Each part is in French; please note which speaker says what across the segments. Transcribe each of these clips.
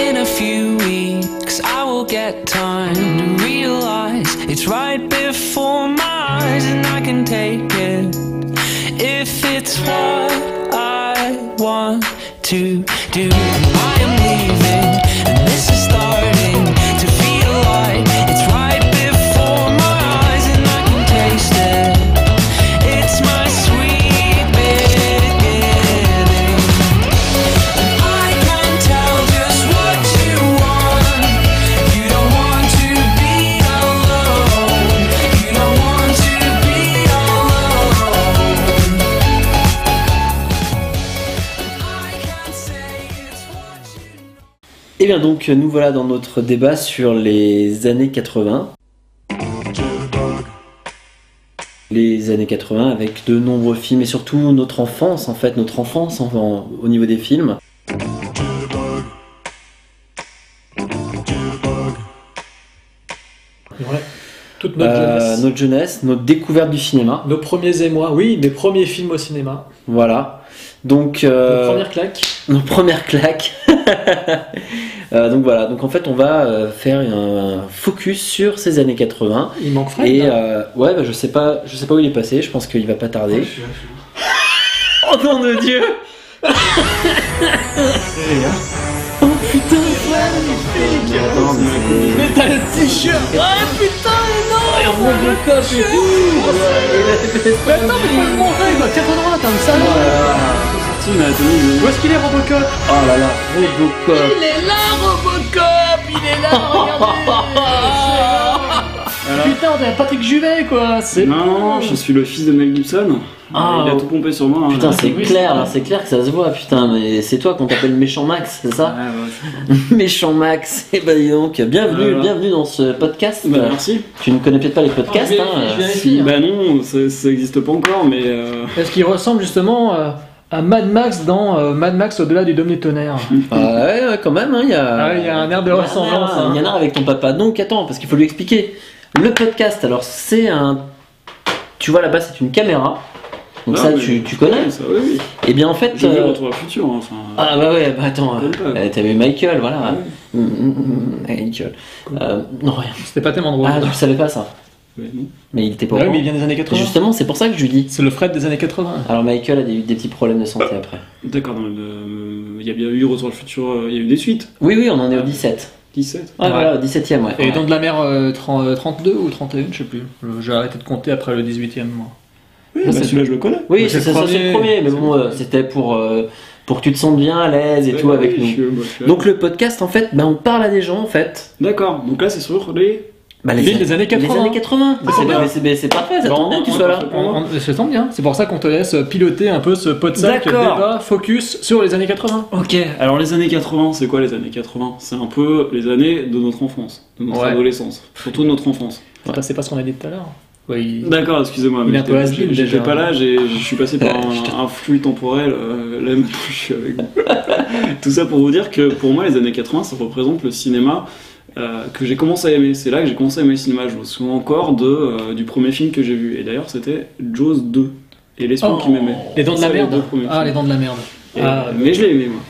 Speaker 1: In a few weeks, I will get time to realize it's right before my eyes, and I can take it if it's what I want to do. I am leaving, and this is starting to feel like it's right before my eyes, and I can taste it. It's my sweet beginning. I can tell just what you want. You don't want to be alone. You don't want to be alone. I can say it's what you know.
Speaker 2: Et Eh bien donc, nous voilà dans notre débat sur les années 80. Les années 80 avec de nombreux films et surtout notre enfance en fait, notre enfance en- en- au niveau des films.
Speaker 3: Ouais. Toute notre
Speaker 2: Euh,
Speaker 3: jeunesse.
Speaker 2: notre jeunesse, notre découverte du cinéma.
Speaker 3: Nos premiers émois, oui, mes premiers films au cinéma.
Speaker 2: Voilà. Donc,
Speaker 3: Nos
Speaker 2: euh,
Speaker 3: premières claques.
Speaker 2: nos premières claques. Euh, donc voilà, donc en fait on va euh, faire un focus sur ces années 80.
Speaker 3: Il manque Fred.
Speaker 2: Et
Speaker 3: là.
Speaker 2: euh, ouais, bah, je sais pas, je sais pas où il est passé. Je pense qu'il va pas tarder.
Speaker 4: Je suis là, je suis là.
Speaker 2: Oh nom de Dieu
Speaker 4: C'est les gars.
Speaker 2: Oh putain
Speaker 4: Qui attendent les-
Speaker 2: Mais t'as le t-shirt Ah putain non Et on monte le coffre et tout Mais attends mais faut le montrer quoi Tiens droit comme ça
Speaker 4: Voilà. Sorti une anatomie de-
Speaker 3: Où est-ce qu'il est, Robocop
Speaker 4: Ah
Speaker 2: Oh là là Robocop
Speaker 4: Voilà.
Speaker 3: Putain, on a Patrick Juvet, quoi C'est
Speaker 4: Non, non, je suis le fils de Mel Gibson.
Speaker 2: Ah,
Speaker 4: il a
Speaker 2: oh.
Speaker 4: tout pompé sur moi. hein.
Speaker 2: Putain c'est
Speaker 3: Oui,
Speaker 2: clair
Speaker 3: c'est
Speaker 2: là, c'est clair que ça se voit putain mais c'est toi qu'on t'appelle méchant Max c'est ça
Speaker 4: Ouais, ouais.
Speaker 2: Méchant Max Et bah dis donc bienvenue
Speaker 4: Voilà.
Speaker 2: bienvenue dans ce podcast
Speaker 4: Bah, merci.
Speaker 2: Tu ne connais peut-être pas les podcasts
Speaker 3: Je vérifie,
Speaker 2: hein
Speaker 3: je vérifie.
Speaker 2: si-
Speaker 4: Bah non, ça ça existe pas encore, mais euh,
Speaker 3: Parce qu'il ressemble justement euh, à Mad Max dans euh, Mad Max au-delà du Dôme des Tonnerres.
Speaker 2: Ah ouais, ouais, quand même, hein, il y a...
Speaker 3: Ah ouais, il y a un air de
Speaker 2: Il y en a
Speaker 3: ressemblance,
Speaker 2: un,
Speaker 3: hein.
Speaker 2: Il y en a un avec ton papa. Donc attends, parce qu'il faut lui expliquer. Le podcast, alors c'est un... Tu vois là-bas, c'est une caméra. Donc
Speaker 4: Ah,
Speaker 2: ça,
Speaker 4: mais-
Speaker 2: tu, tu connais.
Speaker 4: ça, oui, oui.
Speaker 2: Et bien en fait...
Speaker 4: J'ai vu
Speaker 2: euh,
Speaker 4: Retour à Futur, hein, enfin.
Speaker 2: Ah bah ouais, bah attends,
Speaker 4: Je connais pas.
Speaker 2: euh, t'as vu Michael, voilà.
Speaker 4: Ouais.
Speaker 2: Mm, mm, mm, Michael. Euh, non, rien.
Speaker 3: C'était pas tellement drôle.
Speaker 2: Ah, tu le savais pas ça.
Speaker 4: Ouais, non.
Speaker 2: Mais il était pas au
Speaker 3: Ah oui, mais
Speaker 2: courant.
Speaker 3: il vient des années
Speaker 2: Et
Speaker 3: 80.
Speaker 2: Justement, c'est pour ça que je lui dis.
Speaker 3: C'est le Fred des années 80.
Speaker 2: Alors Michael a eu des petits problèmes de santé après.
Speaker 4: D'accord, non, le- il y a bien eu Retour à Futur, euh, il y a eu des suites.
Speaker 2: Oui, oui, on en est au 17.
Speaker 4: 17.
Speaker 2: Ah
Speaker 3: Ouais.
Speaker 2: voilà, au 17ème, ouais.
Speaker 3: Et
Speaker 2: Ouais.
Speaker 3: dans de la mer euh, 30, euh, 32 ou 31, je sais plus. Euh, J'ai arrêté de compter après le 18 e mois.
Speaker 4: Oui,
Speaker 2: bah,
Speaker 4: bah, celui-là, je le connais.
Speaker 2: Oui,
Speaker 3: Mais
Speaker 2: c'est
Speaker 3: c'est
Speaker 2: ça,
Speaker 3: le
Speaker 2: ça, c'est le
Speaker 3: premier.
Speaker 2: premier, mais bon, euh, c'était pour, euh, pour que tu te sentes bien à l'aise et tout avec
Speaker 4: Oui, je
Speaker 2: nous.
Speaker 4: suis- moi, je suis là.
Speaker 2: Donc le podcast, en fait, ben, on parle à des gens, en fait.
Speaker 4: D'accord, donc là, c'est sur les.
Speaker 2: Bah,
Speaker 3: Les des années
Speaker 2: les
Speaker 3: 80.
Speaker 2: années 80.
Speaker 3: Ah,
Speaker 2: C'est-
Speaker 3: bien.
Speaker 2: mais c'est mais c'est parfait, ça
Speaker 3: Bon,
Speaker 2: tombe bien que tu
Speaker 4: on-
Speaker 2: sois
Speaker 4: on-
Speaker 2: là.
Speaker 3: On- on- Ça tombe bien, c'est pour ça qu'on te laisse piloter un peu ce pot de sac
Speaker 2: D'accord.
Speaker 3: débat focus sur les années 80.
Speaker 4: Ok, alors les années 80, c'est quoi les années 80 C'est un peu les années de notre enfance, de notre
Speaker 3: Ouais.
Speaker 4: adolescence, surtout de notre enfance.
Speaker 3: C'est pas- C'est pas ce qu'on a dit tout à l'heure. Ouais, il-
Speaker 4: D'accord, excusez-moi,
Speaker 3: Il est
Speaker 4: mais
Speaker 3: un peu
Speaker 4: j'étais-
Speaker 3: has-been,
Speaker 4: j'ai-
Speaker 3: déjà.
Speaker 4: j'étais pas là, j'ai- je suis passé par
Speaker 2: Ouais,
Speaker 4: un,
Speaker 2: je te-
Speaker 4: un flux temporel, euh, là maintenant je suis avec vous. Tout ça pour vous dire que pour moi les années 80 ça représente le cinéma euh, que j'ai commencé à aimer. C'est là que j'ai commencé à aimer le cinéma, je me souviens encore de, euh, du premier film que j'ai vu. Et d'ailleurs c'était Jaws 2 et l'espion
Speaker 3: Oh.
Speaker 4: qui m'aimait.
Speaker 3: Les dents de la
Speaker 4: C'est les deux
Speaker 3: merde.
Speaker 4: premiers
Speaker 3: Ah,
Speaker 4: films.
Speaker 3: les dents de la merde.
Speaker 4: Et-
Speaker 3: Ah,
Speaker 4: mais je l'ai aimé moi.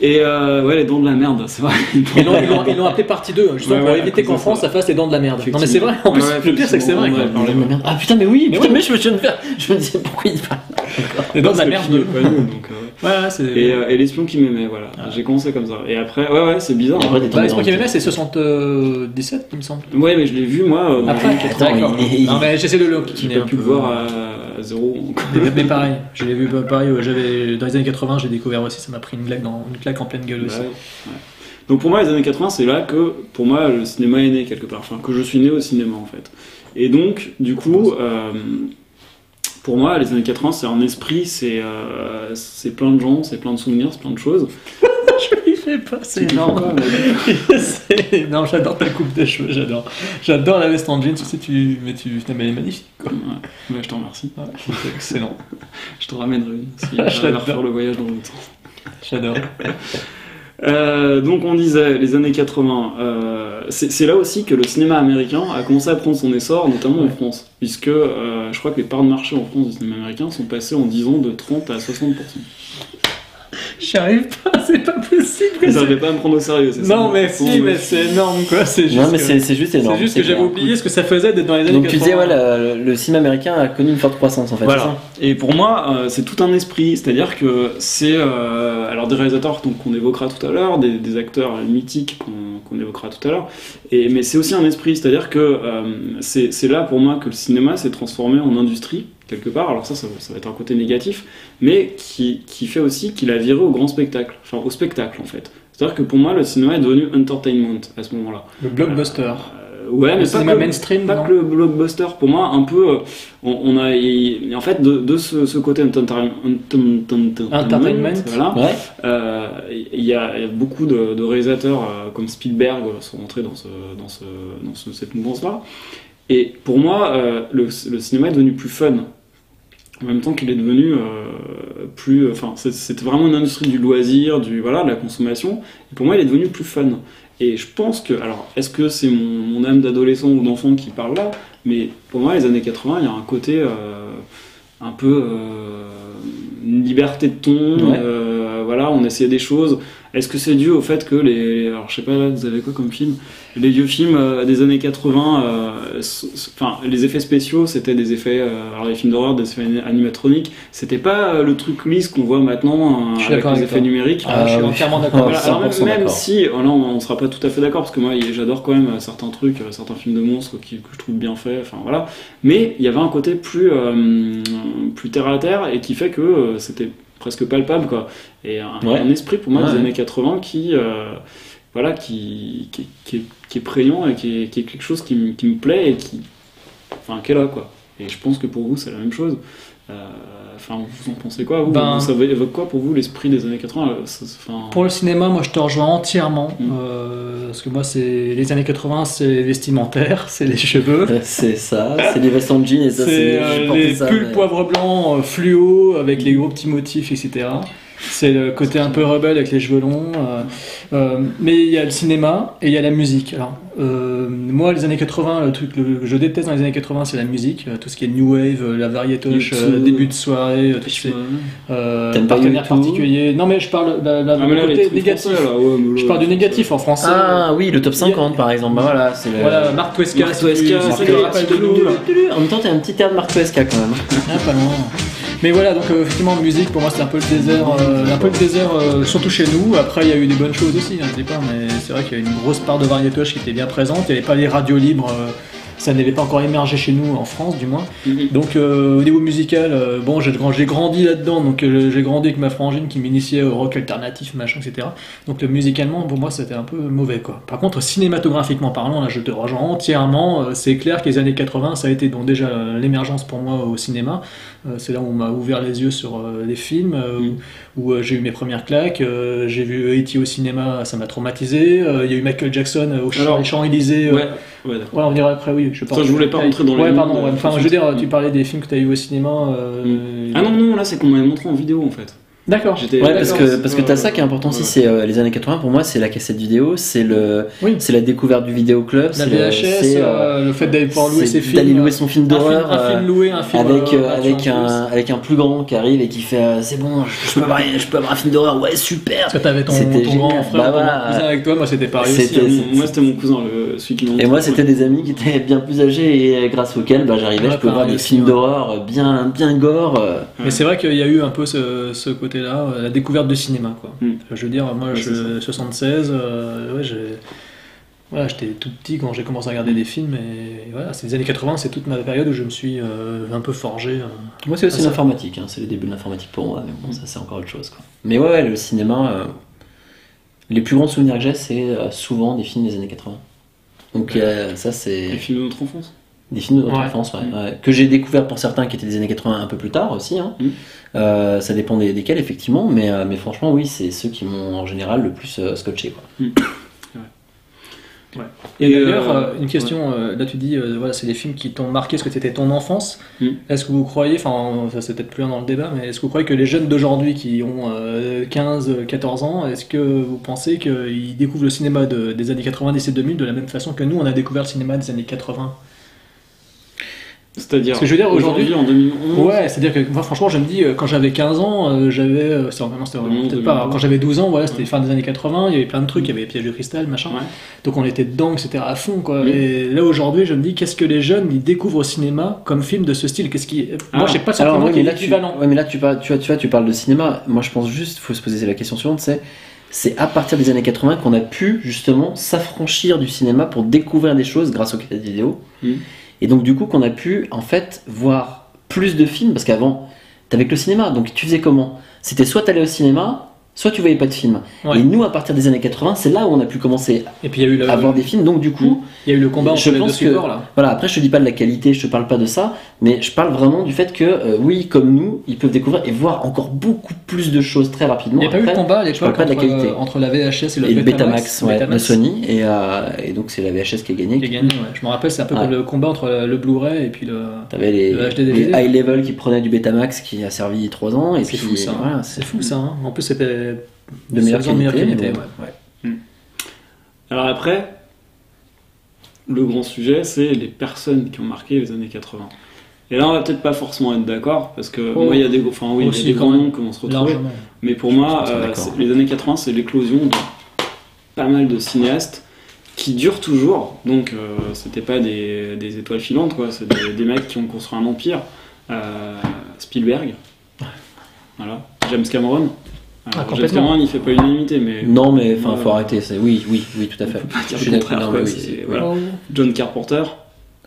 Speaker 4: Et euh, ouais les dents de la merde, c'est vrai. les dents
Speaker 3: Ils
Speaker 4: de
Speaker 3: l'ont-
Speaker 4: la
Speaker 3: ils l'ont ils l'ont appelé partie 2, justement
Speaker 4: Ouais,
Speaker 3: pour
Speaker 4: ouais, à
Speaker 3: éviter
Speaker 4: cause
Speaker 3: qu'en
Speaker 4: de ça.
Speaker 3: France ça fasse les dents de la merde. Non mais c'est vrai, en plus,
Speaker 4: Ouais, ouais,
Speaker 3: le pire c'est que c'est vrai.
Speaker 4: effectivement,
Speaker 3: quoi.
Speaker 4: ouais,
Speaker 2: Mais merde. Ah putain, mais oui,
Speaker 3: Mais
Speaker 2: putain,
Speaker 3: oui.
Speaker 2: mais je me souviens de faire. Je me disais pourquoi il parle.
Speaker 3: Les dents de la
Speaker 4: Parce que le
Speaker 3: merde.
Speaker 4: film est pas nul, donc, euh, ouais.
Speaker 3: Ouais, ouais, c'est.
Speaker 4: Et, euh, et l'espion qui m'aimait, voilà. J'ai commencé comme ça. Et après, ouais, ouais, c'est bizarre. hein.
Speaker 2: En vrai, t'es
Speaker 3: Bah,
Speaker 2: tombé
Speaker 3: l'espoir qui
Speaker 2: dans le-
Speaker 3: m'aimait, c'est 77, il me semble.
Speaker 4: Ouais, mais je l'ai vu moi. euh, dans
Speaker 3: Après,
Speaker 4: les-
Speaker 2: attends,
Speaker 3: d'accord.
Speaker 2: il est-
Speaker 3: Non, mais j'essaie de le
Speaker 4: J'ai
Speaker 3: kikiner
Speaker 4: pas
Speaker 3: un
Speaker 4: pu le
Speaker 3: peu.
Speaker 4: voir euh, à, à zéro. encore.
Speaker 3: Mais, mais pareil, je l'ai vu pareil, euh, j'avais, dans les années 80, j'ai découvert aussi, ça m'a pris une claque, dans, une claque en pleine gueule
Speaker 4: Bah
Speaker 3: aussi.
Speaker 4: ouais, ouais. Donc pour moi, les années 80, c'est là que, pour moi, le cinéma est né quelque part. Enfin, que je suis né au cinéma, en fait. Et donc, du coup, euh, Pour moi, les années 80, c'est un esprit, c'est euh, c'est plein de gens, c'est plein de souvenirs, c'est plein de choses.
Speaker 3: Je lui fais pas, c'est
Speaker 4: C'est énorme,
Speaker 3: énorme.
Speaker 4: quoi, mais-
Speaker 3: C'est énorme, j'adore ta coupe de cheveux, j'adore. J'adore la veste en jean, tu sais, tu... mais tu... non, mais elle est magnifique, quoi.
Speaker 4: Ouais, bah, je te remercie.
Speaker 3: Ouais, c'est excellent,
Speaker 4: Je te ramènerai une, si
Speaker 3: Ah,
Speaker 4: j'arrive à
Speaker 3: j'adore.
Speaker 4: refaire le voyage dans le temps.
Speaker 3: j'adore.
Speaker 4: Euh, donc on disait les années 80. euh, c'est c'est là aussi que le cinéma américain a commencé à prendre son essor, notamment en France, puisque euh, je crois que les parts de marché en France du cinéma américain sont passées en 10 ans de 30 à 60
Speaker 3: J'y arrive pas, c'est pas possible.
Speaker 4: Vous n'arrivez pas à me prendre au sérieux, c'est ça
Speaker 3: Non, mais si,
Speaker 4: Bon,
Speaker 3: mais c'est énorme, quoi. C'est juste
Speaker 5: Non, mais
Speaker 3: que-
Speaker 5: c'est c'est juste énorme.
Speaker 3: C'est juste
Speaker 5: c'est
Speaker 3: que j'avais
Speaker 5: clair.
Speaker 3: oublié ce que ça faisait d'être dans les années
Speaker 5: Donc tu disais,
Speaker 3: 80.
Speaker 5: ouais, le, le cinéma américain a connu une forte croissance en fait.
Speaker 4: Voilà. Et pour moi, euh, c'est tout un esprit. C'est-à-dire que c'est euh, alors des réalisateurs donc, qu'on évoquera tout à l'heure, des, des acteurs mythiques qu'on qu'on évoquera tout à l'heure. Et mais c'est aussi un esprit. C'est-à-dire que euh, c'est c'est là pour moi que le cinéma s'est transformé en industrie quelque part. Alors ça, ça, ça va être un côté négatif, mais qui, qui fait aussi qu'il a viré au grand spectacle, enfin au spectacle en fait. C'est-à-dire que pour moi, le cinéma est devenu entertainment à ce moment-là.
Speaker 3: Le blockbuster.
Speaker 4: Euh, ouais,
Speaker 3: le
Speaker 4: mais pas
Speaker 3: cinéma
Speaker 4: que-
Speaker 3: mainstream,
Speaker 4: pas
Speaker 3: non
Speaker 4: que le blockbuster, pour moi, un peu, euh, on, on a, et- et en fait, de, de ce, ce côté entertainment,
Speaker 3: Entertainment.
Speaker 4: voilà,
Speaker 5: Ouais.
Speaker 4: euh, il y, a il y a beaucoup de, de réalisateurs euh, comme Spielberg euh, sont entrés dans, ce, dans, ce, dans ce- cette mouvance-là. Et pour moi, euh, le, le cinéma est devenu plus fun. En même temps qu'il est devenu euh, plus, enfin, c'est- c'était vraiment une industrie du loisir, du voilà, de la consommation. Et pour moi, il est devenu plus fun. Et je pense que, alors, est-ce que c'est mon, mon âme d'adolescent ou d'enfant qui parle là Mais pour moi, les années 80, il y a un côté euh, un peu euh, une liberté de ton.
Speaker 5: Ouais.
Speaker 4: euh, voilà, on essayait des choses. Est-ce que c'est dû au fait que les, alors je sais pas, là, vous avez quoi comme film Les vieux films euh, des années 80, euh, s- s- enfin, les effets spéciaux, c'était des effets, euh, alors les films d'horreur, des effets animatroniques. C'était pas euh, le truc lisse qu'on voit maintenant euh,
Speaker 3: Je suis
Speaker 4: avec
Speaker 3: d'accord
Speaker 4: les
Speaker 3: avec toi.
Speaker 4: effets numériques.
Speaker 3: Ah, je suis
Speaker 2: Euh,
Speaker 5: Ah, oui.
Speaker 3: entièrement d'accord.
Speaker 2: oh,
Speaker 5: Ouais,
Speaker 4: Voilà, alors même,
Speaker 5: 100%
Speaker 4: même
Speaker 5: d'accord.
Speaker 4: si, oh non, on sera pas tout à fait d'accord, parce que moi j'adore quand même euh, certains trucs, euh, certains films de monstres qui- que je trouve bien faits, enfin voilà. Mais il y avait un côté plus, euh, plus terre à terre et qui fait que euh, c'était presque palpable quoi. Et un,
Speaker 5: Ouais.
Speaker 4: un esprit pour moi
Speaker 5: Ouais,
Speaker 4: des
Speaker 5: ouais.
Speaker 4: années 80 qui, euh, voilà, qui, qui, qui est, qui est prégnant et qui est, qui est quelque chose qui, me- qui me plaît et qui. Enfin, qu'elle a quoi. Et je pense que pour vous c'est la même chose. Euh, Enfin, vous en pensez quoi vous,
Speaker 3: Ben-
Speaker 4: Ça évoque quoi pour vous l'esprit des années 80 euh, ça- ça- enfin...
Speaker 3: Pour le cinéma, moi je te rejoins entièrement.
Speaker 4: Mm.
Speaker 3: euh, parce que moi, c'est les années 80, c'est vestimentaire, c'est les cheveux.
Speaker 5: Euh, C'est ça, c'est les vestes en jean et ça,
Speaker 3: C'est
Speaker 5: c'est
Speaker 3: euh,
Speaker 5: j'ai porté
Speaker 3: les
Speaker 5: ça,
Speaker 3: pulls
Speaker 5: mais-
Speaker 3: poivre blanc euh, fluo avec les gros petits motifs, etc. C'est le côté un peu rebelle avec les cheveux longs. euh, euh, mais il y a le cinéma et il y a la musique. Alors, euh, moi, les années 80, le truc le- que je déteste dans les années 80, c'est la musique. euh, tout ce qui est new wave, euh, la variétoche,
Speaker 4: YouTube.
Speaker 3: euh, début de soirée, euh, tous ces euh,
Speaker 5: T'aimes pas
Speaker 3: partenaires
Speaker 5: YouTube
Speaker 3: particuliers. Non, mais je parle de- de- de-
Speaker 4: Ah, mais là,
Speaker 3: du
Speaker 4: les
Speaker 3: côté
Speaker 4: trucs
Speaker 3: négatif.
Speaker 4: français, là, ouais, mais
Speaker 3: Je
Speaker 4: là,
Speaker 3: parle du
Speaker 4: ça-
Speaker 3: négatif en français.
Speaker 5: Ah oui, le top 50 par exemple, bah voilà, c'est le.
Speaker 3: voilà, Marc Tuesca,
Speaker 4: Marc
Speaker 3: si tu-
Speaker 4: Tuesca,
Speaker 3: si
Speaker 4: c'est
Speaker 3: tu
Speaker 4: les
Speaker 3: rappelles
Speaker 4: petits
Speaker 3: de nous,
Speaker 4: loulous,
Speaker 3: là.
Speaker 4: là.
Speaker 5: En même temps, t'as un petit air de Marc Pesca quand même.
Speaker 3: Ah, pas loin. Mais voilà, donc euh, effectivement, musique pour moi c'est un peu le désert, euh, un peu le désert euh, surtout chez nous. Après, il y a eu des bonnes choses aussi, hein, au départ, mais c'est vrai qu'il y a une grosse part de variétoche qui était bien présente. Il n'y avait pas les radios libres, euh, ça n'avait pas encore émergé chez nous, en France du moins.
Speaker 4: Mhm.
Speaker 3: Donc euh, au niveau musical, euh, bon, j'ai j'ai grandi là-dedans, donc euh, j'ai grandi avec ma frangine qui m'initiait au rock alternatif, machin, etc. Donc euh, musicalement, pour moi, c'était un peu mauvais, quoi. Par contre, cinématographiquement parlant, là, je te rejoins entièrement. Euh, c'est clair que les années 80, ça a été donc déjà euh, l'émergence pour moi au cinéma. Euh, c'est là où on m'a ouvert les yeux sur euh, les films, euh,
Speaker 4: Mm.
Speaker 3: où, où, euh, j'ai eu mes premières claques. Euh, j'ai vu E.T. au cinéma, ça m'a traumatisé. Euh, Il y a eu Michael Jackson euh, au champ,
Speaker 4: Alors,
Speaker 3: les champs Élysées. euh,
Speaker 4: Ouais, ouais, d'accord.
Speaker 3: Ouais, on dira après, oui. Je
Speaker 4: Ça, je voulais pas rentrer dans les
Speaker 3: Ouais,
Speaker 4: noms,
Speaker 3: pardon.
Speaker 4: euh,
Speaker 3: ouais. Enfin,
Speaker 4: tout de
Speaker 3: je veux
Speaker 4: suite.
Speaker 3: dire, tu parlais des films que tu as eu au cinéma. euh,
Speaker 4: Ah non, non, là c'est qu'on m'avait montré en vidéo en fait.
Speaker 3: D'accord.
Speaker 4: J'étais-
Speaker 5: Ouais, parce
Speaker 4: d'accord,
Speaker 5: que,
Speaker 4: c'est
Speaker 5: parce que
Speaker 4: pas-
Speaker 5: t'as ça qui est important aussi,
Speaker 4: Ouais.
Speaker 5: c'est euh, les années 80, pour moi, c'est la cassette vidéo, c'est le,
Speaker 3: Oui.
Speaker 5: c'est la découverte du vidéoclub,
Speaker 3: La
Speaker 5: c'est le-
Speaker 3: VHS,
Speaker 5: c'est, euh,
Speaker 3: euh, le fait d'aller pouvoir louer ses
Speaker 5: c'est
Speaker 3: films. euh,
Speaker 5: d'aller louer son film
Speaker 3: un film-
Speaker 5: d'horreur.
Speaker 3: Un
Speaker 5: euh,
Speaker 3: film loué, un film.
Speaker 5: avec,
Speaker 3: euh,
Speaker 5: euh, avec,
Speaker 3: gratuit en plus.
Speaker 5: un, avec un plus grand qui arrive et qui fait euh, c'est bon, je, je peux avoir, je peux avoir un film d'horreur, ouais, super!
Speaker 3: Parce que t'avais ton,
Speaker 5: C'était
Speaker 3: ton grand
Speaker 5: génial.
Speaker 3: frère,
Speaker 5: Bah
Speaker 3: ton
Speaker 5: voilà.
Speaker 3: grand cousin avec toi, moi c'était pareil aussi.
Speaker 5: C'était-
Speaker 3: hein.
Speaker 4: Ah, Mon-
Speaker 5: c'est-
Speaker 4: Moi c'était mon cousin, le- celui qui m'a
Speaker 5: Et
Speaker 4: montré.
Speaker 5: moi, c'était des amis qui étaient bien plus âgés et grâce auxquels bah, j'arrivais,
Speaker 3: Ouais,
Speaker 5: je pouvais voir
Speaker 3: pareil
Speaker 5: des
Speaker 3: aussi,
Speaker 5: films
Speaker 3: ouais.
Speaker 5: d'horreur euh, bien, bien gore. euh.
Speaker 3: Mais c'est vrai qu'il y a eu un peu ce, ce côté-là, euh, la découverte du cinéma. Quoi.
Speaker 4: Mm.
Speaker 3: Je veux dire, moi,
Speaker 4: Ouais,
Speaker 3: je, 76, euh, ouais, j'ai- voilà, j'étais tout petit quand j'ai commencé à regarder des films. Et voilà, c'est les années 80, c'est toute ma période où je me suis euh, un peu forgé. euh,
Speaker 5: Moi, c'est aussi
Speaker 3: Ah, ça-
Speaker 5: l'informatique, hein, c'est le début de l'informatique pour moi, mais bon, ça, c'est encore autre chose. Quoi. Mais ouais, ouais, le cinéma, euh, les plus grands souvenirs que j'ai, c'est euh, souvent des films des années 80. Donc, euh, ça,
Speaker 4: Les
Speaker 5: c'est.
Speaker 4: films de notre enfance.
Speaker 2: Des films de notre
Speaker 3: Ouais.
Speaker 2: enfance, ouais,
Speaker 4: Mm.
Speaker 2: ouais. que j'ai découvert pour certains qui étaient des années 80 un peu plus tard aussi. hein.
Speaker 4: Mm.
Speaker 2: Euh, ça dépend des- desquels, effectivement, mais, euh, mais franchement, oui, c'est ceux qui m'ont en général le plus euh, scotché. Quoi.
Speaker 3: Et d'ailleurs,
Speaker 4: euh,
Speaker 3: euh, une question, euh, là tu dis, euh, voilà, c'est des films qui t'ont marqué parce que c'était ton enfance.
Speaker 4: Mm.
Speaker 3: Est-ce que vous croyez, enfin, ça c'est peut-être plus un dans le débat, mais est-ce que vous croyez que les jeunes d'aujourd'hui qui ont euh, 15, euh, 14 ans, est-ce que vous pensez qu'ils découvrent le cinéma de- des années 90 et 2000 de la même façon que nous on a découvert le cinéma des années 80
Speaker 4: C'est-à-dire.
Speaker 3: Parce que je veux dire, aujourd'hui-
Speaker 4: en 2011.
Speaker 3: Ouais, c'est-à-dire que moi, franchement, je me dis, euh, quand j'avais 15 ans, euh, j'avais. euh, c'est vraiment, c'était vraiment
Speaker 4: Mmh,
Speaker 3: peut-être pas.
Speaker 4: 2012.
Speaker 3: Quand j'avais 12 ans, voilà, c'était
Speaker 4: Ouais. Hmm.
Speaker 3: fin des années 80, il y avait plein de trucs, il y avait Piège de cristal, machin.
Speaker 4: Ouais.
Speaker 3: Donc on était dedans, etc., à fond, quoi.
Speaker 4: Mmh.
Speaker 3: Et là, aujourd'hui, je me dis, qu'est-ce que les jeunes, ils découvrent au cinéma comme film de ce style Qu'est-ce qui. Moi,
Speaker 4: Ah.
Speaker 3: je sais pas
Speaker 2: Alors,
Speaker 3: simplement
Speaker 2: ouais,
Speaker 3: qu'il
Speaker 2: mais
Speaker 3: est
Speaker 2: là, tu,
Speaker 3: équivalent.
Speaker 2: ouais, mais là tu, parles, tu, vois, tu, vois, tu parles de cinéma. Moi, je pense juste, il faut se poser la question suivante c'est, c'est à partir des années 80 qu'on a pu justement s'affranchir du cinéma pour découvrir des choses grâce au catalogue vidéo.
Speaker 3: Hmm.
Speaker 4: Mm.
Speaker 2: Et donc, du coup, qu'on a pu en fait voir plus de films parce qu'avant, t'avais que le cinéma. Donc, tu faisais comment C'était soit t'allais au cinéma, soit tu voyais pas de films.
Speaker 3: Ouais.
Speaker 2: Et nous, à partir des années 80, c'est là où on a pu commencer
Speaker 3: Et puis, il y a eu le,
Speaker 2: à voir des films. Donc, du coup.
Speaker 3: il y a eu le combat entre
Speaker 2: Je
Speaker 3: les deux
Speaker 2: pense que-
Speaker 3: supports, là.
Speaker 2: Voilà, après je te dis pas de la qualité, je te parle pas de ça, mais je parle vraiment du fait que euh, oui, comme nous, ils peuvent découvrir et voir encore beaucoup plus de choses très rapidement.
Speaker 3: Il n'y a pas eu le
Speaker 2: Après,
Speaker 3: combat à
Speaker 2: parle
Speaker 3: l'époque
Speaker 2: pas de la
Speaker 3: entre,
Speaker 2: qualité.
Speaker 3: euh, entre la VHS et le
Speaker 2: et le
Speaker 3: Betamax.
Speaker 2: Betamax, ouais,
Speaker 3: Betamax
Speaker 2: de Sony, et, euh, et donc c'est la VHS qui a gagné.
Speaker 3: qui a gagné, ouais. Je me rappelle, c'est un peu
Speaker 2: Ouais.
Speaker 3: comme le combat entre le Blu-ray et puis le.
Speaker 2: T'avais les,
Speaker 3: Le HD
Speaker 2: les
Speaker 3: DVD.
Speaker 2: high level qui prenaient du Betamax qui a servi 3 ans et
Speaker 3: C'est
Speaker 2: puis
Speaker 3: fou, ça.
Speaker 2: voilà,
Speaker 3: C'est
Speaker 2: c'est
Speaker 3: fou, ça. hein. En plus, c'était.
Speaker 2: de meilleure
Speaker 3: c'est
Speaker 2: qualité.
Speaker 3: de meilleure qualité,
Speaker 2: mais-
Speaker 3: ouais.
Speaker 2: ouais.
Speaker 4: Alors après, le grand sujet, c'est les personnes qui ont marqué les années 80. Et là, on va peut-être pas forcément être d'accord, parce que
Speaker 3: Oh.
Speaker 4: moi, il y a des, enfin, oui, il y a
Speaker 3: Aussi, hein.
Speaker 4: des
Speaker 3: quand
Speaker 4: grands
Speaker 3: même.
Speaker 4: noms qui vont se retrouver.
Speaker 3: Largement.
Speaker 4: Mais pour
Speaker 2: Je pense
Speaker 4: moi,
Speaker 2: qu'on est
Speaker 4: euh,
Speaker 2: d'accord.
Speaker 4: c'est- les années 80, c'est l'éclosion de pas mal de cinéastes qui durent toujours. Donc, euh, c'était pas des, des étoiles filantes, quoi. C'est des, des mecs qui ont construit un empire. Euh, Spielberg, voilà. James Cameron. Alors, James
Speaker 3: Ah, complètement.
Speaker 4: Cameron, il fait pas unanimité, mais
Speaker 2: Non, mais enfin,
Speaker 4: Ouais.
Speaker 2: faut arrêter. c'est- Oui, oui, oui, tout à fait.
Speaker 4: on peut pas dire
Speaker 2: Je suis
Speaker 4: le contraire,
Speaker 2: d'accord,
Speaker 4: quoi,
Speaker 2: non, mais
Speaker 4: c'est-
Speaker 2: oui,
Speaker 4: voilà. John Carpenter,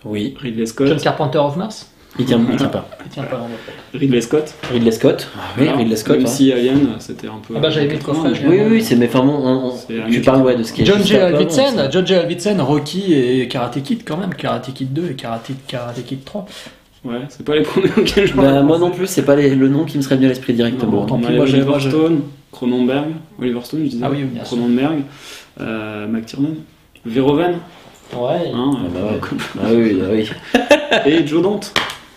Speaker 2: Oui,
Speaker 4: Ridley
Speaker 3: John
Speaker 4: Scott,
Speaker 3: Carpenter of Mars
Speaker 2: il tient, il tient pas.
Speaker 3: Il tient pas. en vrai.
Speaker 4: Ridley Scott.
Speaker 2: Ridley Scott, oui,
Speaker 4: Voilà.
Speaker 2: Ridley Scott.
Speaker 4: Même
Speaker 2: hein.
Speaker 4: si Alien, c'était un peu.
Speaker 3: Ah bah, j'avais mis le coffret, j'ai-
Speaker 2: Oui, oui, oui, c'est mais enfin, on- on-
Speaker 4: C'est un
Speaker 2: tu
Speaker 4: mix.
Speaker 2: parles ouais, de ce qui est
Speaker 3: John
Speaker 2: juste
Speaker 3: J.
Speaker 2: après, on
Speaker 3: Alvitsen,
Speaker 2: sait.
Speaker 3: John J. Alvitsen, Rocky et Karate Kid quand même, Karate Kid 2 et Karate, Karate Kid 3.
Speaker 4: Ouais, c'est pas les premiers auxquels je
Speaker 2: Bah, moi non plus, c'est pas les- le nom qui me serait venu à l'esprit directement.
Speaker 3: Non, tant
Speaker 4: On
Speaker 3: pis,
Speaker 4: a
Speaker 3: moi, j'ai-
Speaker 4: Oliver
Speaker 3: moi, je-
Speaker 4: Stone, Cronenberg, Oliver Stone, je disais.
Speaker 3: Ah oui, oui, bien sûr.
Speaker 4: Cronenberg, euh, McTiernan, Verhoeven,
Speaker 3: Ouais.
Speaker 4: hein,
Speaker 2: Ah bah
Speaker 4: euh,
Speaker 2: ouais. Ah oui, ah oui.
Speaker 4: et Joe Dante.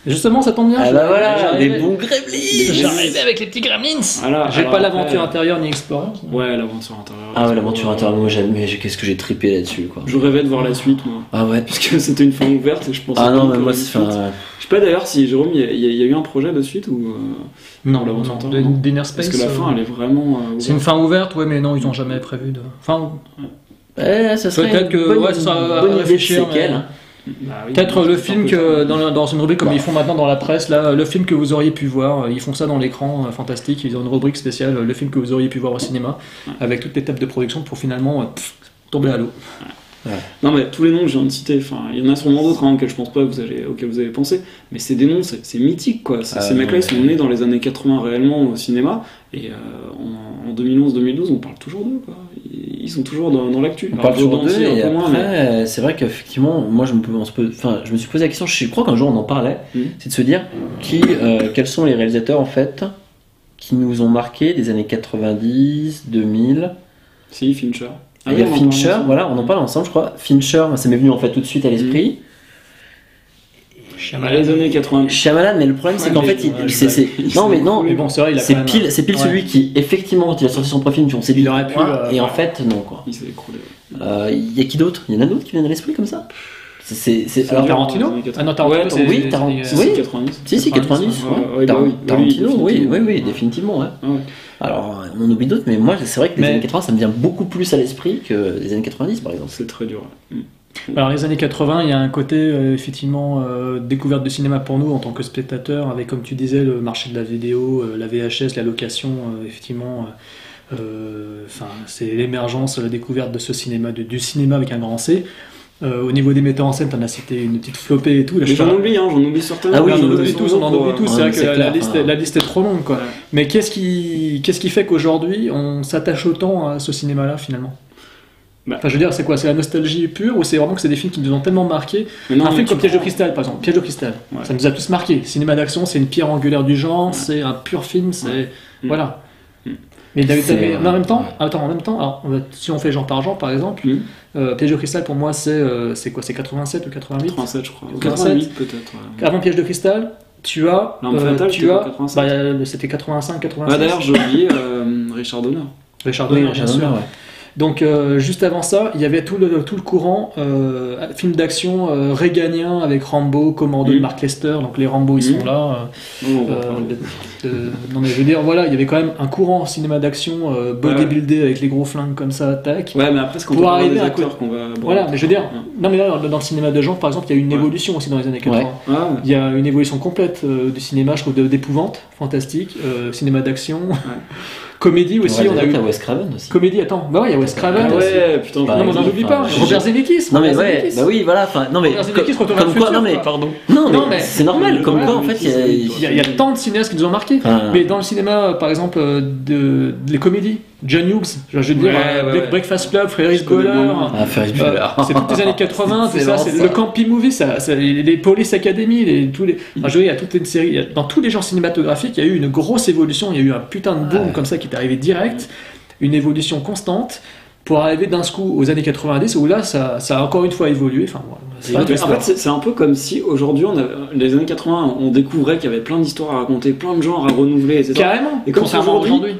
Speaker 3: Justement, ça tombe bien.
Speaker 2: Ah
Speaker 3: je-
Speaker 2: bah voilà,
Speaker 3: j'arrivais-
Speaker 2: des bons gremlins
Speaker 3: J'arrivais avec les petits gremlins.
Speaker 4: Voilà,
Speaker 3: J'ai
Speaker 4: alors
Speaker 3: pas l'aventure
Speaker 4: après, euh,
Speaker 3: intérieure ni expérience.
Speaker 4: Ouais, l'aventure intérieure. euh,
Speaker 2: Ah ouais, l'aventure interne, moi j'aime, mais j'ai- qu'est-ce que j'ai trippé là-dessus quoi.
Speaker 4: Je rêvais de voir la suite, moi.
Speaker 2: Ah ouais.
Speaker 4: Parce que c'était une fin ouverte et je pensais.
Speaker 2: Ah
Speaker 4: pas
Speaker 2: non, mais
Speaker 4: encore
Speaker 2: moi
Speaker 4: une
Speaker 2: c'est
Speaker 4: suite.
Speaker 2: enfin.
Speaker 4: Je sais pas d'ailleurs si Jérôme, il y, a- il y a- il y a eu un projet de suite ou. euh,
Speaker 3: Non,
Speaker 4: l'aventure
Speaker 3: non,
Speaker 4: intérieure, non.
Speaker 3: Dinner Space.
Speaker 4: Parce que la fin, elle est vraiment. euh,
Speaker 3: C'est une fin ouverte, ouais, mais non, ils ont jamais prévu de. Enfin,
Speaker 2: Eh, ça serait
Speaker 3: Peut-être
Speaker 2: une
Speaker 3: que-
Speaker 2: bonne,
Speaker 3: ouais, ça sera à
Speaker 2: bonne idée de
Speaker 3: réfléchir,
Speaker 2: séquelle.
Speaker 3: mais-
Speaker 2: hein.
Speaker 4: Bah oui,
Speaker 3: peut-être
Speaker 4: c'est
Speaker 3: le
Speaker 4: un
Speaker 3: film
Speaker 4: peu
Speaker 3: que
Speaker 4: ça.
Speaker 3: dans, la- dans une rubrique comme ils font maintenant dans la presse, là, le film que vous auriez pu voir, ils font ça dans l'écran euh, fantastique, ils ont une rubrique spéciale, euh, le film que vous auriez pu voir au cinéma, avec toutes les étapes de production pour finalement euh, pff, tomber à l'eau.
Speaker 4: Non, mais tous les noms que je viens de citer, enfin, il y en a sûrement d'autres hein, auxquels je pense pas que vous allez, auxquels vous avez pensé, mais c'est des noms, c'est c'est mythique quoi. C'est-
Speaker 2: Ah,
Speaker 4: ces
Speaker 2: non,
Speaker 4: mecs-là, ils sont
Speaker 2: mais-
Speaker 4: nés dans les années 80 réellement au cinéma, et euh, en, en 2011-2012, on parle toujours d'eux quoi. Ils ils sont toujours dans, dans l'actu.
Speaker 2: On parle
Speaker 4: Alors,
Speaker 2: toujours
Speaker 4: Jordan
Speaker 2: d'eux
Speaker 4: aussi, un
Speaker 2: et
Speaker 4: peu
Speaker 2: après,
Speaker 4: moins, mais-
Speaker 2: euh, c'est vrai qu'effectivement, moi je me, on se pose- enfin, je me suis posé la question, je crois qu'un jour on en parlait,
Speaker 3: Mm.
Speaker 4: Mhm.
Speaker 2: c'est de se dire qui, euh, quels sont les réalisateurs en fait qui nous ont marqué des années 90, 2000.
Speaker 4: Si, Fincher. Ah
Speaker 2: il
Speaker 4: oui,
Speaker 2: y
Speaker 4: on
Speaker 2: a
Speaker 4: en parle
Speaker 2: Fincher,
Speaker 4: ensemble.
Speaker 2: voilà, on en parle ensemble, je crois. Fincher, moi, ça m'est venu en fait tout de suite à l'esprit.
Speaker 4: Bah, les années 80.
Speaker 2: Shyamalan, mais le problème c'est
Speaker 4: Ouais,
Speaker 2: qu'en
Speaker 4: mais
Speaker 2: fait,
Speaker 4: je-
Speaker 2: il-
Speaker 4: ouais,
Speaker 2: c'est,
Speaker 4: je-
Speaker 2: c'est-
Speaker 4: il
Speaker 2: non
Speaker 4: s'en
Speaker 2: mais
Speaker 4: fout,
Speaker 2: non,
Speaker 3: Mais bon, c'est vrai, il a
Speaker 2: c'est
Speaker 3: quand même un-
Speaker 2: pile, c'est pile
Speaker 3: Ouais.
Speaker 2: celui qui, effectivement, quand il a sorti son profil, on s'est dit,
Speaker 3: Il aurait pu,
Speaker 2: point,
Speaker 3: euh,
Speaker 2: et en
Speaker 3: ouais.
Speaker 2: fait, non quoi.
Speaker 4: Il s'est écroulé.
Speaker 2: Euh, Il y a qui d'autre Il y en a d'autres qui viennent à l'esprit comme ça C'est, c'est- c'est- alors,
Speaker 4: dur.
Speaker 3: Tarantino
Speaker 4: les années 80.
Speaker 3: Ah non, Tarantino,
Speaker 4: Ouais,
Speaker 3: c'est-
Speaker 2: oui,
Speaker 3: c'est-
Speaker 2: Tarantino.
Speaker 3: c'est-
Speaker 4: C'est
Speaker 2: Oui.
Speaker 4: 90.
Speaker 2: Ah, si, si, 90,
Speaker 4: 90,
Speaker 2: ouais.
Speaker 4: ouais, ouais,
Speaker 2: Tar-
Speaker 4: bah oui, oui,
Speaker 2: Tarantino, oui, oui,
Speaker 4: définitivement.
Speaker 2: oui, définitivement. ouais.
Speaker 4: Ah ouais.
Speaker 2: Alors, on oublie d'autres, mais moi, c'est vrai que les
Speaker 3: Mais-
Speaker 2: années 80, ça me vient beaucoup plus à l'esprit que les années 90, par exemple.
Speaker 4: C'est très dur. ouais. Mm.
Speaker 3: Alors les années 80, il y a un côté euh, effectivement euh, découverte du cinéma pour nous en tant que spectateurs, avec comme tu disais le marché de la vidéo, euh, la VHS, la location, euh, effectivement, euh, euh, enfin, c'est l'émergence, la découverte de ce cinéma, de- du cinéma avec un grand C. Euh, au niveau des metteurs en scène, t'en as cité une petite flopée et tout. Là,
Speaker 4: Mais
Speaker 3: je
Speaker 4: J'en
Speaker 3: parle-
Speaker 4: oublie, hein, j'en oublie certainement.
Speaker 2: Ah oui,
Speaker 3: on
Speaker 2: j'en
Speaker 3: en
Speaker 2: oublie
Speaker 3: oublie tous, on en oublie
Speaker 4: euh,
Speaker 3: tous.
Speaker 2: Ouais,
Speaker 3: C'est vrai
Speaker 2: mais
Speaker 3: que
Speaker 2: c'est
Speaker 3: la,
Speaker 2: clair,
Speaker 3: liste,
Speaker 2: hein.
Speaker 3: la liste est trop longue, quoi.
Speaker 4: Ouais.
Speaker 3: Mais qu'est-ce qui, qu'est-ce qui fait qu'aujourd'hui on s'attache autant à ce cinéma-là finalement
Speaker 4: Bah.
Speaker 3: Enfin, je veux dire, c'est quoi C'est la nostalgie pure ou c'est vraiment que c'est des films qui nous ont tellement marqué
Speaker 4: Mais non,
Speaker 3: Un
Speaker 4: mais
Speaker 3: film
Speaker 4: tu
Speaker 3: comme Piège de
Speaker 4: prends-
Speaker 3: Cristal, par exemple. Piège de Cristal,
Speaker 4: Ouais.
Speaker 3: ça nous a tous marqué. Cinéma d'action, c'est une pierre angulaire du genre, c'est un pur film, c'est.
Speaker 4: Mm.
Speaker 3: Voilà.
Speaker 4: Mm.
Speaker 3: Mais, d'un-
Speaker 2: C'est-
Speaker 3: mais en même temps,
Speaker 2: ouais.
Speaker 3: attends, en même temps, alors, on va- si on fait genre par genre, par exemple,
Speaker 4: Mm.
Speaker 3: euh, Piège de Cristal pour moi, c'est euh, c'est quoi C'est 87 ou 88
Speaker 4: 87, je crois.
Speaker 3: 87.
Speaker 4: 88, peut-être. ouais.
Speaker 3: Avant Piège de Cristal, tu as.
Speaker 4: L'Arme fatale,
Speaker 3: tu
Speaker 4: c'était
Speaker 3: as.
Speaker 4: pas 87.
Speaker 3: bah, euh, C'était 85, 86.
Speaker 4: Ah, d'ailleurs, j'ai oublié euh, Richard Donner.
Speaker 3: Richard
Speaker 2: Oui,
Speaker 3: Donner, Ah hein, bien
Speaker 2: Richard
Speaker 3: sûr.
Speaker 2: Donner, ouais.
Speaker 3: Donc euh, juste avant ça, il y avait tout le, tout le courant euh, film d'action euh, réganien avec Rambo, Commando de
Speaker 4: Mhm.
Speaker 3: Mark Lester. Donc les Rambo ils sont
Speaker 4: Mhm.
Speaker 3: là.
Speaker 4: Non, on
Speaker 3: euh,
Speaker 4: va en
Speaker 3: euh,
Speaker 4: parler.
Speaker 3: euh, non mais je veux dire voilà, il y avait quand même un courant cinéma d'action euh, bodybuildé avec les gros flingues comme ça attaque.
Speaker 4: Ouais, mais après, c'est quand
Speaker 3: Pour
Speaker 4: on parle
Speaker 3: arriver
Speaker 4: des
Speaker 3: à
Speaker 4: acteurs qu'on va.
Speaker 3: Voilà, mais je veux dire, non mais là dans- dans le cinéma de genre par exemple, il y a eu une
Speaker 4: Ouais.
Speaker 3: évolution aussi dans les années 80.
Speaker 2: Ouais.
Speaker 4: Ouais, Ah ouais.
Speaker 3: Il y a une évolution complète euh, du cinéma, je trouve, de- d'épouvante, fantastique, euh, cinéma d'action, comédie aussi.
Speaker 2: Ouais,
Speaker 3: on a
Speaker 2: d'ailleurs,
Speaker 3: eu
Speaker 2: t'as Wes Craven aussi.
Speaker 3: comédie. Attends, bah ouais, il y a Wes Craven.
Speaker 2: Ah
Speaker 4: ouais, putain,
Speaker 2: Bah,
Speaker 3: Non, mais on
Speaker 2: oui,
Speaker 3: n'oublie
Speaker 2: enfin,
Speaker 3: pas.
Speaker 2: je-
Speaker 3: Robert Zemeckis.
Speaker 2: Non mais
Speaker 3: Robert
Speaker 2: ouais,
Speaker 3: Zemeckis.
Speaker 2: bah oui, voilà, enfin, non mais
Speaker 3: Robert Zemeckis,
Speaker 2: comme
Speaker 3: Retour vers
Speaker 2: comme
Speaker 3: le
Speaker 2: quoi,
Speaker 3: futur,
Speaker 2: non mais
Speaker 3: quoi.
Speaker 2: pardon. Non
Speaker 3: Non,
Speaker 2: mais
Speaker 3: mais-
Speaker 2: c'est normal, comme
Speaker 3: Ouais,
Speaker 2: quoi en
Speaker 4: mais
Speaker 2: fait, il y a-
Speaker 4: c'est-
Speaker 2: il
Speaker 3: Il y, a, il y a tant de cinéastes qui nous ont marqué.
Speaker 2: Enfin-
Speaker 3: Mais dans le cinéma, euh, par exemple, euh, de, les comédies, John Hughes, je veux dire,
Speaker 4: Ouais,
Speaker 3: euh,
Speaker 4: ouais,
Speaker 3: Break-
Speaker 4: ouais.
Speaker 3: Breakfast Club,
Speaker 4: Je
Speaker 3: Frédéric
Speaker 4: connais
Speaker 3: Goller,
Speaker 4: le moment.
Speaker 2: Ah, Ferris
Speaker 3: euh,
Speaker 2: Bueller.
Speaker 3: c'est toutes les années 80, tout ça,
Speaker 2: Excellent,
Speaker 3: c'est
Speaker 2: ça.
Speaker 3: le Campy Movie, ça, ça, les, les Police Academy, les, tous
Speaker 2: Mm.
Speaker 3: les, enfin, je veux dire, il y a toute une série, il y a- dans tous les genres cinématographiques, il y a eu une grosse évolution, il y a eu un putain de boom
Speaker 2: Ouais.
Speaker 3: comme ça qui est arrivé direct, une évolution constante. Pour arriver d'un coup aux années 90, où là, ça, ça a encore une fois évolué. Enfin, voilà.
Speaker 2: Ouais,
Speaker 4: En fait,
Speaker 2: d'accord.
Speaker 4: c'est- c'est un peu comme si aujourd'hui, on avait- les années 80, on découvrait qu'il y avait plein d'histoires à raconter, plein de genres à renouveler, etc.
Speaker 3: Carrément.
Speaker 4: Et comme
Speaker 3: contrairement
Speaker 4: aujourd'hui,
Speaker 3: aujourd'hui,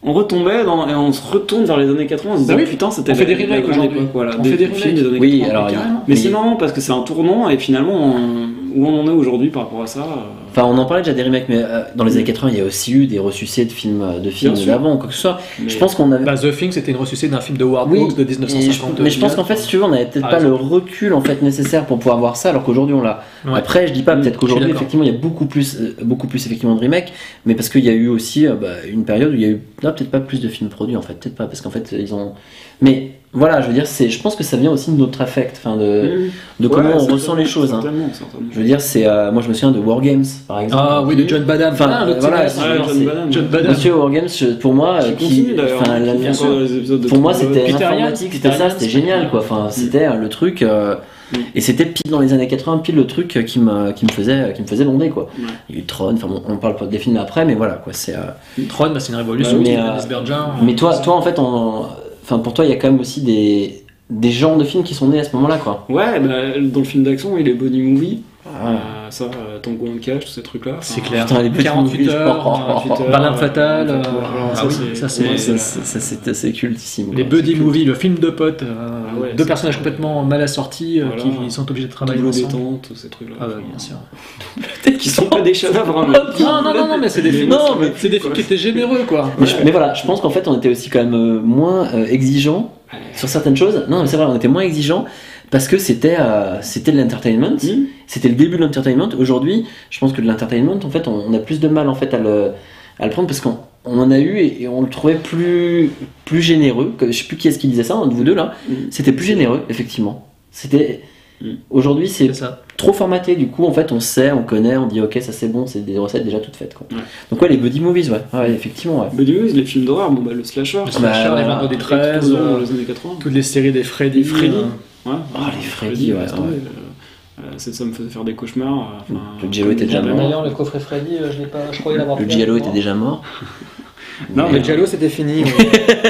Speaker 4: On retombait dans- et on se retourne vers les années 80 en se disant
Speaker 3: Bah oui,
Speaker 4: putain, c'était
Speaker 3: on fait
Speaker 4: la-
Speaker 3: des
Speaker 4: la
Speaker 3: remakes
Speaker 4: grande
Speaker 3: aujourd'hui.
Speaker 4: époque, Voilà,
Speaker 3: On fait des
Speaker 4: films
Speaker 3: remakes.
Speaker 4: des années
Speaker 2: Oui,
Speaker 4: 80.
Speaker 2: alors il y a-
Speaker 3: carrément.
Speaker 4: Mais c'est marrant parce que c'est un tournant et finalement, on- où on en est aujourd'hui par rapport à ça. euh,
Speaker 2: Enfin, on en parlait déjà des remakes, mais euh, dans les années 80, il y a aussi eu des ressuscités de films euh, de films
Speaker 4: Bien sûr.
Speaker 2: d'avant ou quoi que ce soit.
Speaker 4: mais-
Speaker 2: Je pense qu'on avait.
Speaker 3: Bah, The Thing, c'était une ressuscité d'un film de Howard Hawks de
Speaker 2: mais je-
Speaker 3: 1952.
Speaker 2: mais je
Speaker 4: euh,
Speaker 2: pense qu'en fait, si tu veux, on n'avait peut-être
Speaker 3: Ah,
Speaker 2: pas
Speaker 3: raison.
Speaker 2: le recul en fait nécessaire pour pouvoir voir ça, alors qu'aujourd'hui on l'a.
Speaker 3: Ouais.
Speaker 2: Après, je dis pas
Speaker 3: Mm,
Speaker 2: peut-être
Speaker 3: je suis
Speaker 2: qu'aujourd'hui
Speaker 3: d'accord.
Speaker 2: effectivement il y a beaucoup plus, euh, beaucoup plus effectivement de remakes, mais parce qu'il y a eu aussi euh, bah, une période où il y a eu non, peut-être pas plus de films produits en fait, peut-être pas parce qu'en fait ils ont. Mais voilà, je veux dire, c'est, je pense que ça vient aussi de notre affect, enfin de,
Speaker 4: Mmh.
Speaker 2: de comment
Speaker 4: Ouais,
Speaker 2: on ressent
Speaker 4: certainement,
Speaker 2: les choses. hein.
Speaker 4: certainement, certainement.
Speaker 2: Je veux dire, c'est, euh, moi je me souviens de War Games par exemple.
Speaker 3: Ah oui, de John Badham.
Speaker 2: Enfin,
Speaker 3: Ah, le petit
Speaker 2: voilà,
Speaker 3: gars,
Speaker 2: c'est-
Speaker 3: c'est-
Speaker 4: Ouais, John
Speaker 2: c'est-
Speaker 4: Badham.
Speaker 3: John Badham.
Speaker 2: Monsieur War Games, je- pour moi,
Speaker 4: Qui
Speaker 2: euh, qui-
Speaker 4: continue d'ailleurs. hein,
Speaker 2: enfin, la-
Speaker 4: qui fait encore les épisodes de
Speaker 2: pour moi,
Speaker 4: Trump.
Speaker 2: c'était
Speaker 3: Peter Yan,
Speaker 2: informatique, c'était ça,
Speaker 3: Peter Yan, Mm.
Speaker 2: c'était
Speaker 3: Spider-Man.
Speaker 2: génial, quoi. Enfin, c'était euh, le truc, euh,
Speaker 4: Mm.
Speaker 2: et c'était pile dans les années 80, pile le truc euh, qui me, qui me faisait, qui me faisait bonder, quoi.
Speaker 4: Ouais.
Speaker 2: Il y a eu Tron, enfin, bon, on parle pas des films après, mais voilà, quoi. C'est. euh,
Speaker 3: Tron, bah, c'est une révolution.
Speaker 2: Bah oui,
Speaker 3: c'est
Speaker 2: mais,
Speaker 3: Denis
Speaker 2: euh,
Speaker 3: Bergin.
Speaker 2: Mais toi, toi, en fait, on- enfin, pour toi, il y a quand même aussi des, des genres de films qui sont nés à ce moment-là, quoi.
Speaker 4: Ouais, bah, dans le film d'action, il est Bonnie Movie.
Speaker 2: Ah.
Speaker 4: Euh, ça, euh, Tango en Cash, tous ces trucs-là. Enfin,
Speaker 3: C'est clair.
Speaker 2: Putain, les petits
Speaker 3: 48
Speaker 2: movies,
Speaker 3: heures,
Speaker 2: oh, oh, oh.
Speaker 4: 48 heures,
Speaker 3: Barnum
Speaker 4: euh,
Speaker 3: Fatal. euh,
Speaker 4: voilà,
Speaker 3: ah
Speaker 4: ça,
Speaker 3: oui,
Speaker 4: c'est-
Speaker 3: ça,
Speaker 2: Ouais,
Speaker 3: c'est.
Speaker 2: ça, ça, ça, c'est assez cultissime.
Speaker 3: Les
Speaker 2: quoi.
Speaker 3: Buddy Movie, le film de potes, euh,
Speaker 4: Ah ouais,
Speaker 3: deux
Speaker 4: c'est-
Speaker 3: personnages complètement mal assortis euh,
Speaker 4: Voilà.
Speaker 3: qui sont obligés de travailler
Speaker 4: Double
Speaker 3: ensemble.
Speaker 4: détente, tous ces trucs-là.
Speaker 3: Ah bah, bien sûr.
Speaker 4: Qui sont pas des chefs-d'œuvre, hein, mais-
Speaker 3: Non, non, non, non, mais c'est des films,
Speaker 2: Non, mais-
Speaker 3: c'est des films qui étaient généreux, quoi.
Speaker 2: Mais, je- mais voilà, je pense qu'en fait, on était aussi quand même euh, moins euh, exigeants sur certaines choses. Non, mais c'est vrai, on était moins exigeants parce que c'était euh, c'était de l'entertainment.
Speaker 4: Hmm.
Speaker 2: C'était le début de l'entertainment. Aujourd'hui, je pense que de l'entertainment, en fait, on, on a plus de mal en fait à le, à le prendre parce qu'on on en a eu et, et on le trouvait plus plus généreux. que- Je sais plus qui est-ce qui disait ça, un de vous deux là.
Speaker 4: Mm.
Speaker 2: C'était plus généreux, effectivement. C'était
Speaker 4: Mm.
Speaker 2: aujourd'hui, c'est
Speaker 3: C'est ça.
Speaker 2: trop formaté. Du coup, en fait, on sait, on connaît, on dit ok, ça c'est bon, c'est des recettes déjà toutes faites. Quoi.
Speaker 4: Ouais.
Speaker 2: Donc ouais, les buddy movies, ouais, Ouais, effectivement, ouais.
Speaker 4: Buddy Movies, les films d'horreur, bon, bah, le slasher.
Speaker 3: Le
Speaker 2: Ah bah,
Speaker 3: Slasher, les
Speaker 2: voilà.
Speaker 3: Vendredis
Speaker 4: les 13
Speaker 3: 13,
Speaker 4: dans
Speaker 3: euh,
Speaker 4: les années 80.
Speaker 3: toutes les séries des Freddy.
Speaker 4: Les Freddy.
Speaker 3: euh,
Speaker 4: Ouais.
Speaker 2: Ah, les Freddy, ouais,
Speaker 4: laisse tomber, euh, euh, ça, ça me faisait faire des cauchemars. euh, enfin,
Speaker 2: Le Jello était déjà
Speaker 4: comme-
Speaker 2: mort.
Speaker 3: D'ailleurs, le coffret Freddy, euh, je l'ai pas, je croyais l'avoir
Speaker 2: Le
Speaker 3: pris à
Speaker 2: Giallo
Speaker 3: un
Speaker 2: était
Speaker 3: moment.
Speaker 2: déjà mort.
Speaker 4: Non,
Speaker 3: Le
Speaker 4: mais-
Speaker 3: Jello c'était fini. ouais.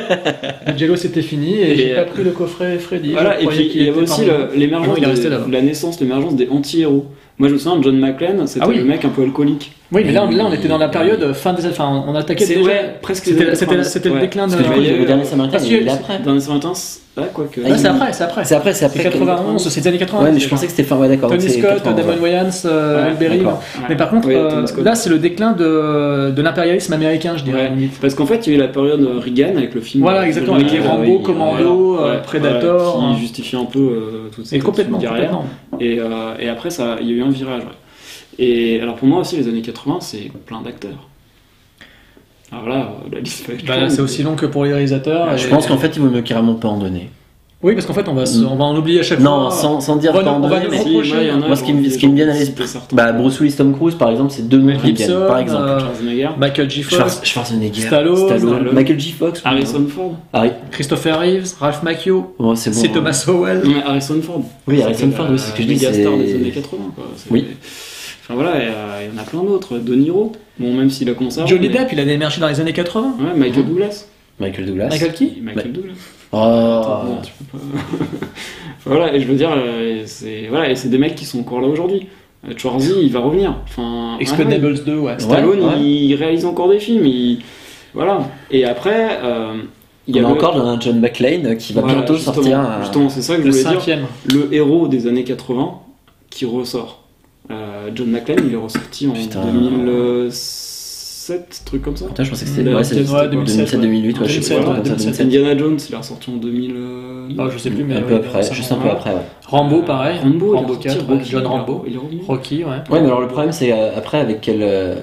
Speaker 3: le Jello c'était fini et,
Speaker 4: Et,
Speaker 3: j'ai
Speaker 4: euh,
Speaker 3: pas pris le coffret Freddy.
Speaker 4: Voilà,
Speaker 3: Je
Speaker 4: et
Speaker 3: croyais
Speaker 4: puis
Speaker 3: qu'il
Speaker 4: il y avait
Speaker 3: était
Speaker 4: aussi
Speaker 3: parmi
Speaker 4: le-
Speaker 3: Ah
Speaker 4: l'émergence,
Speaker 3: non, il est
Speaker 4: des-
Speaker 3: resté là-bas.
Speaker 4: la naissance, l'émergence des anti-héros. Moi je me souviens de John McClane, c'était
Speaker 3: Ah oui.
Speaker 4: le mec un peu alcoolique.
Speaker 3: Oui, mais là, on- là on était dans la période euh, fin des. Enfin, on attaquait
Speaker 4: C'est
Speaker 3: déjà.
Speaker 4: ouais, presque.
Speaker 3: C'était-
Speaker 4: les années
Speaker 3: c'était-
Speaker 4: 90,
Speaker 3: c'était le
Speaker 4: ouais.
Speaker 3: déclin de-
Speaker 4: Parce
Speaker 2: Parce
Speaker 4: que
Speaker 2: que
Speaker 3: Mais
Speaker 4: il y
Speaker 2: le,
Speaker 4: a eu,
Speaker 2: le dernier
Speaker 4: euh,
Speaker 2: Samaritain,
Speaker 3: parce
Speaker 2: il est
Speaker 3: que-
Speaker 2: après.
Speaker 4: Dans les 75, ah, quoi que.
Speaker 2: Ah,
Speaker 3: Là,
Speaker 2: il-
Speaker 3: c'est après, c'est après.
Speaker 2: C'est après, c'est
Speaker 3: C'est
Speaker 2: après.
Speaker 3: 91, c'est les années 90.
Speaker 2: Ouais, mais je pensais que c'était. Enfin, ouais, d'accord.
Speaker 3: Tony
Speaker 2: c'est
Speaker 3: Scott,
Speaker 2: 80,
Speaker 3: Damon
Speaker 2: ouais.
Speaker 3: Wayans, euh,
Speaker 4: Ouais,
Speaker 3: Al Berry.
Speaker 2: d'accord.
Speaker 3: Mais par contre,
Speaker 4: Ouais,
Speaker 3: euh,
Speaker 4: Tony Scott.
Speaker 3: là, c'est le déclin de, de l'impérialisme américain, je dirais.
Speaker 4: Ouais. Parce qu'en fait, il y a eu la période Reagan avec le film.
Speaker 3: Voilà, exactement. Avec les
Speaker 2: Ouais,
Speaker 3: Rambo,
Speaker 2: oui,
Speaker 3: Commando,
Speaker 4: Voilà,
Speaker 3: euh,
Speaker 4: ouais,
Speaker 3: Predator.
Speaker 4: ouais,
Speaker 3: hein.
Speaker 4: qui justifie un peu euh, toutes
Speaker 3: Et
Speaker 4: ces
Speaker 3: complètement,
Speaker 4: derrière.
Speaker 3: complètement.
Speaker 4: Et, euh, et après, ça, il y a eu un virage. ouais. Et alors pour moi aussi, les années 80, c'est plein d'acteurs. Alors là, euh, la liste peut être
Speaker 3: Bah,
Speaker 4: longue,
Speaker 3: c'est
Speaker 4: mais-
Speaker 3: aussi long que pour les réalisateurs.
Speaker 4: Ouais,
Speaker 3: Ah, et-
Speaker 2: Je pense qu'en fait, il vaut mieux carrément pas en donner.
Speaker 3: Oui, parce qu'en fait, on va, se-
Speaker 2: Mm.
Speaker 3: on va en oublier à chaque
Speaker 2: Non,
Speaker 3: fois.
Speaker 2: sans, sans dire
Speaker 3: on va nous-
Speaker 2: tant
Speaker 3: on va
Speaker 2: de-
Speaker 3: nous
Speaker 2: mais-
Speaker 4: Si,
Speaker 3: reprocher, hein.
Speaker 4: moi, il y en a,
Speaker 2: Moi, ce qui me-
Speaker 4: genre,
Speaker 2: ce qui me vient à
Speaker 4: c'est
Speaker 2: l'esprit-
Speaker 4: certain.
Speaker 2: Bah, Bruce Willis, Tom Cruise, par exemple, c'est deux noms qui me viennent,
Speaker 3: Gibson,
Speaker 2: par exemple.
Speaker 4: Schwarzenegger,
Speaker 2: euh,
Speaker 3: Michael G. Fox,
Speaker 2: Schwar- Schwarzenegger,
Speaker 3: Stallone,
Speaker 4: euh, Stallone.
Speaker 2: Michael J. Fox,
Speaker 4: Harrison Ford.
Speaker 2: Harry-
Speaker 3: Christopher Reeves, Ralph Macchio,
Speaker 2: Oh, c'est bon.
Speaker 3: c'est
Speaker 2: hein.
Speaker 3: Thomas Howell.
Speaker 4: Ouais, Harrison Ford.
Speaker 2: Oui, Harrison
Speaker 4: C'était,
Speaker 2: Ford,
Speaker 4: euh,
Speaker 2: oui, c'est ce que je dis.
Speaker 4: méga
Speaker 2: c'est-
Speaker 4: star des années 80. Quoi. C'est-
Speaker 2: Oui.
Speaker 4: Enfin voilà, il y a- il y, en a plein d'autres. De Niro, bon, même s'il a commencé avant,
Speaker 3: Johnny
Speaker 4: mais-
Speaker 3: Depp, il avait émergé dans les années 80.
Speaker 4: Ouais, Michael Douglas.
Speaker 2: Michael Douglas.
Speaker 3: Michael qui
Speaker 4: Michael
Speaker 2: Ouais.
Speaker 4: Douglas.
Speaker 2: Oh.
Speaker 4: Attends, tu peux pas- Enfin, voilà, et je veux dire, euh, c'est voilà, et c'est des mecs qui sont encore là aujourd'hui. Euh, Schwarzy, il va revenir. Enfin, Ah ouais, ouais.
Speaker 3: Expendables 2, ouais.
Speaker 4: Stallone,
Speaker 2: ouais.
Speaker 4: il réalise encore des films. il- Voilà. Et après, euh, il y
Speaker 2: Il
Speaker 4: a
Speaker 2: a
Speaker 4: le-
Speaker 2: encore un John McClane qui va
Speaker 4: Voilà,
Speaker 2: bientôt
Speaker 4: justement,
Speaker 2: sortir. euh, un-
Speaker 4: Justement, c'est ça que je
Speaker 3: Le
Speaker 4: voulais dire.
Speaker 3: cinquième.
Speaker 4: le héros des années 80 qui ressort. Euh, John McClane, il est ressorti en
Speaker 2: Putain.
Speaker 4: 2007, truc comme ça.
Speaker 2: Putain, je pensais que c'était
Speaker 4: La
Speaker 2: ouais, c'est-
Speaker 4: pièce, ouais,
Speaker 2: 2007,
Speaker 3: 2007,
Speaker 2: 2008, ouais, je sais pas,
Speaker 4: 2007,
Speaker 2: comme ça,
Speaker 3: ouais,
Speaker 2: 2007.
Speaker 4: Indiana Jones, il est ressorti en 2000. euh,
Speaker 3: Ah, je sais plus, mais
Speaker 2: un
Speaker 3: oui,
Speaker 2: peu après,
Speaker 3: ça-
Speaker 2: juste un peu après, ouais.
Speaker 3: Rambo, pareil.
Speaker 4: Rambo, il est
Speaker 3: Rambo
Speaker 4: ressorti,
Speaker 3: 4,
Speaker 4: Rocky,
Speaker 3: John
Speaker 4: il est-
Speaker 3: Rambo.
Speaker 4: Il est revenu.
Speaker 3: Rocky, ouais.
Speaker 2: Ouais, mais alors le problème, c'est euh, après avec quelle. euh,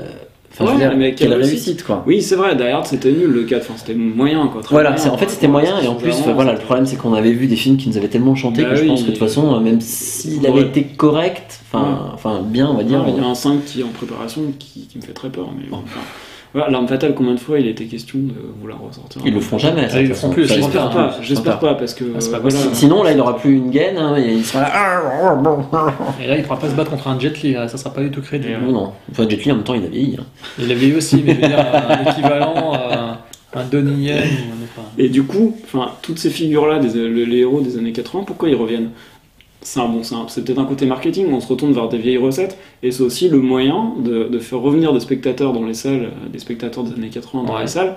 Speaker 2: Enfin, je veux
Speaker 4: Ouais,
Speaker 2: dire,
Speaker 4: mais avec
Speaker 2: quelle
Speaker 4: quelle
Speaker 2: réussite, quoi.
Speaker 4: Oui, c'est vrai, Die Hard, c'était nul le 4, enfin, c'était moyen quoi. très hein.
Speaker 2: Voilà,
Speaker 4: moyen,
Speaker 2: c'est- en fait
Speaker 4: quoi.
Speaker 2: c'était moyen et en plus
Speaker 4: Vraiment,
Speaker 2: voilà le
Speaker 4: c'était-
Speaker 2: problème c'est qu'on avait vu des films qui nous avaient tellement chanté
Speaker 4: Bah
Speaker 2: que je
Speaker 4: oui.
Speaker 2: pense que de toute façon euh, même s'il
Speaker 4: Ouais.
Speaker 2: avait été correct, enfin
Speaker 4: Ouais.
Speaker 2: enfin bien on va
Speaker 4: Il
Speaker 2: dire,
Speaker 4: y a un 5 qui est en préparation qui, qui me fait très peur. Mais bon, enfin, voilà, L'arme fatale, combien de fois il était question de vouloir ressortir
Speaker 2: ils le feront jamais. ça,
Speaker 3: Ah,
Speaker 2: de
Speaker 3: ils le
Speaker 2: toute
Speaker 3: feront
Speaker 2: façon.
Speaker 3: plus,
Speaker 2: Ça,
Speaker 3: ils le
Speaker 4: J'espère
Speaker 3: feront
Speaker 2: pas.
Speaker 4: pas, j'espère pas parce que.
Speaker 3: Ah, c'est pas
Speaker 4: euh, voilà.
Speaker 3: possible.
Speaker 2: Sinon là il aura plus une gaine hein, et il sera là.
Speaker 3: Et là, il ne pourra pas se battre contre un Jet Li, là, ça sera pas du tout
Speaker 4: Et, euh,
Speaker 3: crédible.
Speaker 2: Ah, Non non, enfin Jet Li en même temps il a vieilli. hein.
Speaker 3: Il avait eu aussi, mais je veux dire, un équivalent, un, un Donnie Yen, ou un autre. hein.
Speaker 4: Et du coup, enfin, toutes ces figures-là, des- euh, le- les héros des années 80, pourquoi ils reviennent C'est un bon, c'est un- c'est peut-être un côté marketing. On se retourne vers des vieilles recettes, et c'est aussi le moyen de, de faire revenir des spectateurs dans les salles, euh, des spectateurs des années 80 dans
Speaker 3: Ouais.
Speaker 4: les salles,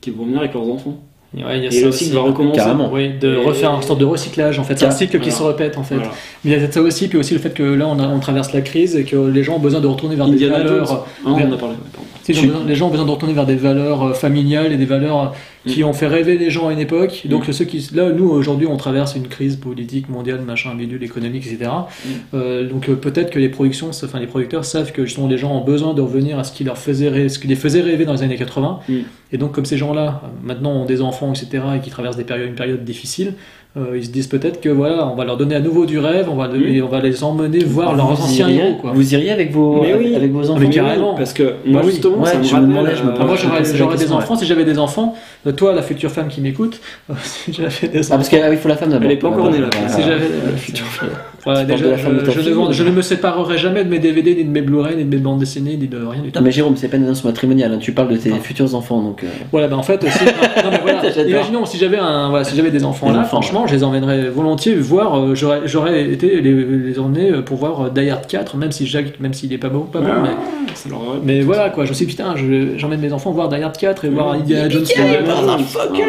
Speaker 4: qui vont venir avec leurs enfants.
Speaker 3: Ouais, il y a ça
Speaker 4: Et le cycle
Speaker 3: aussi. hein.
Speaker 4: va recommencer.
Speaker 2: Carrément.
Speaker 3: Oui, de
Speaker 4: Et-
Speaker 3: refaire une sorte de recyclage en fait. C'est un
Speaker 2: Tiens,
Speaker 3: cycle qui
Speaker 4: voilà.
Speaker 3: se répète en fait.
Speaker 4: Voilà.
Speaker 3: Mais il y a peut-être ça aussi, puis aussi le fait que là on, a- on traverse la crise et que les gens ont besoin de retourner vers des
Speaker 4: Indiana Jones.
Speaker 3: valeurs.
Speaker 4: Ah, on en
Speaker 3: Vers-
Speaker 4: a parlé. ouais, pardon.
Speaker 3: Tu sais, ils ont besoin- les gens ont besoin de retourner vers des valeurs euh, familiales et des valeurs
Speaker 4: Mm.
Speaker 3: euh, qui ont fait rêver les gens à une époque. Et Donc ceux qui là nous aujourd'hui on traverse une crise politique mondiale, machin, bidule, économique, etc.
Speaker 4: Mm.
Speaker 3: Euh, donc euh, peut-être que les productions, sa- enfin les producteurs savent que justement les gens ont besoin de revenir à ce qui leur faisait rê- ce qui les faisait rêver dans les années 80.
Speaker 4: Mm.
Speaker 3: Et donc comme ces gens-là euh, maintenant ont des enfants, etc. et qui traversent des périodes, une période difficile. euh, ils se disent peut-être que voilà, on va leur donner à nouveau du rêve, on va, le-
Speaker 4: Mm.
Speaker 3: et on va les emmener voir leurs
Speaker 2: Vous
Speaker 3: anciens
Speaker 2: iriez-
Speaker 3: héros. Quoi.
Speaker 2: Vous iriez avec vos
Speaker 4: Mais oui.
Speaker 2: avec avec vos enfants.
Speaker 3: Mais carrément. Bah
Speaker 4: Parce que moi
Speaker 3: oui.
Speaker 4: justement,
Speaker 2: Ouais,
Speaker 4: ça me
Speaker 2: je me
Speaker 4: rappelle,
Speaker 2: demandais, je me
Speaker 4: euh,
Speaker 3: Ah, moi
Speaker 2: je me
Speaker 3: j'aurais
Speaker 2: posais la
Speaker 3: j'aurais des
Speaker 2: question,
Speaker 3: enfants, si j'avais des enfants, euh, toi la future femme qui m'écoute, euh, si j'avais des
Speaker 2: Ah
Speaker 3: enfants.
Speaker 2: parce que ah oui, il faut la femme d'abord.
Speaker 4: Elle est pas encore née, là.
Speaker 2: Ah,
Speaker 3: Si j'avais euh,
Speaker 2: ah,
Speaker 3: la
Speaker 2: ah,
Speaker 3: future
Speaker 2: ah,
Speaker 3: femme. Ouais,
Speaker 2: Tu parles
Speaker 3: déjà,
Speaker 2: de la femme de
Speaker 3: je,
Speaker 2: ta
Speaker 3: je ne
Speaker 2: fille,
Speaker 3: vends-
Speaker 2: ou-
Speaker 3: je ne me séparerai jamais de mes DVD, ni de mes Blu-ray, ni de mes bandes dessinées, ni de rien du tout.
Speaker 2: Non, mais Jérôme, c'est pas une annonce matrimoniale, hein. tu parles de tes
Speaker 3: Ah.
Speaker 2: futurs enfants donc. euh,
Speaker 3: Voilà, ben en fait, si, non, mais voilà,
Speaker 2: J'adore.
Speaker 3: imaginons si j'avais un, voilà, si j'avais des enfants
Speaker 2: Des
Speaker 3: là,
Speaker 2: enfants,
Speaker 3: franchement, je les emmènerais volontiers voir. euh, j'aurais, j'aurais été les, les emmener euh, pour voir euh, Die Hard 4, même si Jacques, même s'il est pas bon, pas bon, mais,
Speaker 4: ça leur rappelle.
Speaker 3: mais voilà quoi. Je me suis dit, putain, je- j'emmène mes enfants voir Die Hard 4 et voir
Speaker 4: Mm.
Speaker 3: Indiana Jones.
Speaker 4: Ouais,
Speaker 3: Bah,
Speaker 4: voilà. Voilà,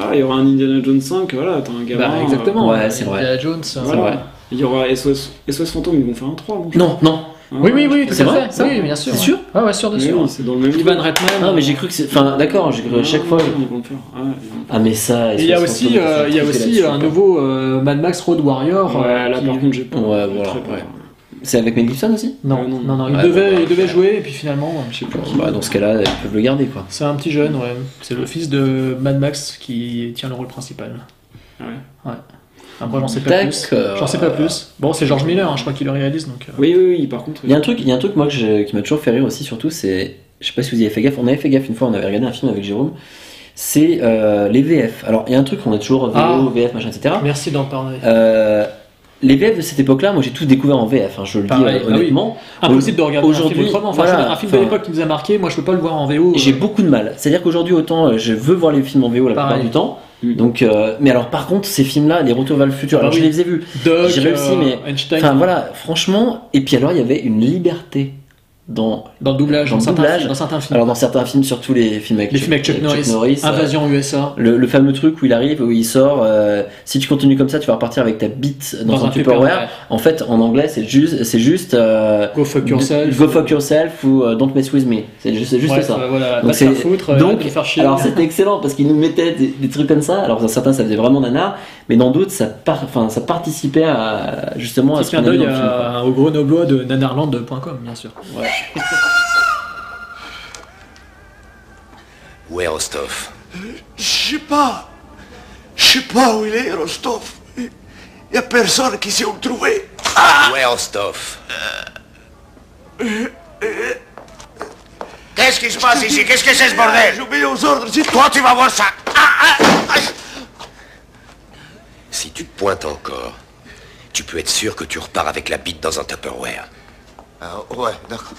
Speaker 4: Ah il y aura un Indiana Jones 5, voilà, t'as un gamin. euh,
Speaker 3: Bah, exactement.
Speaker 2: Ouais, Bah, c'est vrai.
Speaker 3: Indiana Jones. euh,
Speaker 4: voilà.
Speaker 2: vrai.
Speaker 4: Il y aura SOS, SOS Fantôme, ils vont faire un Ah 3. bon, je
Speaker 2: Non, non.
Speaker 4: crois.
Speaker 3: Oui, oui, oui, tout
Speaker 2: C'est
Speaker 3: à
Speaker 2: vrai,
Speaker 3: fait.
Speaker 2: ça
Speaker 3: oui, bien sûr.
Speaker 2: C'est
Speaker 3: ouais.
Speaker 2: sûr
Speaker 3: Ouais, ouais, sûr de
Speaker 4: Mais
Speaker 3: sûr.
Speaker 4: non, c'est dans le même
Speaker 3: Ivan
Speaker 4: jeu.
Speaker 3: Redman.
Speaker 2: Non, mais j'ai cru que c'est. Enfin, d'accord, j'ai cru à chaque fois.
Speaker 4: Ils vont le faire. Ah, ils vont le faire.
Speaker 2: Ah, mais ça.
Speaker 3: Et Il y a
Speaker 2: ça,
Speaker 3: aussi,
Speaker 2: surtout,
Speaker 3: euh, il y a
Speaker 2: j'ai cliqué
Speaker 3: aussi
Speaker 2: là-dessus,
Speaker 3: un
Speaker 2: quoi.
Speaker 3: nouveau euh, Mad Max Road Warrior. euh,
Speaker 4: Ouais, là
Speaker 3: qui-
Speaker 4: par contre, j'ai pas.
Speaker 2: Oh, Ouais,
Speaker 4: j'ai
Speaker 2: voilà,
Speaker 4: très peur.
Speaker 2: ouais. C'est avec Mel Gibson aussi
Speaker 3: Non,
Speaker 4: Euh, non.
Speaker 3: non, non, il
Speaker 2: Ouais,
Speaker 3: devait,
Speaker 2: bon, bah,
Speaker 3: il devait
Speaker 2: ouais.
Speaker 3: jouer et puis finalement, euh, je sais plus.
Speaker 2: Bon, bah, Dans ce cas-là, ils peuvent le garder quoi.
Speaker 3: C'est un petit jeune, ouais. C'est le fils de Mad Max qui tient le rôle principal.
Speaker 4: Ah ouais.
Speaker 3: Ah, moi, j'en sais pas plus.
Speaker 2: D'accord.
Speaker 3: J'en sais pas plus. Bon, c'est George Miller, hein, je crois qu'il le réalise donc. euh,
Speaker 4: Oui, oui, oui, par contre.
Speaker 2: Il y a un truc, il y a un truc moi que je- qui m'a toujours fait rire aussi, surtout, c'est, je sais pas si vous y avez fait gaffe, on avait fait gaffe une fois, on avait regardé un film avec Jérôme, c'est euh, les VF. Alors il y a un truc qu'on a toujours VO,
Speaker 3: Ah.
Speaker 2: VF, machin, etc.
Speaker 3: Merci d'en parler.
Speaker 2: Euh, les VF de cette époque-là, moi j'ai tout découvert en VF, hein, je le dis
Speaker 3: Pareil,
Speaker 2: euh,
Speaker 3: bah oui.
Speaker 2: honnêtement.
Speaker 3: Impossible de regarder un film
Speaker 2: aujourd'hui,
Speaker 3: autrement. Enfin,
Speaker 2: voilà,
Speaker 3: je veux dire, un film de
Speaker 2: enfin,
Speaker 3: l'époque qui nous a marqué, moi je peux pas le voir en VO. euh,
Speaker 2: J'ai beaucoup de mal. C'est-à-dire qu'aujourd'hui, autant euh, je veux voir les films en VO la plupart
Speaker 3: Pareil.
Speaker 2: du temps.
Speaker 4: Mm.
Speaker 2: Donc, euh, mais alors par contre, ces films-là, les Retour vers le futur,
Speaker 3: Bah
Speaker 2: alors
Speaker 3: oui.
Speaker 2: je les ai vus.
Speaker 3: Doc,
Speaker 2: j'ai réussi,
Speaker 3: euh,
Speaker 2: mais-
Speaker 3: Einstein,
Speaker 2: Enfin voilà, franchement. Et puis alors, il y avait une liberté dans.
Speaker 3: dans le doublage,
Speaker 2: Dans
Speaker 3: dans,
Speaker 2: le
Speaker 3: certains,
Speaker 2: doublage.
Speaker 3: dans certains films.
Speaker 2: Alors dans certains films, surtout les films avec
Speaker 3: les films avec Chuck, Norris,
Speaker 2: euh,
Speaker 3: Invasion USA,
Speaker 2: le, le fameux truc où il arrive, où il sort, euh, si tu continues comme ça, tu vas repartir avec ta bite dans, un, Tupperware.
Speaker 3: Tupperware.
Speaker 2: En fait, en anglais, c'est juste, c'est juste euh,
Speaker 3: Go fuck yourself.
Speaker 2: Go fuck yourself ou euh, don't mess with me. C'est juste, c'est juste
Speaker 3: Ouais,
Speaker 2: ça.
Speaker 3: Voilà,
Speaker 2: Donc
Speaker 3: pas se faire
Speaker 2: c'est-
Speaker 3: foutre, euh,
Speaker 2: donc,
Speaker 3: de faire chier.
Speaker 2: Alors c'était excellent parce qu'ils nous mettaient des, des trucs comme ça. Alors dans certains ça faisait vraiment nana, mais dans d'autres ça, par- enfin, ça participait à, justement à
Speaker 3: Petit
Speaker 2: ce
Speaker 3: clin
Speaker 2: qu'on a vu
Speaker 3: d'œil
Speaker 2: dans le film. quoi.
Speaker 3: à- au grenoblois de nanarland.com, bien sûr.
Speaker 6: Ouais, Rostov
Speaker 7: Je sais pas. Je
Speaker 6: Je sais pas où il est, Rostov. Il a personne qui sait où le trouver.
Speaker 7: Well, stuff.
Speaker 6: Qu'est-ce qui se
Speaker 7: passe ici euh, Qu'est-ce que c'est, ce bordel
Speaker 6: J'ai oublié aux ordres, c'est toi.
Speaker 7: Toi, tu vas voir ça. Ah, ah, aïe. Si tu te pointes encore, tu peux être sûr que tu repars avec la bite dans un Tupperware.
Speaker 6: Ah, ouais, d'accord.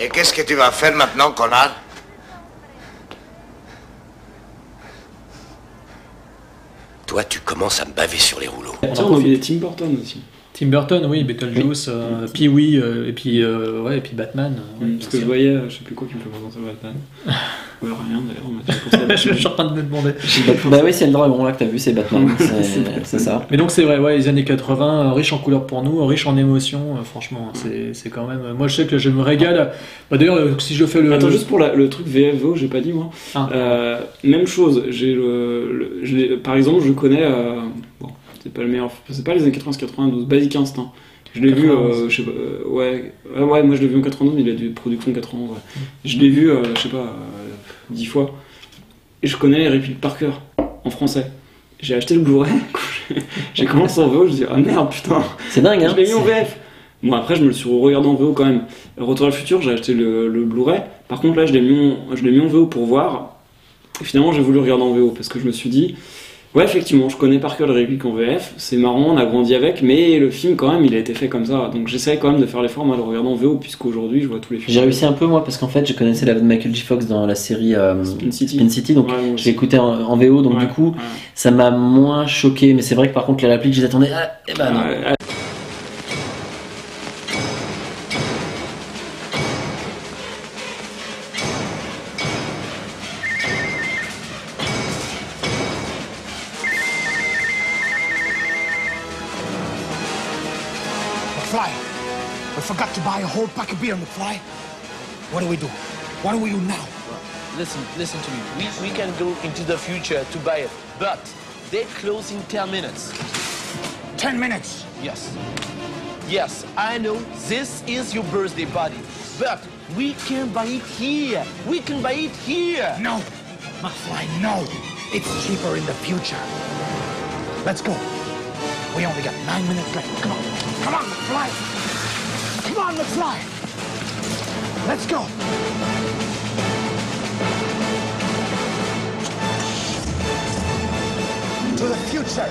Speaker 7: Et qu'est-ce que tu vas faire maintenant, connard Toi, tu commences à me baver sur les rouleaux.
Speaker 4: euh, Tiens, on a oublié Tim Burton aussi.
Speaker 3: Tim Burton, oui, Beetlejuice, euh, Pee-wee, euh, et puis euh, ouais, et puis Batman. euh, ouais,
Speaker 4: Parce que je voyais, euh, je sais plus quoi qui me fait penser à Batman. Ouais, rien d'ailleurs, on m'a fait penser à
Speaker 3: je suis
Speaker 4: Batman.
Speaker 3: en train de me demander.
Speaker 2: Bah oui, c'est le dragon là que t'as vu, c'est Batman. C'est- C'est ça.
Speaker 3: Mais donc c'est vrai, ouais, les années 80, euh, riches en couleurs pour nous, euh, riches en émotions, euh, franchement, hein, c'est c'est quand même... Moi je sais que je me régale, bah, d'ailleurs euh, si je fais le...
Speaker 4: Attends, juste pour la- le truc VFVO, j'ai pas dit moi.
Speaker 3: Ah.
Speaker 4: Euh, même chose, j'ai le, le- je l'ai- par exemple, je connais, euh, bon, c'est pas le meilleur, c'est pas les années 90, 92, Basic Instinct. Je l'ai vu, euh, je sais pas, euh, ouais, ouais, ouais, moi je l'ai vu en 92, mais il a du production 91, ouais. Je l'ai vu, euh, je sais pas, euh, 10 fois. Et je connais les répliques par cœur, en français. J'ai acheté le Blu-ray, j'ai commencé en VO, je dis, ah merde, putain.
Speaker 2: C'est dingue, hein
Speaker 4: Je l'ai mis en VF. Bon, après, je me le suis regardé en VO quand même. Retour à le futur, j'ai acheté le, le Blu-ray. Par contre, là, je l'ai mis, en- je l'ai mis en VO pour voir. Et finalement, j'ai voulu le regarder en VO parce que je me suis dit, ouais, effectivement, je connais par cœur les répliques en VF. C'est marrant, on a grandi avec, mais le film, quand même, il a été fait comme ça. Donc, j'essaie quand même de faire l'effort, moi, de le regarder en VO, puisqu'aujourd'hui, je vois tous les films.
Speaker 2: J'ai réussi un peu moi parce qu'en fait je connaissais la voix de Michael J. Fox dans la série euh,
Speaker 4: Spin City.
Speaker 2: Spin City, donc
Speaker 4: Ouais, moi
Speaker 2: j'ai
Speaker 4: aussi.
Speaker 2: écouté en, en VO, donc
Speaker 4: Ouais,
Speaker 2: du coup
Speaker 4: ouais.
Speaker 2: ça m'a moins choqué. Mais c'est vrai que par contre les répliques, je les attendais. Ah, eh ben non.
Speaker 4: Ouais,
Speaker 6: McFly, we forgot to buy a whole pack of beer, McFly. What do we do? What do we do now?
Speaker 8: Listen, listen to me. We, we can go into the future to buy it, but they close in 10 minutes.
Speaker 6: Ten minutes.
Speaker 8: Yes. Yes, I know this is your birthday party, but we can buy it here. We can buy it here.
Speaker 6: No, McFly, no. It's cheaper in the future. Let's go. We only got nine minutes left. Come on, come on, McFly. Come on, McFly. Let's go. To the future.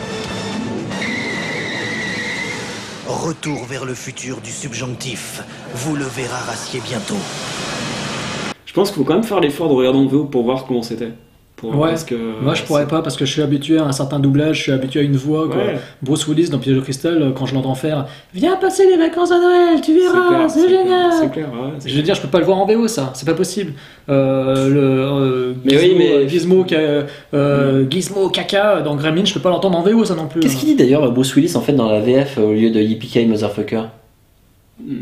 Speaker 9: Retour vers le futur du subjonctif. Vous le verrez rassier bientôt.
Speaker 4: Je pense qu'il faut quand même faire l'effort de regarder en VO pour voir comment c'était. Pour-
Speaker 3: Ouais,
Speaker 4: parce que-
Speaker 3: moi je pourrais pas parce que je suis habitué à un certain doublage, je suis habitué à une voix. Quoi.
Speaker 4: Ouais.
Speaker 3: Bruce Willis dans Piège de Cristal, euh, quand je l'entends faire « Viens passer les vacances à Noël, tu
Speaker 4: C'est
Speaker 3: verras,
Speaker 4: clair,
Speaker 3: Ah, c'est
Speaker 4: clair, C'est
Speaker 3: génial
Speaker 4: clair, ouais, !» c'est
Speaker 3: Je veux dire, je peux pas le voir en VO ça, c'est pas possible. Euh, le, euh,
Speaker 4: Mais oui,
Speaker 3: Gizmo,
Speaker 4: mais-
Speaker 3: Gizmo, ca- euh, Gizmo caca dans Gremlin, je peux pas l'entendre en VO ça non plus. hein.
Speaker 2: Qu'est-ce qu'il dit d'ailleurs Bruce Willis en fait dans la VF euh, au lieu de Yippee Motherfucker
Speaker 4: Mais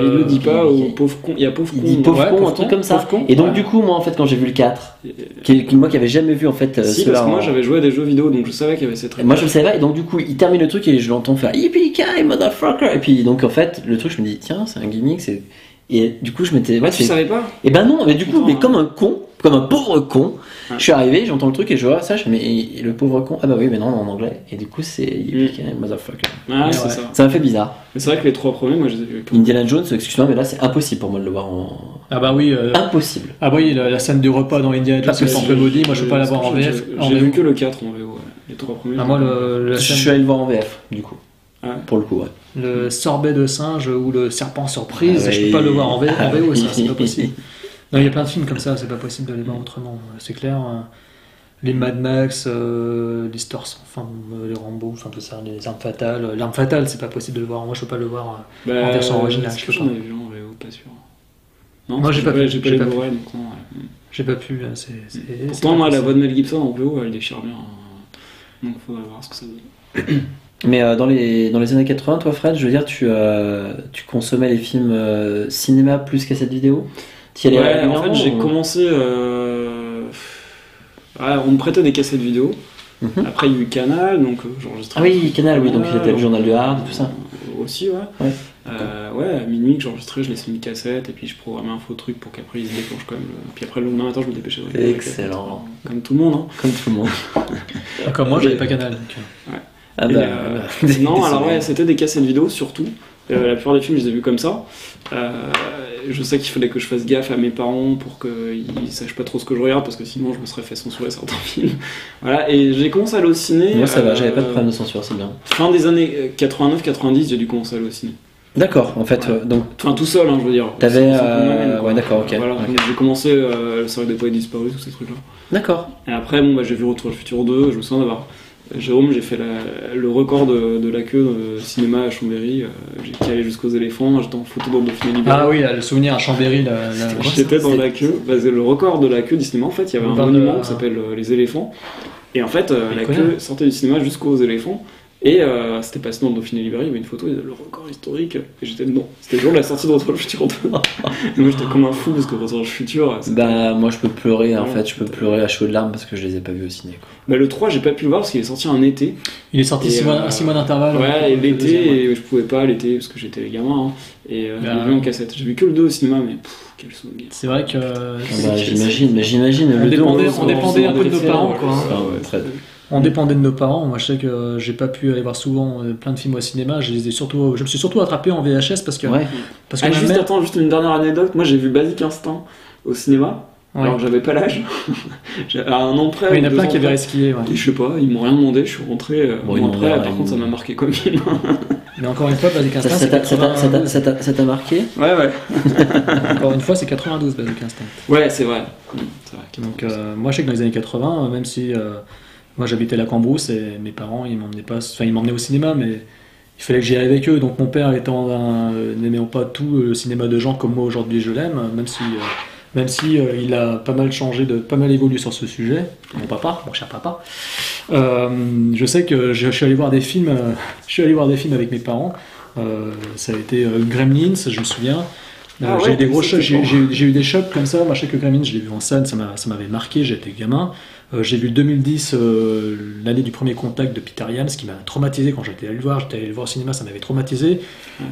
Speaker 4: il le dit pas au pauvre con. Il y a pauvre
Speaker 2: Euh, Il
Speaker 4: con.
Speaker 2: dit pauvre
Speaker 3: ouais,
Speaker 2: con,
Speaker 3: pauvre
Speaker 2: un truc
Speaker 3: con,
Speaker 2: comme ça.
Speaker 3: pauvre con.
Speaker 2: Et donc
Speaker 4: hein. Ouais.
Speaker 2: du coup moi en fait quand j'ai vu le 4,
Speaker 4: Et-
Speaker 2: qui, qui- moi qui avais jamais vu en fait euh,
Speaker 4: Si,
Speaker 2: cela
Speaker 4: parce que
Speaker 2: en-
Speaker 4: moi j'avais joué à des jeux vidéo donc je savais qu'il y avait cette
Speaker 2: Et Moi je le savais, et donc du coup il termine le truc et je l'entends faire Yippee motherfucker! Et puis donc en fait le truc je me dis tiens c'est un gimmick, c'est. Et du coup je m'étais.
Speaker 4: Ah, tu
Speaker 2: c'est-
Speaker 4: savais pas
Speaker 2: Et ben non, mais du coup,
Speaker 4: Putain,
Speaker 2: mais
Speaker 4: hein.
Speaker 2: comme un con, comme un pauvre con,
Speaker 4: Ouais.
Speaker 2: je suis arrivé, j'entends le truc et je vois ça, je fais, mais et- et le pauvre con, ah bah oui, mais non, en anglais. Et du coup, c'est Yippee motherfucker.
Speaker 4: Ah,
Speaker 3: Ouais,
Speaker 4: c'est
Speaker 3: ouais.
Speaker 4: ça.
Speaker 2: Ça m'a fait bizarre.
Speaker 4: Mais c'est vrai que les trois premiers, moi je les ai vus.
Speaker 2: Indiana Jones, excuse-moi, mais là c'est impossible pour moi de le voir en.
Speaker 3: Ah bah oui, euh,
Speaker 2: Impossible.
Speaker 3: ah oui la, la scène du repas dans Indiana Jones,
Speaker 2: Parce
Speaker 3: le
Speaker 2: que
Speaker 3: temple maudit, moi je peux pas l'avoir en VF. en
Speaker 4: J'ai
Speaker 3: VO.
Speaker 4: vu que le 4 en VO, ouais. les trois premiers.
Speaker 3: Ah, moi le, la
Speaker 2: Je
Speaker 3: scène-
Speaker 2: suis allé le voir en VF, du coup.
Speaker 4: Ah.
Speaker 2: Pour le coup, ouais.
Speaker 4: Mhm.
Speaker 3: le sorbet de singe ou le serpent surprise,
Speaker 2: Ah
Speaker 3: je
Speaker 2: oui.
Speaker 3: peux pas le voir en, V- en
Speaker 2: Ah
Speaker 3: VO, ça,
Speaker 2: oui.
Speaker 3: c'est pas possible. Non, il y a plein de films comme ça, c'est pas possible de les voir autrement, euh, c'est clair. euh, Les Mad Max, euh, les Stars, enfin euh, les Rambo, enfin tout ça, les Armes Fatales. euh, L'arme Fatale, c'est pas possible de le voir, moi je peux pas le voir. euh.
Speaker 4: Bah,
Speaker 3: en version originale,
Speaker 4: est-ce
Speaker 3: je
Speaker 4: que
Speaker 3: sais
Speaker 4: j'en
Speaker 3: pas.
Speaker 4: avais vu en VO, pas sûr. Non,
Speaker 3: Moi, j'ai pas vu,
Speaker 4: J'ai pas
Speaker 3: j'ai
Speaker 4: les
Speaker 3: pas vu.
Speaker 4: Blu-ray, donc non, ouais.
Speaker 3: J'ai pas pu. euh, c'est- c'est- c'est
Speaker 4: Pourtant,
Speaker 3: pas
Speaker 4: moi, la
Speaker 3: possible.
Speaker 4: voix de Mel Gibson en VO, elle déchire bien. hein. Donc faudrait voir ce que ça donne.
Speaker 2: Mais euh, dans, les, dans les années 80, toi Fred, je veux dire, tu, euh, tu consommais les films euh, cinéma plus qu'à cette vidéo T'y allais
Speaker 4: Ouais, en fait,
Speaker 2: régulièrement,
Speaker 4: j'ai
Speaker 2: ou-
Speaker 4: commencé. euh, ouais, on me prêtait des cassettes vidéo.
Speaker 2: Mhm.
Speaker 4: Après, il y a eu Canal, donc euh, j'enregistrais.
Speaker 2: Ah oui, Canal, oui, donc il y a
Speaker 4: Canal,
Speaker 2: le journal du Hard, tout ça.
Speaker 4: Ouais, aussi, ouais.
Speaker 2: Ouais.
Speaker 4: Euh, ouais, à minuit que j'enregistrais, je laissais une cassette et puis je programmais un faux truc pour qu'après il se déclenche quand même. le- Puis après le lendemain matin, je me dépêchais. de regarder la cassette.
Speaker 2: Excellent.
Speaker 4: Comme tout le monde, hein.
Speaker 2: Comme tout le monde.
Speaker 3: Comme moi, j'avais pas canal. donc, euh,
Speaker 2: Ah
Speaker 4: Et,
Speaker 2: bah,
Speaker 4: euh,
Speaker 2: désolé.
Speaker 4: non, alors ouais, c'était des cassettes vidéo surtout. Euh, la plupart des films, je les ai vus comme ça. Euh, je sais qu'il fallait que je fasse gaffe à mes parents pour qu'ils sachent pas trop ce que je regarde parce que sinon je me serais fait censurer certains films. Voilà, et j'ai commencé à halluciner.
Speaker 2: Moi ça va, j'avais pas de
Speaker 4: euh,
Speaker 2: problème de censure, c'est bien.
Speaker 4: Fin des années 89-90, j'ai dû commencer à halluciner.
Speaker 2: D'accord, en fait,
Speaker 4: Ouais.
Speaker 2: euh, donc
Speaker 4: Enfin, tout seul, hein, je veux dire.
Speaker 2: T'avais,
Speaker 4: Sans- sans qu'on
Speaker 2: euh,
Speaker 4: m'amène, quoi.
Speaker 2: ouais, d'accord, ok,
Speaker 4: Voilà,
Speaker 2: ok.
Speaker 4: donc j'ai commencé euh, le cercle des poètes disparus, tous ces trucs-là.
Speaker 2: d'accord.
Speaker 4: Et après, bon, bah, j'ai vu Retour vers le futur 2, je me souviens d'avoir. Jérôme, j'ai fait la- le record de, de la queue euh, cinéma à Chambéry. euh, j'ai calé jusqu'aux éléphants, j'étais en photo dans le Dauphiné libéré.
Speaker 3: Ah oui, là, le souvenir à Chambéry, la, la-
Speaker 2: C'était quoi
Speaker 4: J'étais dans
Speaker 2: C'est-
Speaker 4: la queue. Bah, c'est le record de la queue du cinéma, en fait, il y avait un
Speaker 3: Dans le-
Speaker 4: monument qui s'appelle euh, Les éléphants. Et en fait, euh,
Speaker 3: Mais
Speaker 4: la
Speaker 3: connards.
Speaker 4: queue sortait du cinéma jusqu'aux éléphants. Et euh, c'était passé dans le Dauphiné Libéré, il y avait une photo, il y avait le record historique. Et j'étais dedans. C'était le jour de la sortie de Retour vers le futur 2. Et moi, j'étais comme un fou parce que Retour vers le futur. c'est-
Speaker 2: Bah moi je peux pleurer en
Speaker 4: Ouais.
Speaker 2: fait, je peux pleurer à chaud de larmes parce que je les ai pas vus au ciné. quoi.
Speaker 4: Bah, le 3, j'ai pas pu le voir parce qu'il est sorti un été.
Speaker 3: Il est sorti
Speaker 4: Et,
Speaker 3: 6 mois,
Speaker 4: euh,
Speaker 3: six mois d'intervalle.
Speaker 4: Ouais, et
Speaker 3: le deuxième, ouais.
Speaker 4: l'été, et je pouvais pas l'été parce que j'étais gamin. hein. Et euh, je l'ai
Speaker 3: Bah,
Speaker 4: vu en cassette. J'ai vu que le 2 au cinéma, mais pff, quel souvenir.
Speaker 3: C'est vrai que. euh,
Speaker 2: Ah bah, j'imagine, mais j'imagine le
Speaker 3: On
Speaker 2: dos,
Speaker 3: dépendait-
Speaker 2: hein,
Speaker 3: on dépendait un peu de nos
Speaker 4: Ouais,
Speaker 3: parents,
Speaker 4: ouais,
Speaker 3: quoi, hein.
Speaker 4: ouais, ouais.
Speaker 2: Enfin, Ah très-
Speaker 4: Ah,
Speaker 3: On dépendait de nos parents. Moi, je sais que euh, j'ai pas pu aller voir souvent euh, plein de films au cinéma. Je les ai surtout, je me suis surtout attrapé en VHS parce que
Speaker 2: Ouais.
Speaker 3: parce que
Speaker 4: Ah,
Speaker 3: ma
Speaker 4: juste,
Speaker 3: mère-
Speaker 4: attends, juste une dernière anecdote. Moi, j'ai vu Basic Instinct au cinéma.
Speaker 3: Ouais.
Speaker 4: Alors, que j'avais pas l'âge. J'ai- à un an près.
Speaker 3: Ouais, il y en
Speaker 4: ou
Speaker 3: a
Speaker 4: deux
Speaker 3: plein
Speaker 4: ans
Speaker 3: qui avaient
Speaker 4: près.
Speaker 3: resquillé. ouais.
Speaker 4: Et je sais pas, ils m'ont rien demandé, je suis rentré euh,
Speaker 2: Bon,
Speaker 4: un
Speaker 2: ils
Speaker 4: mois
Speaker 2: m'ont
Speaker 4: après,
Speaker 2: rien,
Speaker 4: par
Speaker 2: ils
Speaker 4: contre ça
Speaker 2: m'ont-
Speaker 4: m'a marqué comme film.
Speaker 3: Mais encore une fois, Basic
Speaker 2: Ça
Speaker 3: Instinct,
Speaker 2: ça
Speaker 3: c'est
Speaker 2: t'a- ça t'a- ça t'a-
Speaker 3: 92.
Speaker 2: ça t'a- ça t'a marqué
Speaker 4: ouais, ouais.
Speaker 3: Encore une fois, c'est 92 Basic Instinct.
Speaker 4: Ouais, c'est vrai. Mm, C'est vrai.
Speaker 3: Donc euh, moi je sais que dans les années 80, euh, même si euh, moi j'habitais la Cambrousse et mes parents ils m'emmenaient pas, enfin ils m'emmenaient au cinéma, mais il fallait que j'y aille avec eux. Donc mon père étant un- euh, n'aimant pas tout euh, le cinéma de genre comme moi aujourd'hui je l'aime, euh, même si euh, même si euh, il a pas mal changé, de pas mal évolué sur ce sujet, mon papa, mon cher papa. Euh, je sais que je, je suis allé voir des films, euh, je suis allé voir des films avec mes parents. Euh, ça a été euh, Gremlins, je me souviens. Euh,
Speaker 4: Ah ouais,
Speaker 3: j'ai eu des gros
Speaker 4: c'est
Speaker 3: chocs, j'ai,
Speaker 4: bon.
Speaker 3: j'ai eu- j'ai eu des chocs comme ça. Moi, je sais que Gremlins, je l'ai vu en scène, ça, m'a- ça m'avait marqué, j'étais gamin. Euh, j'ai vu le 2010, euh, l'année du premier contact de Peter Yams, qui m'a traumatisé quand j'étais allé le voir. J'étais allé le voir au cinéma, ça m'avait traumatisé.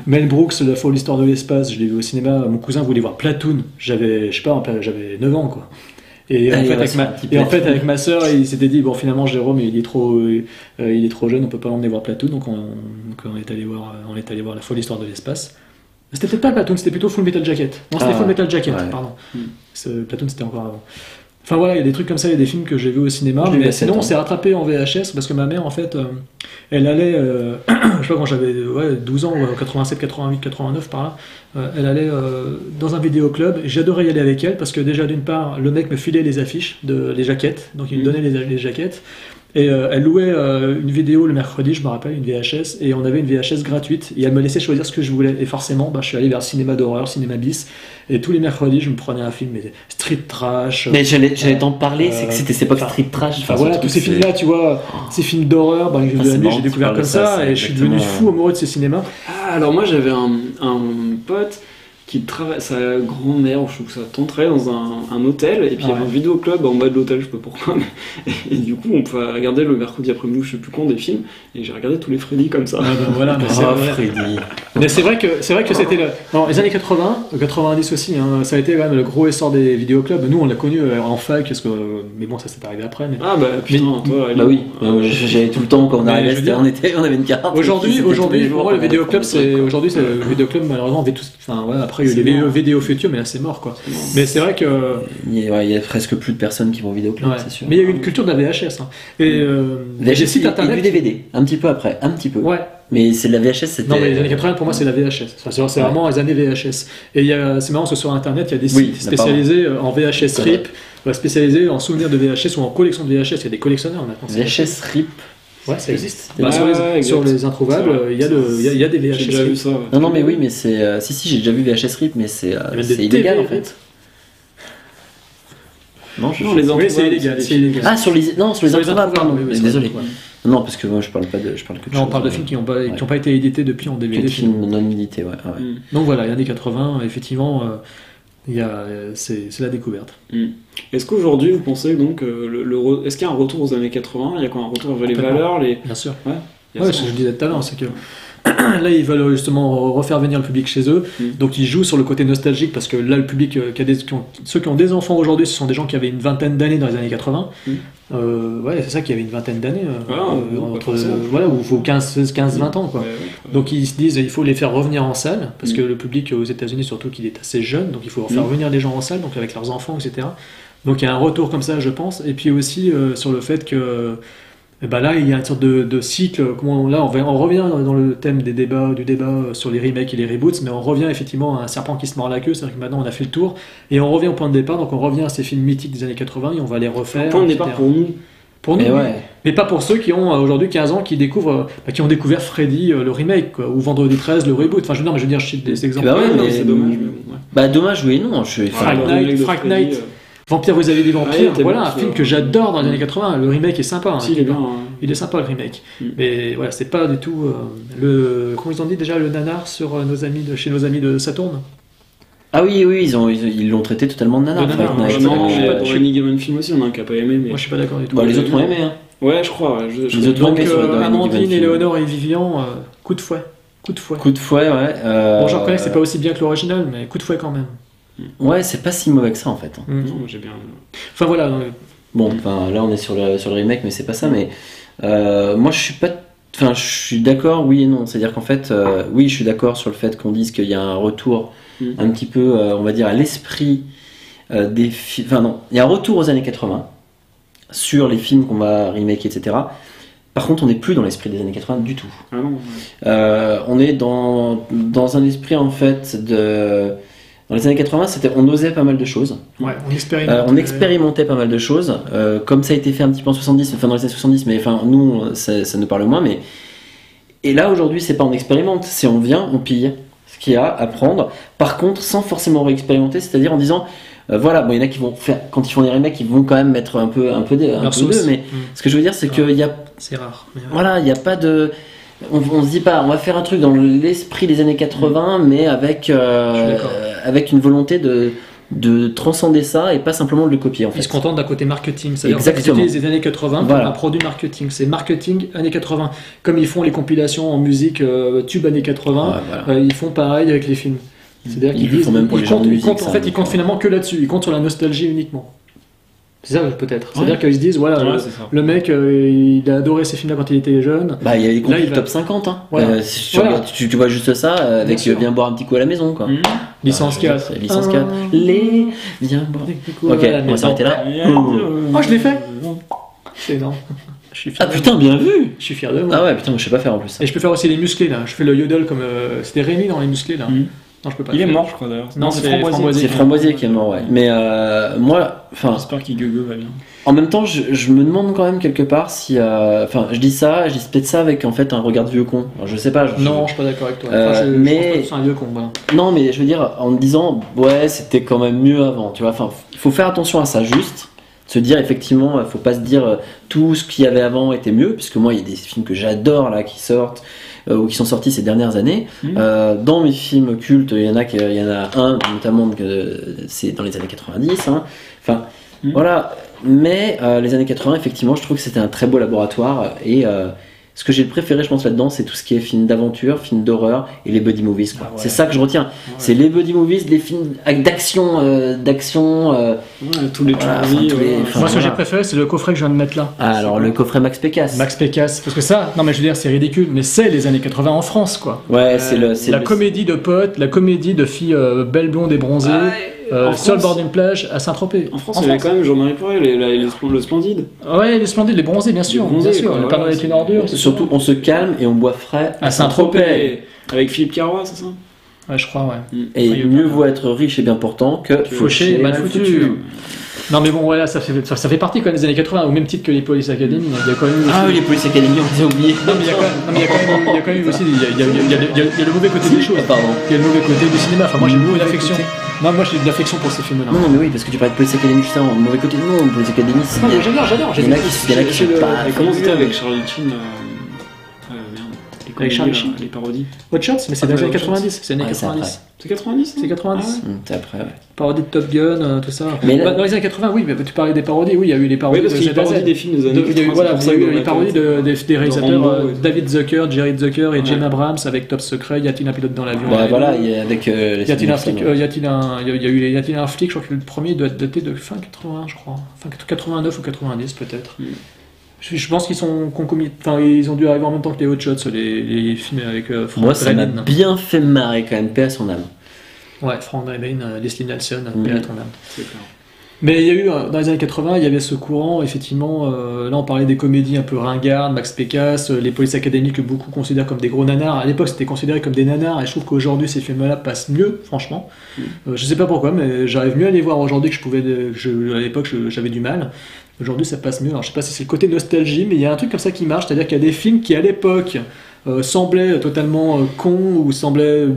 Speaker 3: Mel Brooks, La folle histoire de l'espace, je l'ai vu au cinéma. Mon cousin voulait voir Platoon. J'avais, je sais pas, j'avais 9 ans, quoi. Et,
Speaker 2: Ah,
Speaker 3: en
Speaker 2: il
Speaker 3: fait,
Speaker 2: va
Speaker 3: avec
Speaker 2: se
Speaker 3: ma,
Speaker 2: faire un petit
Speaker 3: et en fait,
Speaker 2: Platoon.
Speaker 3: avec ma sœur, il s'était dit bon, finalement, Jérôme, il est trop, euh, euh, il est trop jeune, on peut pas l'emmener voir Platoon, donc on, donc on est allé voir, euh, on est allé voir la folle histoire de l'espace. Mais C'était peut-être pas Platoon, c'était plutôt Full Metal Jacket. Non, c'était
Speaker 2: Ah,
Speaker 3: Full Metal Jacket,
Speaker 2: ouais.
Speaker 3: pardon.
Speaker 4: Mm.
Speaker 3: Ce- Platoon, c'était encore avant. Enfin voilà, il y a des trucs comme ça, il y a des films que j'ai vus au cinéma,
Speaker 2: Je l'ai vu
Speaker 3: mais
Speaker 2: à sept
Speaker 3: sinon
Speaker 2: ans.
Speaker 3: on s'est rattrapé en VHS parce que ma mère, en fait, euh, elle allait, euh, je sais pas quand j'avais ouais, 12 ans, ouais, 87, 88, 89 par là, euh, elle allait euh, dans un vidéoclub et j'adorais y aller avec elle parce que déjà d'une part, le mec me filait les affiches, de, les jaquettes, donc il me
Speaker 4: Mhm.
Speaker 3: donnait les, les jaquettes. Et euh, elle louait euh, une vidéo le mercredi, je me rappelle, une VHS, et on avait une VHS gratuite, et elle me laissait choisir ce que je voulais. Et forcément, bah, je suis allé vers le cinéma d'horreur, cinéma bis, et tous les mercredis, je me prenais un film, mais street trash. euh,
Speaker 2: Mais j'allais j'allais t'en parler,
Speaker 3: Euh,
Speaker 2: c'est que c'était cette époque
Speaker 3: enfin,
Speaker 2: street trash.
Speaker 3: Enfin
Speaker 2: enfin,
Speaker 3: voilà,
Speaker 2: ce
Speaker 3: tous
Speaker 2: truc,
Speaker 3: ces
Speaker 2: c'est-
Speaker 3: films-là, tu vois, ces films d'horreur, ben,
Speaker 2: Ah,
Speaker 3: de
Speaker 2: c'est
Speaker 3: la nuit,
Speaker 2: marrant
Speaker 3: j'ai
Speaker 2: que tu
Speaker 3: découvert
Speaker 2: parles
Speaker 3: comme
Speaker 2: de
Speaker 3: ça,
Speaker 2: ça, c'est
Speaker 3: et je suis devenu
Speaker 2: exactement- euh,
Speaker 3: fou amoureux de ce cinéma.
Speaker 4: Ah, alors moi j'avais un, un pote qui travaille, sa grand-mère, ou je trouve que ça tenterait dans un, un hôtel, et puis
Speaker 2: Ah
Speaker 4: il y avait
Speaker 3: Ouais.
Speaker 4: un vidéoclub en bas de l'hôtel, je sais pas pourquoi, mais- et, du coup on pouvait regarder le mercredi après-midi, ou je sais plus quand, des films, et j'ai regardé tous les Freddy comme ça.
Speaker 3: Ah, ben, voilà, mais c'est
Speaker 2: Ah,
Speaker 3: vrai.
Speaker 2: Freddy.
Speaker 3: Mais c'est vrai que c'est vrai que c'était le... non, les années 80, euh, 90 aussi. hein, ça a été quand même le gros essor des vidéoclubs. Nous, on l'a connu euh, en fac, parce que euh, mais bon, ça s'est arrivé après. Mais...
Speaker 4: Ah bah putain, toi,
Speaker 2: Bah oui,
Speaker 4: euh,
Speaker 2: euh, j- j'avais tout le temps quand on
Speaker 3: Mais je
Speaker 2: arrivait,
Speaker 3: veux
Speaker 2: c'était-
Speaker 3: dire-
Speaker 2: on, était, on avait une carte.
Speaker 3: Aujourd'hui,
Speaker 2: C'était tous les
Speaker 3: aujourd'hui,
Speaker 2: jours
Speaker 3: pour moi, le
Speaker 2: qu'on allait
Speaker 3: vidéoclub,
Speaker 2: prendre des
Speaker 3: c'est
Speaker 2: trucs,
Speaker 3: aujourd'hui, c'est le vidéoclub. Malheureusement, on vit tous. Enfin, voilà, après, il y a eu les
Speaker 4: C'est mort.
Speaker 3: vidéos futures, mais là, c'est mort, quoi. Mais c'est vrai que
Speaker 2: quoi. Il y, a, ouais, il y a presque plus de personnes qui vont au vidéoclub,
Speaker 3: ouais.
Speaker 2: c'est sûr.
Speaker 3: Mais il y a eu une culture de la VHS. hein. Et euh,
Speaker 2: VHS
Speaker 3: des sites
Speaker 2: et- et du
Speaker 3: internet.
Speaker 2: DVD, un petit peu après, un petit peu.
Speaker 3: Ouais.
Speaker 2: Mais c'est de la VHS, c'était.
Speaker 3: Non, mais les années 80, pour moi, c'est la VHS. Enfin, c'est c'est vraiment les années VHS. Et il y a- c'est marrant, parce que sur Internet, il y a des sites
Speaker 2: Oui, mais pardon.
Speaker 3: spécialisés euh, en VHS
Speaker 2: C'est
Speaker 3: RIP, euh, spécialisés en souvenirs de VHS ou en collection de VHS. Il y a des collectionneurs maintenant. c'est-
Speaker 2: VHS RIP.
Speaker 3: Ouais, ça existe.
Speaker 2: Ouais,
Speaker 3: Bah, sur, les,
Speaker 4: ouais,
Speaker 3: sur
Speaker 4: exact.
Speaker 3: les introuvables,
Speaker 4: C'est vrai.
Speaker 3: euh, il y, a le- il y a- il y a des VHS
Speaker 4: J'ai déjà
Speaker 3: RIP.
Speaker 4: vu ça. ouais.
Speaker 2: Non, non, mais oui, mais c'est. euh, si, si, j'ai déjà vu VHS RIP, mais c'est euh,
Speaker 3: Il y avait
Speaker 2: c'est
Speaker 3: des
Speaker 2: illégal
Speaker 3: TV
Speaker 2: en fait. Non, je.
Speaker 4: Non, les
Speaker 3: Oui, c'est
Speaker 4: introuvables,
Speaker 3: illégal.
Speaker 4: des
Speaker 3: C'est
Speaker 4: films.
Speaker 3: illégal.
Speaker 2: Ah, sur les. Non, sur les
Speaker 3: Sur les
Speaker 2: introuvables,
Speaker 3: introuvables,
Speaker 2: pardon.
Speaker 3: oui, oui, c'est
Speaker 2: Désolé.
Speaker 3: vrai, ouais.
Speaker 2: Non, parce que moi, je parle pas de. Je parle que de
Speaker 3: Là, on
Speaker 2: choses,
Speaker 3: parle de
Speaker 2: euh,
Speaker 3: films qui n'ont pas, qui
Speaker 2: Ouais.
Speaker 3: ont pas été édités depuis en DVD.
Speaker 2: que de
Speaker 3: finalement.
Speaker 2: films non édités, ouais. ouais.
Speaker 4: Mm.
Speaker 3: Donc voilà, les années 80, effectivement, euh, il y a, euh, c'est c'est la découverte.
Speaker 4: Est-ce qu'aujourd'hui vous pensez donc, euh, le, le re- est-ce qu'il y a un retour aux années 80 Il y a quoi un retour vers les
Speaker 3: Complètement.
Speaker 4: valeurs les...
Speaker 3: Bien sûr.
Speaker 4: Il y a
Speaker 3: Ouais,
Speaker 4: ça.
Speaker 3: ce que je disais tout à l'heure, c'est que là, ils veulent euh, justement refaire venir le public chez eux.
Speaker 4: Mm.
Speaker 3: Donc, ils jouent sur le côté nostalgique parce que là, le public, euh, qui a des, qui ont- ceux qui ont des enfants aujourd'hui, ce sont des gens qui avaient une vingtaine d'années dans les années 80.
Speaker 4: Mm. Ah,
Speaker 3: Euh, ouais, c'est ça qui avait une vingtaine d'années. euh,
Speaker 4: Ouais,
Speaker 3: euh,
Speaker 4: ouais,
Speaker 3: entre,
Speaker 4: forcément.
Speaker 3: voilà, ou faut 15, 16, 15, 20 ans, quoi.
Speaker 4: Ouais, ouais.
Speaker 3: Donc ils se disent il faut les faire revenir en salle parce
Speaker 4: Mm.
Speaker 3: que le public euh, aux États-Unis surtout qu'il est assez jeune donc il faut faire
Speaker 4: Mm.
Speaker 3: revenir les gens en salle donc avec leurs enfants etc. Donc il y a un retour comme ça je pense et puis aussi euh, sur le fait que eh ben là il y a une sorte de, de cycle comment là on, va- on revient dans- dans le thème des débats du débat euh, sur les remakes et les reboots mais on revient effectivement à un serpent qui se mord la queue c'est-à-dire que maintenant on a fait le tour et on revient au point de départ donc on revient à ces films mythiques des années 80 et on va les refaire
Speaker 4: Point de
Speaker 3: etc.
Speaker 4: départ pour Eh nous.
Speaker 3: pour nous
Speaker 2: Mais
Speaker 3: oui.
Speaker 2: ouais.
Speaker 3: Mais pas pour ceux qui ont euh, aujourd'hui 15 ans, qui découvrent, euh, bah, qui ont découvert Freddy euh, le remake, quoi, ou Vendredi 13 le reboot. Enfin, je veux dire, mais je veux dire, je cite des exemples.
Speaker 2: Bah ouais,
Speaker 4: non,
Speaker 2: mais-
Speaker 4: c'est dommage. mais bon, ouais.
Speaker 2: Bah dommage, oui, non. Je... enfin,
Speaker 3: Frank
Speaker 4: Ouais,
Speaker 3: Knight,
Speaker 4: le remake de
Speaker 3: Frank
Speaker 4: Freddy,
Speaker 3: Knight.
Speaker 4: euh,
Speaker 3: Vampire, vous avez des vampires.
Speaker 4: Ah, il est
Speaker 3: voilà,
Speaker 4: bien,
Speaker 3: un
Speaker 4: ça.
Speaker 3: film que j'adore dans les années 80. Le remake est sympa. hein.
Speaker 4: Si, il est bien. hein.
Speaker 3: Il est sympa le remake.
Speaker 4: Mm.
Speaker 3: Mais voilà, c'est pas du tout euh, le. Comment ils ont dit déjà le nanar sur euh, nos amis de chez nos amis de Saturne.
Speaker 2: Ah oui, oui, ils ont ils ils l'ont traité totalement de nanar.
Speaker 3: De
Speaker 2: Frank
Speaker 3: nanar,
Speaker 2: Knight.
Speaker 3: ouais,
Speaker 4: Non,
Speaker 3: je sais pas,
Speaker 4: euh,
Speaker 3: je
Speaker 4: dans
Speaker 3: sais-
Speaker 4: Any Given Film aussi, on a un qui a pas aimé, mais.
Speaker 3: Moi, je suis pas d'accord du tout.
Speaker 2: Bah, les autres ont aimé. Hein.
Speaker 4: Ouais, je crois. ouais, je- je-
Speaker 2: Les autres ont
Speaker 3: Donc,
Speaker 2: aimé. sur- dans
Speaker 3: euh,
Speaker 2: Any
Speaker 3: Amandine,
Speaker 2: Given Film.
Speaker 3: Éléonore et Vivian, euh, coup de fouet. Coup de fouet.
Speaker 2: Coup de fouet, ouais. euh,
Speaker 3: Bon, je reconnais que c'est pas aussi bien que l'original, mais coup de fouet quand même.
Speaker 2: Ouais, c'est pas si mauvais que ça en fait. hein.
Speaker 3: Mm.
Speaker 4: Non, mais j'ai bien.
Speaker 3: Enfin voilà, euh, donc, Mm.
Speaker 2: Bon, enfin là on est sur le, sur le remake, mais c'est pas ça. Mais euh, moi je suis pas. Enfin, je suis d'accord, oui et non. C'est-à-dire qu'en fait, euh, oui, je suis d'accord sur le fait qu'on dise qu'il y a un retour
Speaker 4: Mm.
Speaker 2: un petit peu, euh, on va dire, à l'esprit euh, des films. Enfin, non, il y a un retour aux années 80 sur les films qu'on va remake, etc. Par contre, on n'est plus dans l'esprit des années 80 du tout.
Speaker 4: Ah non. ouais.
Speaker 2: Euh, on est dans, dans un esprit en fait de. Dans les années 80, c'était, on osait pas mal de choses.
Speaker 3: ouais, on expérimente.
Speaker 2: Euh, on expérimentait pas mal de choses, euh, comme ça a été fait un petit peu en 70, enfin dans les années 70, mais enfin nous on- ça, ça nous parle moins. Mais et là aujourd'hui c'est pas on expérimente, c'est on vient, on pille ce qu'il y a à prendre. Par contre sans forcément réexpérimenter, c'est-à-dire en disant euh, voilà bon il y en a qui vont faire quand ils font des remakes ils vont quand même mettre un peu un peu des- un
Speaker 3: Leur
Speaker 2: peu d'eux,
Speaker 3: sauce.
Speaker 2: mais
Speaker 3: Mm.
Speaker 2: ce que je veux dire c'est qu'il y a
Speaker 3: C'est rare. mais, euh,
Speaker 2: voilà il y a pas de on, on se dit pas on va faire un truc dans l'esprit des années 80 mais avec euh,
Speaker 3: Mm. Je suis d'accord.
Speaker 2: avec une volonté de de transcender ça et pas simplement de le copier en fait.
Speaker 3: Ils se contentent d'un côté marketing, c'est-à-dire qu'ils
Speaker 2: Exactement.
Speaker 3: utilisent les années 80
Speaker 2: Voilà.
Speaker 3: comme un produit marketing. C'est marketing années 80. Comme ils font les compilations en musique euh, tube années 80,
Speaker 2: Ouais, voilà.
Speaker 3: euh, ils font pareil avec les films. C'est-à-dire
Speaker 2: Ils
Speaker 3: qu'ils
Speaker 2: le
Speaker 3: disent,
Speaker 2: font même pour
Speaker 3: ils
Speaker 2: les gens
Speaker 3: comptent,
Speaker 2: de
Speaker 3: ils
Speaker 2: musique,
Speaker 3: comptent- en
Speaker 2: ça,
Speaker 3: fait,
Speaker 2: donc,
Speaker 3: ils comptent
Speaker 2: euh.
Speaker 3: finalement que là-dessus. Ils comptent sur la nostalgie uniquement. C'est ça peut-être. C'est-à-dire qu'ils se disent, voilà,
Speaker 4: Ouais,
Speaker 3: euh,
Speaker 4: c'est ça.
Speaker 3: le mec, euh, il a adoré ces films-là quand il était jeune.
Speaker 2: Bah, il y a les
Speaker 3: Là, il
Speaker 2: contenus
Speaker 3: va-
Speaker 2: top 50. Hein.
Speaker 3: Voilà.
Speaker 2: Euh, si tu,
Speaker 3: Voilà.
Speaker 2: regardes- tu- tu vois juste ça euh, avec
Speaker 3: sûr. Mm.
Speaker 2: euh, Viens boire un petit coup à la maison. quoi.
Speaker 4: Mhm.
Speaker 3: Licence
Speaker 2: Ah, je veux
Speaker 3: 4.
Speaker 2: dire, c'est Licence 4.
Speaker 3: Ah.
Speaker 2: Les. Viens boire. Ok, on va s'arrêter là.
Speaker 3: Oh, je l'ai fait C'est énorme. Je suis fier
Speaker 2: Ah
Speaker 3: de-
Speaker 2: putain, bien vu
Speaker 3: Je suis fier de moi.
Speaker 2: Ah ouais, putain, je sais pas faire en plus.
Speaker 3: Et je peux faire aussi les musclés là. Je fais le yodel comme euh, c'était Rémi dans les musclés là.
Speaker 4: Mhm.
Speaker 3: Non, je peux pas.
Speaker 4: Il est
Speaker 3: le faire.
Speaker 4: mort, je crois d'ailleurs.
Speaker 3: Non, c'est framboisier.
Speaker 2: C'est Framboisier qui est mort, ouais. Mais euh, moi, enfin,
Speaker 4: J'espère qu'il gueule va bien.
Speaker 2: en même temps, je, je me demande quand même quelque part si. euh, Enfin, je dis ça, je dis peut-être ça avec en fait un regard de vieux con. Alors, je sais pas. je-
Speaker 3: Non, je suis pas d'accord avec toi.
Speaker 2: Euh,
Speaker 3: Enfin, je,
Speaker 2: mais-
Speaker 3: je pense pas que c'est un vieux con. voilà.
Speaker 2: Non, mais je veux dire, en me disant, ouais, c'était quand même mieux avant, tu vois. Enfin, il faut faire attention à ça, juste. Se dire, effectivement, euh, faut pas se dire euh, tout ce qu'il y avait avant était mieux, puisque moi, il y a des films que j'adore, là, qui sortent, euh, ou qui sont sortis ces dernières années.
Speaker 4: Mhm.
Speaker 2: Euh, dans mes films cultes, il y en a, qui- il y en a un, notamment, que, euh, c'est dans les années 90, hein. Enfin,
Speaker 4: Mhm.
Speaker 2: voilà. Mais euh, les années 80, effectivement, je trouve que c'était un très beau laboratoire, euh, et. euh, ce que j'ai le préféré, je pense, là-dedans, c'est tout ce qui est film d'aventure, film d'horreur et les buddy movies. quoi.
Speaker 4: Ah ouais.
Speaker 2: C'est ça que je retiens. C'est les buddy movies, les films d'action, euh, d'action. euh,
Speaker 4: Ouais, tous les
Speaker 2: Voilà, enfin,
Speaker 4: tournis,
Speaker 2: tous les-
Speaker 4: ouais.
Speaker 2: enfin,
Speaker 3: Moi, ce que
Speaker 2: voilà.
Speaker 3: j'ai préféré, c'est le coffret que je viens de mettre là.
Speaker 2: ah, alors le coffret Max Pécasse.
Speaker 3: Max Pécasse. Parce que ça, non mais je veux dire, c'est ridicule, mais c'est les années 80 en France quoi.
Speaker 2: Ouais,
Speaker 3: Euh,
Speaker 2: c'est le. c'est
Speaker 3: la
Speaker 2: le-
Speaker 3: comédie de potes, la comédie de filles euh, belles blondes et bronzées, euh,
Speaker 4: Ah en
Speaker 3: sur le
Speaker 4: France-
Speaker 3: bord d'une plage à Saint-Tropez.
Speaker 4: En France, il y avait quand même Jean-Marie Poiré, les- la- les splen- le Splendide.
Speaker 3: Ouais, les splendides, les bronzés, bien sûr.
Speaker 4: bronzés,
Speaker 3: bien sûr.
Speaker 4: quoi,
Speaker 3: le
Speaker 4: voilà,
Speaker 3: Père Noël est
Speaker 4: c'est-
Speaker 3: une ordure.
Speaker 2: Surtout, on se calme et on boit frais.
Speaker 3: À Saint-Tropez.
Speaker 4: Avec Philippe Carrois, c'est ça Hmm.
Speaker 3: Ouais, je crois, ouais.
Speaker 2: Et
Speaker 3: Ouais, il y a
Speaker 2: mieux
Speaker 3: pas-
Speaker 2: vaut être riche et bien portant que
Speaker 3: Fauché et mal foutu. Non mais bon, voilà, ça fait, ça, ça fait partie quand même des années 80, au même titre que les Police Academy, il y a quand même...
Speaker 2: Ah oui, les Police Academy, on les a oubliés.
Speaker 3: Non, mais il y a quand même- non, mais il y a quand même- il y a quand même aussi, il y a- il y a- il y a- il y a- il y a le mauvais côté des choses.
Speaker 2: Ah, Pardon.
Speaker 3: Il y a le mauvais côté du cinéma. Enfin, moi, j'ai beaucoup d'affection.
Speaker 2: Mauvais
Speaker 3: Non, moi, j'ai de l'affection pour ces films-là.
Speaker 2: Non, non, mais oui, parce que tu parlais de Police Academy juste avant. Mauvais côté, non, Police Academy, c'est.
Speaker 3: Non, mais j'adore, j'adore.
Speaker 2: Il y en a qui- il y en a qui
Speaker 3: j'ai- j'ai
Speaker 2: sont
Speaker 3: le-
Speaker 2: pas-
Speaker 4: Et comment c'était avec Charlie Chin euh, euh, merde. Les
Speaker 3: Avec Charlie Sheen.
Speaker 4: les parodies.
Speaker 3: Hot Shots, mais c'est
Speaker 4: Ah,
Speaker 3: des
Speaker 4: ouais,
Speaker 3: années
Speaker 4: Hot Shots.
Speaker 3: 90. bah, C'est années
Speaker 2: Ouais, c'est
Speaker 3: 90.
Speaker 4: C'est 90
Speaker 3: C'est 90.
Speaker 4: Ah ouais.
Speaker 2: Hum, C'est après, ouais.
Speaker 3: Parodie de Top Gun, euh, tout ça.
Speaker 2: Mais là-
Speaker 3: Bah, dans les années 80, oui, mais tu parlais des parodies, oui, il y a eu les parodies
Speaker 4: Oui, parce
Speaker 3: de
Speaker 4: qu'il
Speaker 3: ZZ.
Speaker 4: parodie des films des
Speaker 3: De-
Speaker 4: années
Speaker 3: il y a eu,
Speaker 4: 80,
Speaker 3: voilà,
Speaker 4: c'est
Speaker 3: il y a
Speaker 4: pour ça
Speaker 3: eu
Speaker 4: qu'on
Speaker 3: les
Speaker 4: a
Speaker 3: parodies
Speaker 4: été-
Speaker 3: de- des, des réalisateurs
Speaker 4: Rambo,
Speaker 3: euh,
Speaker 4: ouais.
Speaker 3: David Zucker, Jerry Zucker et
Speaker 4: Ouais.
Speaker 3: Jim Abrams avec Top Secret, Y a-t-il un pilote dans l'avion
Speaker 2: Bah, voilà, il y a avec euh, les
Speaker 3: Y a-t-il un flic
Speaker 2: films,
Speaker 3: euh, Y a-t-il un y a- y a eu les- Y a-t-il un flic Je crois que le premier doit être daté de fin 80, je crois, fin 89 ou 90 peut-être.
Speaker 4: Mm.
Speaker 3: Je, je pense qu'ils sont concomitants. Enfin, ils ont dû arriver en même temps que les Hot Shots, les, les films avec euh, Frank
Speaker 2: Moi, ça m'a
Speaker 3: Drebin.
Speaker 2: bien fait marrer quand même, paix à son âme.
Speaker 3: Ouais, Frank Drebin, euh, Leslie Nielsen,
Speaker 2: Mm.
Speaker 3: Pierre Tondam.
Speaker 4: C'est clair.
Speaker 3: Mais il y a eu, euh, dans les années 80, il y avait ce courant, effectivement, euh, là on parlait des comédies un peu ringardes, Max Pécasse, euh, les polices académiques que beaucoup considèrent comme des gros nanars. À l'époque c'était considéré comme des nanars et je trouve qu'aujourd'hui ces films-là passent mieux, franchement. Euh, je sais pas pourquoi, mais j'arrive mieux à les voir aujourd'hui que je pouvais, que je- à l'époque je- j'avais du mal. Aujourd'hui ça passe mieux. Alors je sais pas si c'est le côté nostalgie, mais il y a un truc comme ça qui marche, c'est-à-dire qu'il y a des films qui à l'époque euh, semblaient totalement euh, cons ou semblaient euh,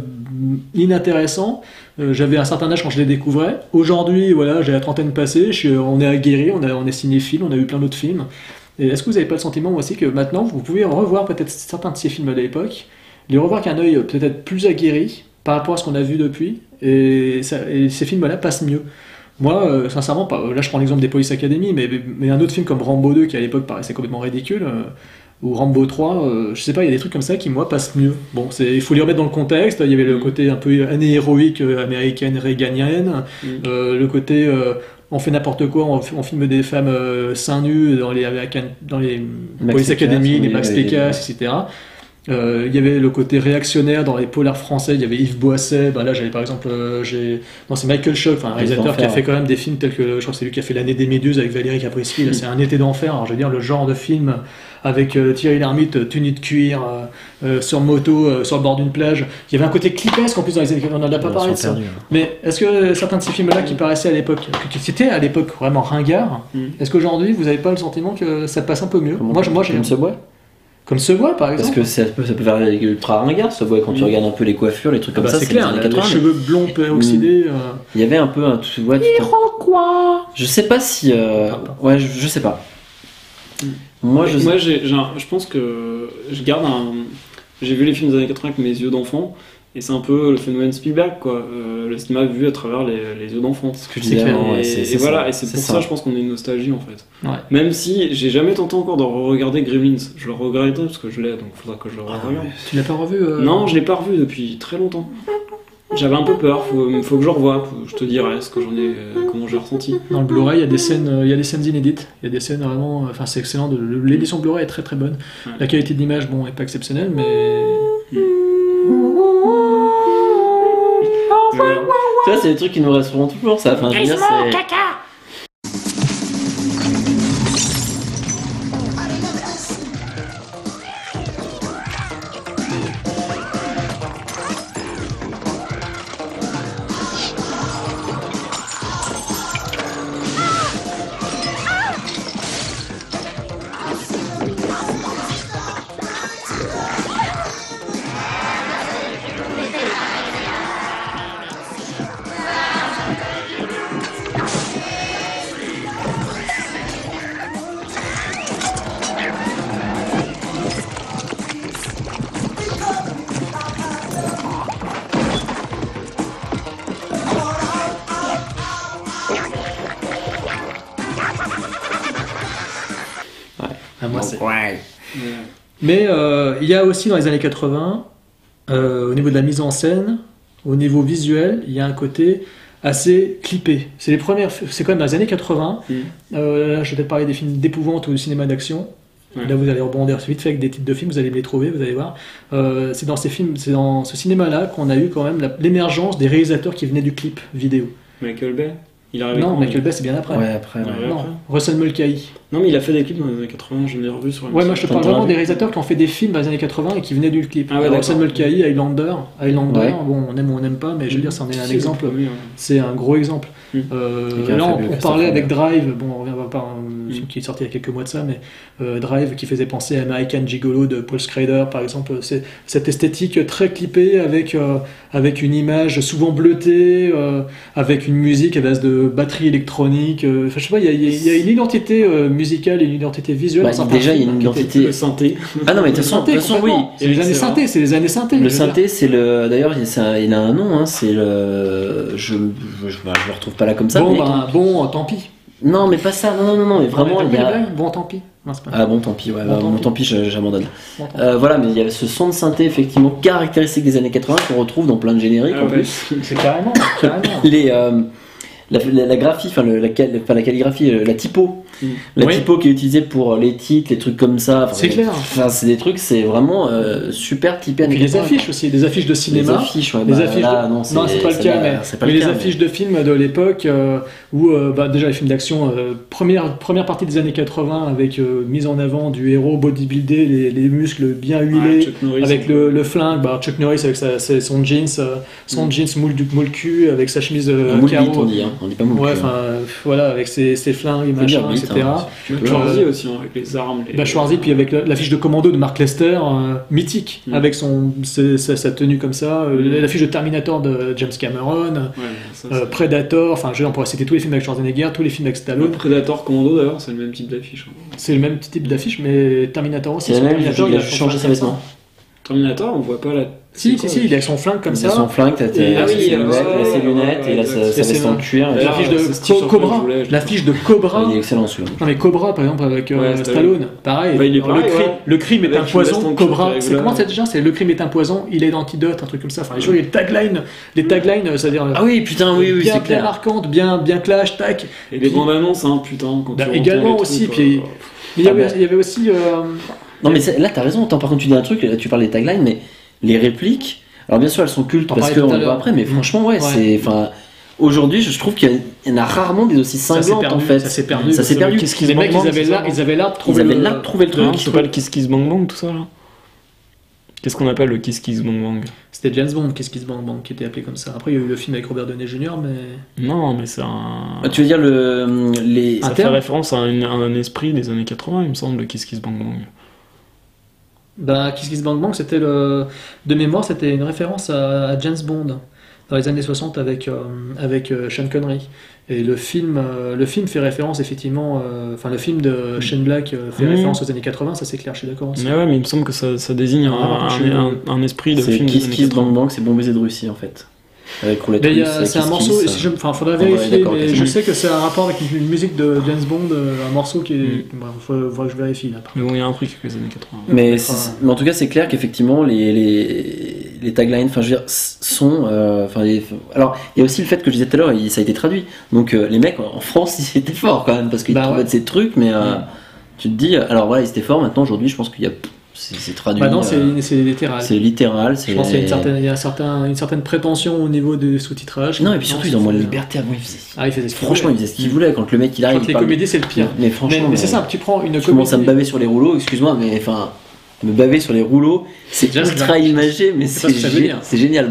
Speaker 3: inintéressants. Euh, j'avais un certain âge quand je les découvrais. Aujourd'hui, voilà, j'ai la trentaine passée, je suis- on est aguerri, on, a, on est cinéphile, on a eu plein d'autres films. Et est-ce que vous n'avez pas le sentiment moi aussi que maintenant vous pouvez revoir peut-être certains de ces films de l'époque, les revoir qu'un œil euh, peut-être plus aguerri par rapport à ce qu'on a vu depuis, et, ça- et ces films-là passent mieux. Moi, euh, sincèrement, pas- là je prends l'exemple des Police Academy, mais, mais un autre film comme Rambo 2 qui à l'époque paraissait complètement ridicule, euh, ou Rambo 3, euh, je sais pas, il y a des trucs comme ça qui, moi, passent mieux. Bon, c'est- il faut les remettre dans le contexte. Il y
Speaker 2: Mm.
Speaker 3: avait le côté un peu année héroïque euh, américaine, réganienne,
Speaker 4: Mm.
Speaker 3: le côté euh, on fait n'importe quoi, on, on filme des femmes euh, seins nus dans les, American- dans les
Speaker 2: Max
Speaker 3: Police
Speaker 2: Pécasse,
Speaker 3: Academy, les
Speaker 2: oui,
Speaker 3: Max
Speaker 2: il y avait-
Speaker 3: Pécasse, etc. Euh, il y avait le côté réactionnaire dans les polars français, il y avait Yves Boisset, ben là j'avais par exemple, euh, j'ai... non c'est Michael Schoff, enfin, un
Speaker 2: L'été
Speaker 3: réalisateur qui a
Speaker 2: d'enfer,
Speaker 3: fait
Speaker 2: ouais.
Speaker 3: quand même des films tels que, je crois que c'est lui qui a fait l'année des Méduses avec Valérie Caprisky, là c'est un été d'enfer, alors je veux dire le genre de film avec euh, Thierry Lhermitte, euh, tenue de cuir, euh, euh, sur moto, euh, sur le bord d'une plage, il y avait un côté clipesque en plus dans les années 80, on n'en a pas
Speaker 2: Ils
Speaker 3: parlé
Speaker 2: sont
Speaker 3: de ça.
Speaker 2: perdus, hein.
Speaker 3: Mais est-ce que certains de ces films-là qui paraissaient à l'époque, qui c'était à l'époque vraiment ringard,
Speaker 4: Mm.
Speaker 3: est-ce qu'aujourd'hui vous n'avez pas le sentiment que ça passe un peu mieux
Speaker 2: Comment-
Speaker 3: Moi, je- moi j'ai
Speaker 2: Comme ce bois
Speaker 3: comme ce voile par
Speaker 2: Parce
Speaker 3: exemple.
Speaker 2: que ça peut, ça peut faire ultra ringard, ce bois, quand tu regardes un peu les coiffures, les trucs
Speaker 3: Ah
Speaker 2: comme
Speaker 3: bah,
Speaker 2: ça,
Speaker 3: c'est
Speaker 2: les
Speaker 3: clair,
Speaker 2: années
Speaker 3: les,
Speaker 2: 80, mais
Speaker 3: cheveux blonds peroxydés. euh,
Speaker 2: Il y avait un peu un. Tu vois, tu t'en- Je sais pas si. euh, Ouais, je, je sais pas. Moi, je.
Speaker 4: Moi, j'ai- j'ai un- je pense que je garde un. J'ai vu les films des années 80 avec mes yeux d'enfant, et c'est un peu le phénomène Spielberg, quoi. euh, le cinéma vu à travers les, les yeux d'enfant.
Speaker 2: ce que je
Speaker 3: c'est
Speaker 2: disais
Speaker 3: clair,
Speaker 2: avant,
Speaker 4: et,
Speaker 2: ouais, c'est-
Speaker 4: et
Speaker 2: c'est
Speaker 4: voilà,
Speaker 2: ça,
Speaker 4: et c'est
Speaker 2: c'est
Speaker 4: pour ça, je pense qu'on a une nostalgie en fait.
Speaker 3: Ouais.
Speaker 4: Même si j'ai jamais tenté encore de regarder Gremlins, je le regretterai parce que je l'ai, donc il faudra que je le
Speaker 2: Ah,
Speaker 4: regarde.
Speaker 3: Tu l'as pas revu euh,
Speaker 4: Non, je l'ai pas revu depuis très longtemps. J'avais un peu peur, faut, faut que je revoie, faut- je te dirai ce que j'en ai, euh, comment j'ai ressenti.
Speaker 3: Dans le Blu-ray, il y a des scènes, euh, il y a des scènes inédites. Il y a des scènes vraiment, euh, enfin c'est excellent. de- le- L'édition Blu-ray est très très bonne.
Speaker 4: Ouais.
Speaker 3: La qualité d'image, bon, est pas exceptionnelle, mais
Speaker 4: Voilà.
Speaker 2: Tu vois, c'est des trucs qui nous resteront toujours, ça. Enfin, je veux dire, c'est.
Speaker 3: à Ah, moi c'est.
Speaker 2: Ouais.
Speaker 3: Mais euh, il y a aussi dans les années 80, euh, au niveau de la mise en scène, au niveau visuel, il y a un côté assez clippé. C'est les premières, c'est quand même dans les années 80.
Speaker 4: Mm.
Speaker 3: Euh, là, je vais peut-être parler des films d'épouvante ou du cinéma d'action.
Speaker 4: Ouais.
Speaker 3: Là, vous allez rebondir vite fait avec des titres de films, vous allez me les trouver, vous allez voir. Euh, c'est dans ces films, c'est dans ce cinéma-là qu'on a eu quand même la- l'émergence des réalisateurs qui venaient du clip vidéo.
Speaker 4: Michael Bay Il arrive
Speaker 3: non, Michael Bay, c'est bien après.
Speaker 2: Ah Ouais, après, ouais.
Speaker 4: Ouais.
Speaker 3: Non, Russell Mulcahy.
Speaker 4: Non, mais il a fait des clips dans les années 80, je l'ai revu sur une
Speaker 3: Ouais, moi je te parle
Speaker 2: T'entends
Speaker 3: vraiment
Speaker 2: la
Speaker 3: des
Speaker 2: vue.
Speaker 3: réalisateurs qui ont fait des films dans les années 80 et qui venaient du clip.
Speaker 4: Ah ouais,
Speaker 3: Alors,
Speaker 4: d'accord.
Speaker 3: Sam Mulcahy, Highlander, Highlander,
Speaker 2: Ouais.
Speaker 3: bon, on aime ou on n'aime pas, mais
Speaker 4: Mm.
Speaker 3: je veux dire, c'en est un
Speaker 4: Si,
Speaker 3: exemple.
Speaker 4: le premier, hein. ouais.
Speaker 3: C'est un gros exemple.
Speaker 4: Mm.
Speaker 3: Euh,
Speaker 2: Et qui a
Speaker 3: là,
Speaker 2: fait
Speaker 3: on,
Speaker 2: mieux
Speaker 3: on
Speaker 2: que
Speaker 3: parlait
Speaker 2: ça,
Speaker 3: avec
Speaker 2: ouais.
Speaker 3: Drive, bon, on reviendra pas un film
Speaker 4: Mm.
Speaker 3: qui est sorti il y a quelques mois de ça, mais euh, Drive qui faisait penser à American Gigolo de Paul Schrader, par exemple. C'est cette esthétique très clippée avec, euh, avec une image souvent bleutée, euh, avec une musique à base de batterie électronique. euh, Enfin, je sais pas, il y a, il y a- il y a une identité euh, musicale et une identité visuelle.
Speaker 2: Bah,
Speaker 3: dans un
Speaker 2: déjà, il y a
Speaker 3: film
Speaker 2: une
Speaker 3: qui était-
Speaker 2: identité.
Speaker 4: Le synthé.
Speaker 2: Ah non, mais de toute façon, de
Speaker 3: Synthé,
Speaker 2: toute façon, oui.
Speaker 3: complètement. C'est les années
Speaker 4: Excellent.
Speaker 3: synthé, c'est les années synthé. je
Speaker 2: Le
Speaker 3: veux dire.
Speaker 2: synthé, c'est le. D'ailleurs, il- c'est un- il a un nom, hein, c'est le. Je, je, je, bah, je le retrouve pas là comme ça.
Speaker 3: Bon,
Speaker 2: mais-
Speaker 3: ben, bon, euh, tant pis.
Speaker 2: Non, mais pas ça, non, non, non, non, mais vraiment,
Speaker 3: T'as
Speaker 2: il y
Speaker 3: vu les
Speaker 2: a.
Speaker 3: blagues Bon, tant pis. Non, c'est pas-
Speaker 2: Ah bon, tant pis, ouais,
Speaker 3: Bon,
Speaker 2: bon,
Speaker 3: tant
Speaker 2: bon,
Speaker 3: pis.
Speaker 2: tant pis, je- j'abandonne.
Speaker 3: bon, tant pis.
Speaker 2: Euh, voilà, mais il y a ce son de synthé effectivement caractéristique des années 80 qu'on retrouve dans plein de génériques
Speaker 4: Ah
Speaker 2: en
Speaker 4: ouais.
Speaker 2: plus.
Speaker 3: C'est carrément, carrément.
Speaker 2: Les, euh, la, la- la graphie, enfin le- la, cal- pas la calligraphie, euh, la typo,
Speaker 4: Mm.
Speaker 2: la
Speaker 3: Oui.
Speaker 2: typo qui est utilisée pour euh, les titres, les trucs comme ça. enfin,
Speaker 3: C'est
Speaker 2: les-
Speaker 3: clair.
Speaker 2: Enfin, c'est des trucs, c'est vraiment euh, super typé
Speaker 3: Et
Speaker 2: années
Speaker 3: puis les
Speaker 2: 80.
Speaker 3: affiches aussi, des affiches de
Speaker 2: Les
Speaker 3: cinéma.
Speaker 2: affiches, ouais,
Speaker 3: Les
Speaker 2: bah,
Speaker 3: affiches
Speaker 2: là,
Speaker 3: de-
Speaker 2: non,
Speaker 3: non, c'est pas le cas,
Speaker 2: là,
Speaker 3: mais,
Speaker 2: c'est pas
Speaker 3: mais
Speaker 2: le
Speaker 3: les
Speaker 2: cas, mais-
Speaker 3: affiches de films de l'époque euh, où euh, bah, déjà les films d'action, euh, première, première partie des années 80 avec euh, mise en avant du héros bodybuildé, les, les muscles bien
Speaker 4: Ouais,
Speaker 3: huilés,
Speaker 4: Chuck Norris.
Speaker 3: avec le, le flingue, bah, Chuck Norris avec sa- ses- son jeans, euh, son jeans moule, du- moule cul, avec sa chemise euh,
Speaker 2: Un Mm. moule bite, on
Speaker 3: carreau.
Speaker 2: dit, hein, on dit pas moule
Speaker 3: Ouais,
Speaker 2: cul, hein.
Speaker 3: enfin euh, voilà, avec ses, ses flingues,
Speaker 2: Faut dire
Speaker 3: machin,
Speaker 2: bite,
Speaker 3: etc.
Speaker 2: hein, si tu peux.
Speaker 4: Schwarzy aussi, hein, avec les armes. Les...
Speaker 3: Bah, Schwarzy, puis avec la- l'affiche de commando de Mark Lester, euh, mythique,
Speaker 4: Mm.
Speaker 3: avec son, ses- sa, sa tenue comme ça, euh,
Speaker 4: Mm.
Speaker 3: l'affiche de Terminator de James Cameron,
Speaker 4: Ouais, ça,
Speaker 3: euh,
Speaker 4: c'est-
Speaker 3: Predator, enfin je veux dire, on pourrait citer tous les films avec Schwarzenegger, tous les films avec
Speaker 4: Le
Speaker 2: Mm.
Speaker 3: Stallone,
Speaker 4: Predator Commando d'ailleurs, c'est le même type d'affiche. hein.
Speaker 3: c'est le même petit type d'affiche, mais Terminator aussi,
Speaker 2: C'est la
Speaker 3: son
Speaker 2: même, il
Speaker 3: Terminator,
Speaker 2: a
Speaker 3: son
Speaker 2: changé ses
Speaker 3: flingue comme
Speaker 2: vêtements.
Speaker 4: Terminator, on voit pas la.
Speaker 3: ça. Si, si,
Speaker 4: C'est
Speaker 3: si,
Speaker 4: quoi,
Speaker 3: il a son flingue comme
Speaker 2: Il a
Speaker 3: ça.
Speaker 2: son flingue, t'as
Speaker 3: Et-
Speaker 2: t'as-
Speaker 3: ah
Speaker 2: ses
Speaker 3: oui,
Speaker 2: lunettes,
Speaker 3: ouais,
Speaker 2: il a ses
Speaker 4: ouais,
Speaker 2: lunettes,
Speaker 4: ouais,
Speaker 2: il a
Speaker 4: ouais,
Speaker 2: sa sa
Speaker 3: c'est
Speaker 2: veste en
Speaker 3: vrai.
Speaker 2: cuir. et
Speaker 4: Ouais,
Speaker 2: tout.
Speaker 3: L'affiche
Speaker 4: c'est
Speaker 3: de
Speaker 4: Steve
Speaker 3: Co-
Speaker 4: Surprise, je
Speaker 3: Cobra,
Speaker 4: voulais- je
Speaker 3: l'affiche de
Speaker 2: Ah,
Speaker 3: Cobra.
Speaker 2: Il est excellent celui-là.
Speaker 3: Non mais Cobra par exemple avec euh,
Speaker 4: Ouais, Stallone.
Speaker 3: Stallone, pareil.
Speaker 4: Bah, il est
Speaker 3: Alors,
Speaker 4: pareil,
Speaker 3: le, crime,
Speaker 4: ouais.
Speaker 3: le crime est
Speaker 4: Avec
Speaker 3: un
Speaker 4: une
Speaker 3: poison.
Speaker 4: baston
Speaker 3: Cobra,
Speaker 4: qui est
Speaker 3: c'est comment
Speaker 4: rigolote.
Speaker 3: c'est déjà C'est le crime est un poison, il est l'antidote, un truc comme ça. Enfin les choses, les taglines, les taglines, euh, c'est-à-dire
Speaker 2: Ah oui, putain, oui, oui,
Speaker 3: bien,
Speaker 2: c'est
Speaker 3: bien
Speaker 2: clair.
Speaker 3: marquantes, bien bien clash, tac.
Speaker 4: Et les bandes annonces, hein, putain. Quand
Speaker 3: Bah,
Speaker 4: tu entends
Speaker 3: également
Speaker 4: les
Speaker 3: aussi,
Speaker 4: trucs,
Speaker 3: puis-
Speaker 4: euh,
Speaker 3: Mais il y
Speaker 2: Ah
Speaker 3: avait-
Speaker 2: ben.
Speaker 3: il y avait aussi euh,
Speaker 2: Non, mais c'est- là, t'as raison. Attends, par contre, tu dis un truc, là, tu parles des taglines, mais les répliques. Alors, bien sûr, elles sont cultes
Speaker 3: T'en
Speaker 2: parce
Speaker 3: parlais tout
Speaker 2: qu'on
Speaker 3: à
Speaker 2: les voit
Speaker 3: l'heure.
Speaker 2: après, mais
Speaker 3: Mmh.
Speaker 2: franchement, ouais,
Speaker 3: Ouais.
Speaker 2: c'est. Enfin, aujourd'hui, je trouve qu'il y, a- il y en a rarement des aussi
Speaker 3: s'est
Speaker 2: cinglantes en
Speaker 3: perdu,
Speaker 2: fait.
Speaker 3: ça s'est perdu.
Speaker 2: Ça s'est
Speaker 3: Les
Speaker 2: perdu.
Speaker 5: Qu'est-ce qu'ils
Speaker 3: les
Speaker 5: se
Speaker 3: mecs, ils
Speaker 5: demandent,
Speaker 3: avaient
Speaker 5: c'est
Speaker 3: l'art,
Speaker 5: ça
Speaker 3: ils avaient l'art de
Speaker 2: Ils
Speaker 3: trouver
Speaker 2: avaient
Speaker 3: le- Hein,
Speaker 2: là de trouver le
Speaker 5: Non,
Speaker 2: truc.
Speaker 5: c'est pas le Kiss Kiss Bang Bang, tout ça là Qu'est-ce qu'on appelle le Kiss Kiss Bang Bang
Speaker 3: C'était James Bond, qu'est-ce qui se bang bang, qui était appelé comme ça. Après, il y a eu le film avec Robert Downey Jr., mais
Speaker 5: Non, mais c'est un.
Speaker 2: Ah, Tu veux dire le les
Speaker 5: Ça
Speaker 3: Un
Speaker 5: fait
Speaker 3: terme
Speaker 5: référence à, une- à un esprit des années 80, il me semble, le Kiss Kiss Bang Bang.
Speaker 3: bah, qu'est-ce qui se bang bang, c'était le de mémoire, c'était une référence à, à James Bond dans les années 60 avec euh, avec euh, Sean Connery. Et le film, euh, le film fait référence effectivement, euh, enfin le film de Shane Black euh, fait
Speaker 5: Mm.
Speaker 3: référence aux années 80, ça c'est clair, je suis d'accord.
Speaker 5: Mais ouais, mais il me semble que ça, ça désigne un,
Speaker 3: Ah, je-
Speaker 5: un- un- un esprit de
Speaker 2: C'est
Speaker 5: film des
Speaker 2: Kiss
Speaker 5: années
Speaker 2: Kiss
Speaker 5: 80.
Speaker 2: Bang Bang, c'est Bon Baiser de Russie en fait. Avec Roulette
Speaker 3: Mais il y a-
Speaker 2: Russe,
Speaker 3: c'est un
Speaker 2: Kiss
Speaker 3: morceau,
Speaker 2: Kiss,
Speaker 3: si je, enfin, faudra
Speaker 2: Ouais,
Speaker 3: vérifier,
Speaker 2: d'accord,
Speaker 3: mais
Speaker 2: ok.
Speaker 3: je sais que c'est un rapport avec une, une musique de James Bond, euh, un morceau qui
Speaker 2: Mm.
Speaker 3: est. Bon, faut, faudra que je vérifie là.
Speaker 2: Ah,
Speaker 5: Mais bon, il y a un truc avec les années 80.
Speaker 2: Mais,
Speaker 3: Enfin,
Speaker 2: c'est- mais en tout cas, c'est clair qu'effectivement, les, les, les taglines, enfin, je veux dire, s- sont. euh, enfin, les- alors, il y a aussi le fait que je disais tout à l'heure, il- ça a été traduit. Donc, euh, les mecs en France, ils étaient forts quand même, parce qu'ils
Speaker 3: Bah
Speaker 2: trouvaient
Speaker 3: ouais. Mm.
Speaker 2: ces trucs, mais euh, tu te dis, euh, alors voilà, ils étaient forts, maintenant, aujourd'hui, je pense qu'il y a. C'est c'est traduit.
Speaker 3: Maintenant,
Speaker 2: euh,
Speaker 3: Bah, c'est c'est littéral.
Speaker 2: c'est littéral.
Speaker 3: Je pense qu'il y a, une certaine, il y a un certain- une certaine prétention au niveau des sous-titrages.
Speaker 2: Non, et puis surtout, ils ont moins de liberté avant, ils faisaient.
Speaker 3: Ah, ils faisaient ce qu'ils
Speaker 2: Franchement, ils
Speaker 3: voulaient.
Speaker 2: faisaient ce qu'ils voulaient quand le mec il
Speaker 3: Je
Speaker 2: arrive. Ah,
Speaker 3: crois que
Speaker 2: il
Speaker 3: les
Speaker 2: parle-
Speaker 3: comédies, c'est le pire.
Speaker 2: Mais
Speaker 3: Mais,
Speaker 2: franchement.
Speaker 3: mais c'est
Speaker 2: mais-
Speaker 3: simple, tu prends une
Speaker 2: Je commence à me
Speaker 3: comédie.
Speaker 2: baver sur les rouleaux, excuse-moi, mais enfin, me baver sur les rouleaux, c'est
Speaker 3: Déjà, c'est
Speaker 2: ultra
Speaker 3: dingue.
Speaker 2: imagé, mais
Speaker 3: C'est pas
Speaker 2: c'est
Speaker 3: ce que hein. ça veut
Speaker 2: gé-
Speaker 3: dire.
Speaker 2: c'est génial.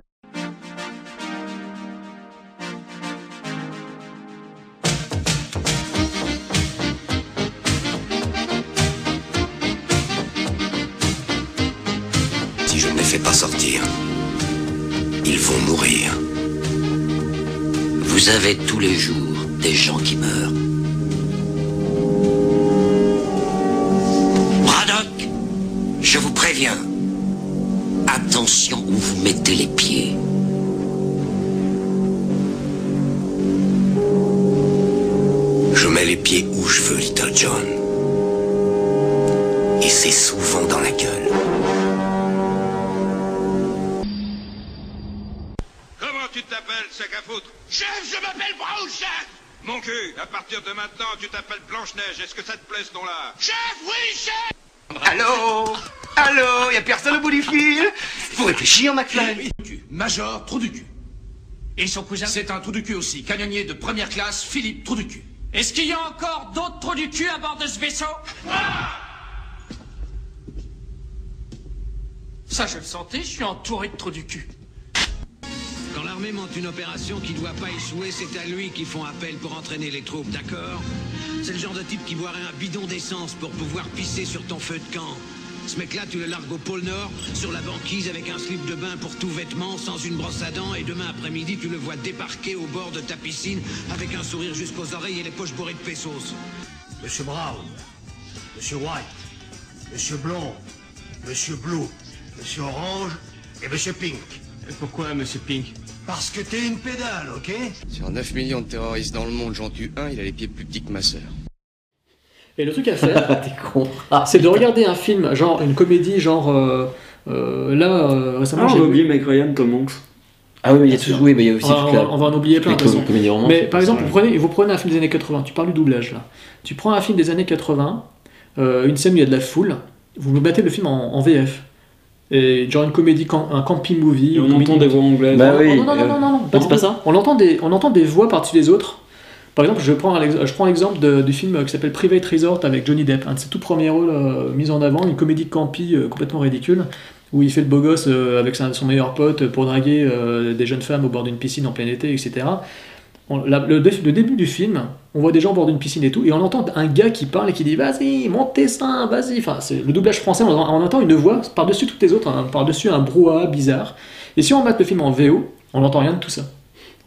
Speaker 7: Si je ne les fais pas sortir, ils vont mourir.
Speaker 10: Vous avez tous les jours des gens qui meurent. Braddock, je vous préviens. Attention où vous mettez les pieds.
Speaker 7: Je mets les pieds où je veux, Little John. Et c'est souvent dans la gueule.
Speaker 10: Comment tu t'appelles, sac à foutre Chef, je m'appelle Brown, chef Mon cul, à partir de maintenant, tu t'appelles Blanche-Neige. Est-ce que ça te plaît ce nom-là Chef, oui, chef
Speaker 6: Allô Allô Y'a personne au bout du fil Faut réfléchir, McFly
Speaker 10: Major Trou du cul. Et son cousin C'est un trou du cul aussi, canonnier de première classe, Philippe Trou du cul. Est-ce qu'il y a encore d'autres trous du cul à bord de ce vaisseau Ça, je le sentais, je suis entouré de trous du cul. Quand l'armée monte une opération qui doit pas échouer, c'est à lui qu'ils font appel pour entraîner les troupes, d'accord C'est le genre de type qui boirait un bidon d'essence pour pouvoir pisser sur ton feu de camp. Ce mec-là, tu le largues au pôle Nord, sur la banquise, avec un slip de bain pour tout vêtement, sans une brosse à dents, et demain après-midi, tu le vois débarquer au bord de ta piscine, avec un sourire jusqu'aux oreilles et les poches bourrées de pesos.
Speaker 9: Monsieur Brown, Monsieur White, Monsieur Blond, Monsieur Blue, Monsieur Orange et Monsieur Pink.
Speaker 11: Pourquoi Monsieur Pink
Speaker 9: Parce que t'es une pédale, ok
Speaker 12: Sur 9 millions de terroristes dans le monde, j'en tue un, il a les pieds plus petits que ma sœur.
Speaker 3: Et le truc à faire, c'est de regarder un film, genre une comédie, genre euh, euh, là euh, récemment.
Speaker 4: Ah, on
Speaker 3: j'ai
Speaker 4: va
Speaker 3: vu-
Speaker 4: oublier Mike Ryan comme oncle.
Speaker 2: Ah oui, mais il y a toujours, oui, mais il y a aussi
Speaker 3: on, va,
Speaker 2: toute la-
Speaker 3: on va en oublier plein.
Speaker 2: les
Speaker 3: de toute façon.
Speaker 2: com- comédies romantiques,
Speaker 3: Mais par
Speaker 2: c'est
Speaker 3: exemple,
Speaker 2: vrai.
Speaker 3: vous prenez, vous prenez un film des années 80, tu parles du doublage là. Tu prends un film des années 80, euh, une scène où il y a de la foule, vous mettez le film en, en VF. Et genre une comédie, cam- un camping movie.
Speaker 4: Et on
Speaker 3: une comédie-
Speaker 4: entend des voix anglaises.
Speaker 3: Non, Bah non, non, non, non, non,
Speaker 2: non, c'est pas ça
Speaker 3: On entend des, on entend des voix par-dessus les autres. Par exemple, je prends un ex- je prends l'exemple de- du film qui s'appelle Private Resort avec Johnny Depp, un de ses tout premiers rôles euh, mis en avant, une comédie campy euh, complètement ridicule, où il fait le beau gosse euh, avec sa- son meilleur pote pour draguer euh, des jeunes femmes au bord d'une piscine en plein été, etc. On- la- le, dé- le début du film, on voit des gens au bord d'une piscine et tout, et on entend un gars qui parle et qui dit Vas-y, monte tes seins, vas-y. Enfin, c'est le doublage français, on, on entend une voix par-dessus toutes les autres, hein, par-dessus un brouhaha bizarre. Et si on mate le film en VO, on n'entend rien de tout ça.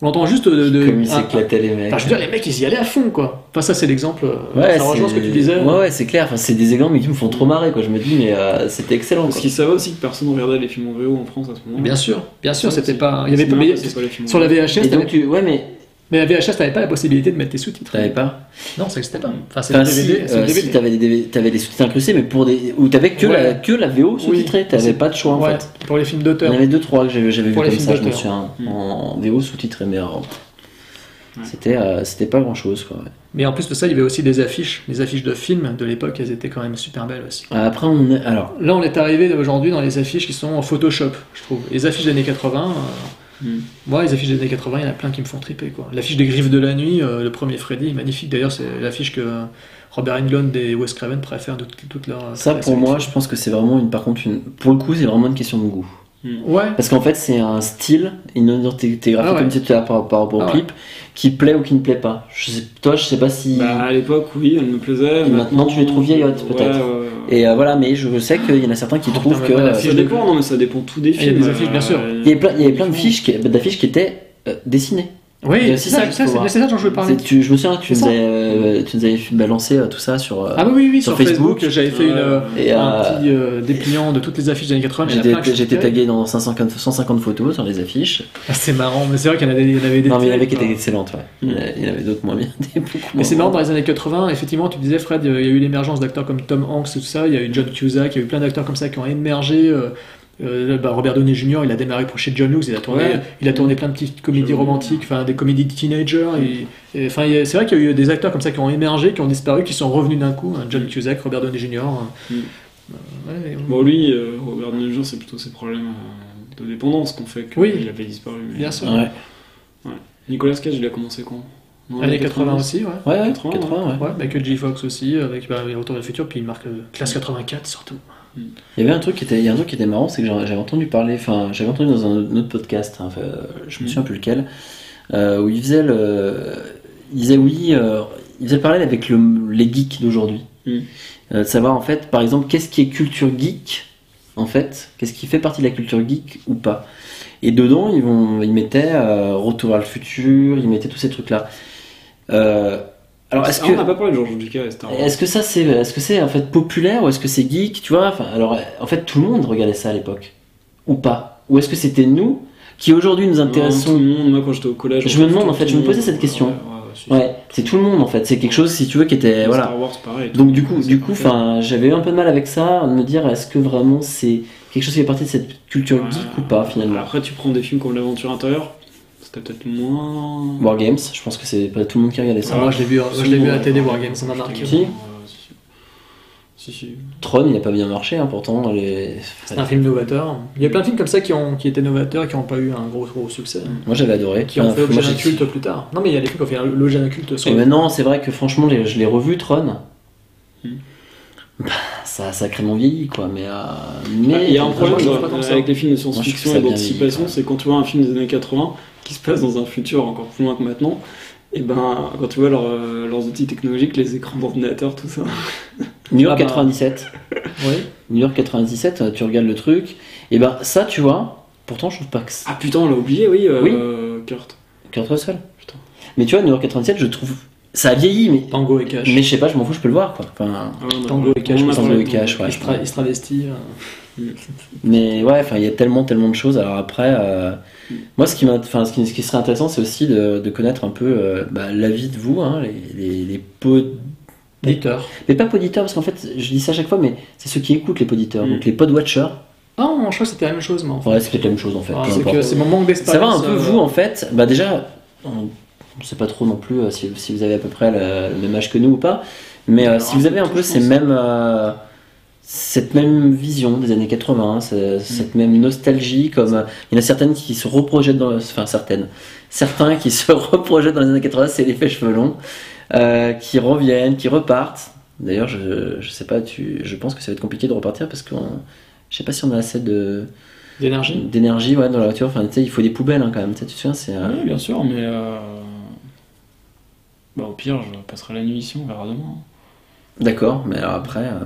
Speaker 3: On entend juste de. de-
Speaker 2: Comme ils
Speaker 3: un-
Speaker 2: s'éclataient les mecs.
Speaker 3: ah, Enfin, je veux dire, les mecs, ils y allaient à fond, quoi. Enfin, ça, c'est l'exemple. euh,
Speaker 2: Ouais,
Speaker 3: ça rejoint ce que
Speaker 2: c'est-
Speaker 3: tu disais.
Speaker 2: Ouais, ouais, c'est clair. Enfin, c'est des exemples mais qui me font trop marrer, quoi. Je me dis, mais euh, c'était excellent.
Speaker 4: Parce
Speaker 2: quoi.
Speaker 4: qu'ils savaient aussi que personne ne regardait les films en VO en France à ce moment-là.
Speaker 3: Bien sûr, bien sûr,
Speaker 4: Ça,
Speaker 3: c'était
Speaker 4: c'est-
Speaker 3: pas. Il y avait
Speaker 4: c'est
Speaker 3: pas-
Speaker 4: marrant,
Speaker 3: mais-
Speaker 4: c'est pas les films en
Speaker 3: Sur la
Speaker 4: VO.
Speaker 3: VHS,
Speaker 2: Et donc,
Speaker 3: t'avais-
Speaker 2: tu... ouais, mais
Speaker 3: mais la VHS, t'avais pas la possibilité de mettre tes sous-titres.
Speaker 2: t'avais pas.
Speaker 3: Non, ça n'existait pas. Enfin, c'est
Speaker 2: Enfin,
Speaker 3: le
Speaker 2: si,
Speaker 3: DVD. c'est le
Speaker 2: euh,
Speaker 3: DVD.
Speaker 2: si, t'avais des DVD t'avais les sous-titres incrustés, mais pour des. Ou t'avais que, la,
Speaker 3: Ouais.
Speaker 2: que la VO sous-titrée.
Speaker 3: Oui.
Speaker 2: T'avais
Speaker 3: C'est-
Speaker 2: pas de choix, en
Speaker 3: ouais,
Speaker 2: fait.
Speaker 3: Pour les films
Speaker 2: Il y
Speaker 3: d'auteur.
Speaker 2: en avait deux, trois que j'avais j'avais vu
Speaker 3: Pour les
Speaker 2: comme
Speaker 3: films
Speaker 2: ça, je me
Speaker 3: d'auteur. Hmm.
Speaker 2: souviens. En VO sous-titré, mais alors, C'était euh, c'était pas grand-chose, quoi. ouais.
Speaker 3: Mais en plus de ça, il y avait aussi des affiches. Les affiches de films de l'époque, elles étaient quand même super belles aussi.
Speaker 2: Après, on est. Alors.
Speaker 3: Là, on est arrivé aujourd'hui dans les affiches qui sont en Photoshop, je trouve. Les affiches des années 80, euh,
Speaker 4: Hmm.
Speaker 3: moi, les affiches des années 80, il y en a plein qui me font triper. quoi. L'affiche des Griffes de la Nuit, euh, le premier Freddy, est magnifique. D'ailleurs, c'est l'affiche que Robert Englund et Wes Craven préfèrent de toute, toute leur.
Speaker 2: Ça, pour moi, je pense que c'est vraiment une. Par contre, une... pour le coup, c'est vraiment une question de goût.
Speaker 3: Ouais.
Speaker 2: Parce qu'en fait, c'est un style, une identité graphique,
Speaker 3: Ah ouais.
Speaker 2: comme tu disais tout à l'heure par par rapport au
Speaker 3: Ah ouais.
Speaker 2: clip, qui plaît ou qui ne plaît pas. Je sais- toi, je sais pas si.
Speaker 4: Bah, à l'époque, oui, elle me plaisait.
Speaker 2: Et maintenant, tu les trouves vieillottes, peut-être. Et euh, voilà, mais je sais qu'il y en a certains
Speaker 3: Oh,
Speaker 2: qui trouvent que. euh,
Speaker 4: Ça dépend, non, mais ça dépend tout des
Speaker 3: Il y a
Speaker 4: films. euh,
Speaker 3: des affiches, bien sûr.
Speaker 2: il, y avait plein, il y avait plein de fiches qui, d'affiches qui étaient euh, dessinées. Il y
Speaker 3: Oui,
Speaker 2: a
Speaker 3: c'est
Speaker 2: aussi
Speaker 3: ça,
Speaker 2: qu'il
Speaker 3: ça,
Speaker 2: faut
Speaker 3: c'est
Speaker 2: voir.
Speaker 3: c'est ça dont je veux parler.
Speaker 2: C'est- tu- je me souviens que tu
Speaker 3: C'est
Speaker 2: nous,
Speaker 3: ça.
Speaker 2: avais, euh, tu nous avais balancé euh, tout ça sur, euh,
Speaker 3: Ah oui, oui, oui, sur,
Speaker 2: sur Facebook.
Speaker 3: Facebook, j'avais fait une, euh,
Speaker 2: Et,
Speaker 3: un
Speaker 2: euh,
Speaker 3: petit euh, dépliant de toutes les affiches des années 80. il y en a plein que
Speaker 2: J'étais
Speaker 3: je
Speaker 2: j'étais
Speaker 3: trippais.
Speaker 2: tagué dans 550, 150 photos sur les affiches.
Speaker 3: Ah, C'est marrant, mais c'est vrai qu'il y en avait- il y en avait des.
Speaker 2: Non, mais il y en avait
Speaker 3: trucs,
Speaker 2: qui étaient
Speaker 3: hein.
Speaker 2: excellentes, ouais. Il y en a- il y en avait d'autres moins bien. des beaucoup
Speaker 3: Mais
Speaker 2: moins
Speaker 3: c'est marrant,
Speaker 2: bien.
Speaker 3: dans les années 80, effectivement, tu disais, Fred, il y a eu l'émergence d'acteurs comme Tom Hanks et tout ça, il y a eu John Cusack, il y a eu plein d'acteurs comme ça qui ont émergé. euh, euh, bah, Robert Downey Jr., il a démarré pour chez John Hughes, il a tourné,
Speaker 4: Ouais.
Speaker 3: il a tourné plein de petites comédies romantiques, enfin des comédies de teenagers. et- et, Enfin, il y a- c'est vrai qu'il y a eu des acteurs comme ça qui ont émergé, qui ont disparu, qui sont revenus d'un coup. hein, John Cusack, Robert Downey Jr. hein.
Speaker 4: Mm.
Speaker 3: Euh, ouais,
Speaker 4: Bon, lui, euh, Robert Downey Jr., c'est plutôt ses problèmes euh, de dépendance qu'on fait qu'il
Speaker 3: Oui.
Speaker 4: avait disparu. mais-
Speaker 3: Bien sûr.
Speaker 2: Ouais,
Speaker 4: Nicolas Cage, il a commencé quand Dans les
Speaker 3: Années 80 aussi, ouais.
Speaker 2: ouais, ouais,
Speaker 4: 80,
Speaker 2: 80, ouais.
Speaker 3: Ouais, Michael J. Fox aussi, avec bah, Retour vers le futur, puis il marque euh, classe 84 surtout.
Speaker 2: Il y avait un truc qui était, il y a un truc qui était marrant, c'est que j'en- j'avais entendu parler, enfin, j'avais entendu dans un autre podcast, hein, enfin, je
Speaker 4: Mm.
Speaker 2: me souviens plus lequel, euh, où il faisait le, il disait oui, euh, il faisait le parallèle avec le, les geeks d'aujourd'hui.
Speaker 4: Mm.
Speaker 2: Euh, de savoir en fait, par exemple, qu'est-ce qui est culture geek, en fait, qu'est-ce qui fait partie de la culture geek ou pas. Et dedans, ils, vont, ils mettaient euh, Retour vers le futur, ils mettaient tous ces trucs-là. Euh, alors, est-ce
Speaker 4: Ah,
Speaker 2: que.
Speaker 4: On n'a pas parlé de George Lucas et Star Wars.
Speaker 2: Est-ce que ça c'est est-ce que c'est en fait populaire ou est-ce que c'est geek tu vois enfin, alors euh, en fait tout le monde regardait ça à l'époque ou pas ou est-ce que c'était nous qui aujourd'hui nous
Speaker 4: Non, tout
Speaker 2: intéressons
Speaker 4: le monde, moi, quand j'étais au collège...
Speaker 2: Je me demande,
Speaker 4: tout-
Speaker 2: en fait,
Speaker 4: tout
Speaker 2: je me
Speaker 4: le monde,
Speaker 2: posais cette
Speaker 4: ouais,
Speaker 2: question.
Speaker 4: ouais, ouais, si.
Speaker 2: ouais c'est tout le monde en fait c'est quelque chose si tu veux qui était
Speaker 4: Et
Speaker 2: voilà
Speaker 4: Star Wars, pareil. tout
Speaker 2: donc
Speaker 4: le
Speaker 2: du
Speaker 4: monde
Speaker 2: coup
Speaker 4: faisait
Speaker 2: du
Speaker 4: ça.
Speaker 2: coup enfin j'avais eu un peu de mal avec ça de me dire est-ce que vraiment c'est quelque chose qui fait partie de cette culture
Speaker 4: Ouais.
Speaker 2: geek ou pas finalement
Speaker 4: Après, tu prends des films comme L'Aventure intérieure, c'était peut-être moins...
Speaker 2: War Games je pense que c'est pas tout le monde qui regardait ça
Speaker 3: Ah, moi, je l'ai vu, moi, je l'ai vu à la télé, Wargame, ça m'a
Speaker 4: marque.
Speaker 3: marqué.
Speaker 2: Qui
Speaker 4: Si, si.
Speaker 2: Tron il a pas bien marché hein, pourtant les...
Speaker 3: C'est
Speaker 4: Ah.
Speaker 3: un film novateur. Il y a plein de films comme ça qui, ont, qui étaient novateurs et qui n'ont pas eu un gros gros succès. hein,
Speaker 2: moi j'avais adoré
Speaker 3: Qui ont
Speaker 2: Enfin,
Speaker 3: fait l'objet
Speaker 2: moi,
Speaker 3: d'un
Speaker 2: j'ai-
Speaker 3: culte plus tard. Non mais il y a des films qui ont fait l'objet d'un culte sur
Speaker 2: Et maintenant, c'est vrai que franchement, les- je l'ai revu, Tron.
Speaker 4: Hmm.
Speaker 2: Bah, ça a sacrément vieilli, quoi. Mais, euh,
Speaker 4: Ah,
Speaker 2: mais
Speaker 4: Il y a un
Speaker 3: moi, je
Speaker 4: problème
Speaker 3: vois pas
Speaker 4: dans-
Speaker 3: comme ça.
Speaker 4: avec les films de
Speaker 2: Moi, je trouve
Speaker 4: science-fiction
Speaker 2: ça
Speaker 4: et
Speaker 2: bien
Speaker 4: d'anticipation,
Speaker 2: vieilli.
Speaker 4: c'est quand tu vois un film des années 80 qui se passe dans un futur encore plus loin que maintenant, et ben quand tu vois leur, euh, leurs outils technologiques, les écrans d'ordinateur, tout ça.
Speaker 2: New York
Speaker 3: Ah bah.
Speaker 2: 97.
Speaker 3: Oui.
Speaker 2: New York 97, euh, tu regardes le truc. Et ben, ça, tu vois. Pourtant, je trouve pas que. c'est-
Speaker 4: Ah putain, on l'a oublié, oui, euh, Kurt.
Speaker 2: Kurt Russell.
Speaker 4: Putain.
Speaker 2: Mais tu vois, New York 97, je trouve. ça a vieilli, mais.
Speaker 3: Tango et Cash.
Speaker 2: Mais je sais pas, je m'en fous, je peux le voir quoi. Enfin,
Speaker 3: Tango et Cash,
Speaker 2: Tango
Speaker 3: on a
Speaker 2: et Cash,
Speaker 3: parlé
Speaker 2: ouais.
Speaker 3: de- Il se tra- il se travestit. euh.
Speaker 2: Mais ouais, enfin, il y a tellement, tellement de choses. Alors après, euh, moi, ce qui, m'int- enfin, ce qui, ce qui serait intéressant, c'est aussi de, de connaître un peu euh, bah, l'avis de vous, hein, les, les, les pod-
Speaker 3: Auditeurs.
Speaker 2: Mais pas poditeurs, parce qu'en fait, je dis ça à chaque fois, mais c'est ceux qui écoutent les
Speaker 3: Mm.
Speaker 2: poditeurs, donc les podwatchers.
Speaker 3: Non, je crois que c'était la même chose, moi. en fait.
Speaker 2: Ouais, c'est peut-être la même chose en fait.
Speaker 3: Ah,
Speaker 2: peu
Speaker 3: c'est
Speaker 2: importe.
Speaker 3: que c'est mon manque d'expérience,
Speaker 2: Savoir un peu
Speaker 3: euh,
Speaker 2: vous en fait, bah déjà, on ne sait pas trop non plus euh, si, si vous avez à peu près le, le même âge que nous ou pas, mais euh, si vous avez un peu ces mêmes, euh, cette même vision des années 80, hein, ce- cette même nostalgie, comme euh, il y en a certaines qui se reprojettent dans, enfin certaines, certains qui se reprojettent dans les années 80, c'est l'effet cheveux longs, euh, qui reviennent, qui repartent. D'ailleurs, je, je sais pas, tu, je pense que ça va être compliqué de repartir parce que je sais pas si on a assez de
Speaker 3: D'énergie
Speaker 2: d'énergie ouais, dans la voiture. Enfin, tu sais, il faut des poubelles hein, quand même. Tu sais, tu te souviens, c'est. euh,
Speaker 4: Ah Oui, bien sûr, mais. euh, Bah, au pire, je passerai la nuit ici, on verra demain.
Speaker 2: D'accord, mais alors après, euh,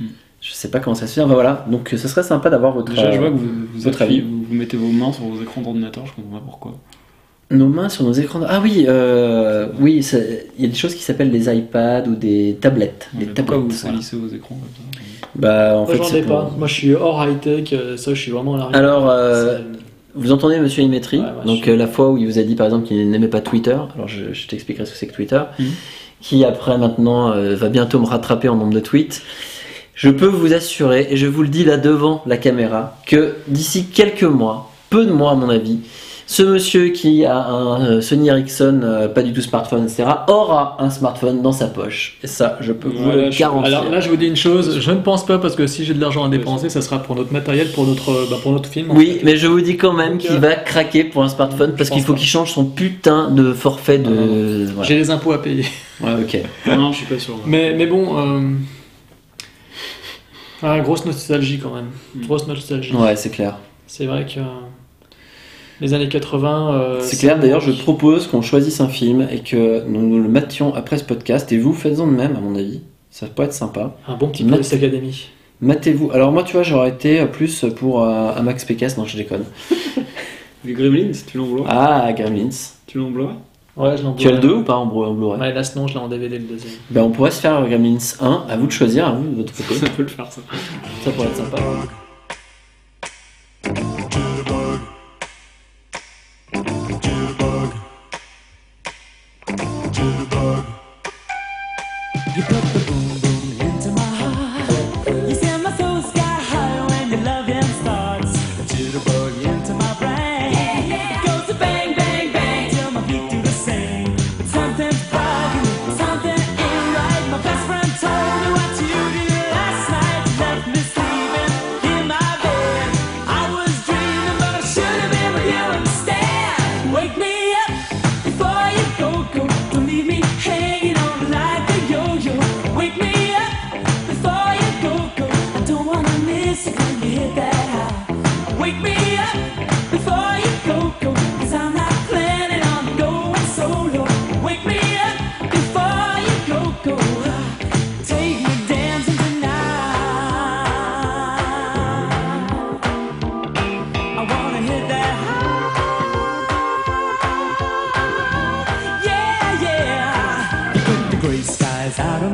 Speaker 4: Hmm.
Speaker 2: je sais pas comment ça se fait. Enfin, voilà, donc euh, ce serait sympa d'avoir votre.
Speaker 4: Déjà, je
Speaker 2: euh,
Speaker 4: vois que vous, vous,
Speaker 2: votre
Speaker 4: appuyez-
Speaker 2: avis.
Speaker 4: vous, vous mettez vos mains sur vos écrans d'ordinateur, je comprends pas pourquoi.
Speaker 2: Nos mains sur nos écrans. Ah oui, euh, oui, ça- il y a des choses qui s'appellent des iPads ou des tablettes. des
Speaker 4: Pourquoi
Speaker 2: tablettes.
Speaker 4: vous
Speaker 2: voilà.
Speaker 4: salissez vos écrans comme ça
Speaker 2: Bah, en
Speaker 3: Moi,
Speaker 2: fait,
Speaker 3: j'en
Speaker 2: c'est
Speaker 3: ai
Speaker 2: pour-
Speaker 3: pas. Moi, je suis hors high-tech, euh, ça, je suis vraiment à l'arrière.
Speaker 2: Alors, euh, vous entendez Monsieur Imetri, donc euh, la fois où il vous a dit par exemple qu'il n'aimait pas Twitter, alors je, je t'expliquerai ce que c'est que Twitter,
Speaker 3: Mhm.
Speaker 2: qui après maintenant euh, va bientôt me rattraper en nombre de tweets. Je peux vous assurer, et je vous le dis là devant la caméra, que d'ici quelques mois, peu de mois à mon avis, ce monsieur qui a un euh, Sony Ericsson, euh, pas du tout smartphone, etc., aura un smartphone dans sa poche. Et ça, je peux vous
Speaker 3: euh, Voilà,
Speaker 2: le
Speaker 3: je-
Speaker 2: garantir.
Speaker 3: Alors là, je vous dis une chose, je ne pense pas parce que si j'ai de l'argent à dépenser, ça sera pour notre matériel, pour notre, euh, bah, pour notre film.
Speaker 2: Oui, mais je vous dis quand même
Speaker 4: euh,
Speaker 2: qu'il va craquer pour un smartphone parce qu'il faut qu'il change son putain de forfait
Speaker 4: Ah
Speaker 2: de. voilà.
Speaker 3: J'ai les impôts à payer.
Speaker 2: Ouais, ok.
Speaker 4: Non, je suis pas sûr.
Speaker 3: Mais, mais bon, euh, ah, grosse nostalgie quand même. Grosse nostalgie.
Speaker 2: Ouais, c'est clair.
Speaker 3: C'est vrai que euh, les années 80. euh,
Speaker 2: C'est clair, d'ailleurs, je propose qu'on choisisse un film et que nous, nous le mations après ce podcast et vous faites-en de même, à mon avis. Ça peut être sympa.
Speaker 3: Un bon petit
Speaker 2: Mat-
Speaker 3: Police Academy.
Speaker 2: Matez-vous. Alors, moi, tu vois, j'aurais été euh, plus pour euh, un Max Pécasse, non, je déconne.
Speaker 4: Les Gremlins, tu l'en vouloir
Speaker 2: Ah, Gremlins.
Speaker 4: Tu l'en vouloir
Speaker 3: Ouais, je l'en
Speaker 2: Tu as le 2 ou pas en Blu- en Blu-ray
Speaker 3: Ouais, là, non, je l'ai en DVD le deuxième.
Speaker 2: Ben, on pourrait se faire euh, Gremlins 1, à vous de choisir, à vous de votre côté.
Speaker 4: Ça peut le faire, ça.
Speaker 2: Ça pourrait être sympa.
Speaker 1: You put the boom boom into my heart. You send my soul sky high when your loving starts. Jitterbug into my brain. Goes to bang bang bang till my feet do the same. But something's bugging me, something ain't right. My best friend told me what you did last night. You left me sleeping in my bed. I was dreaming, but I should have been with you instead. Wake me up before you go go. Don't leave me hanging on like a yo-yo. Wake me up before you go go. I don't wanna miss it when you hit that high. Wake me up before you go go. Cause I'm not planning on going solo. Wake me up before you go go. Take me dancing tonight. I wanna hit that high. Yeah, yeah. You put the gray skies out of Oh, Ah, Oh,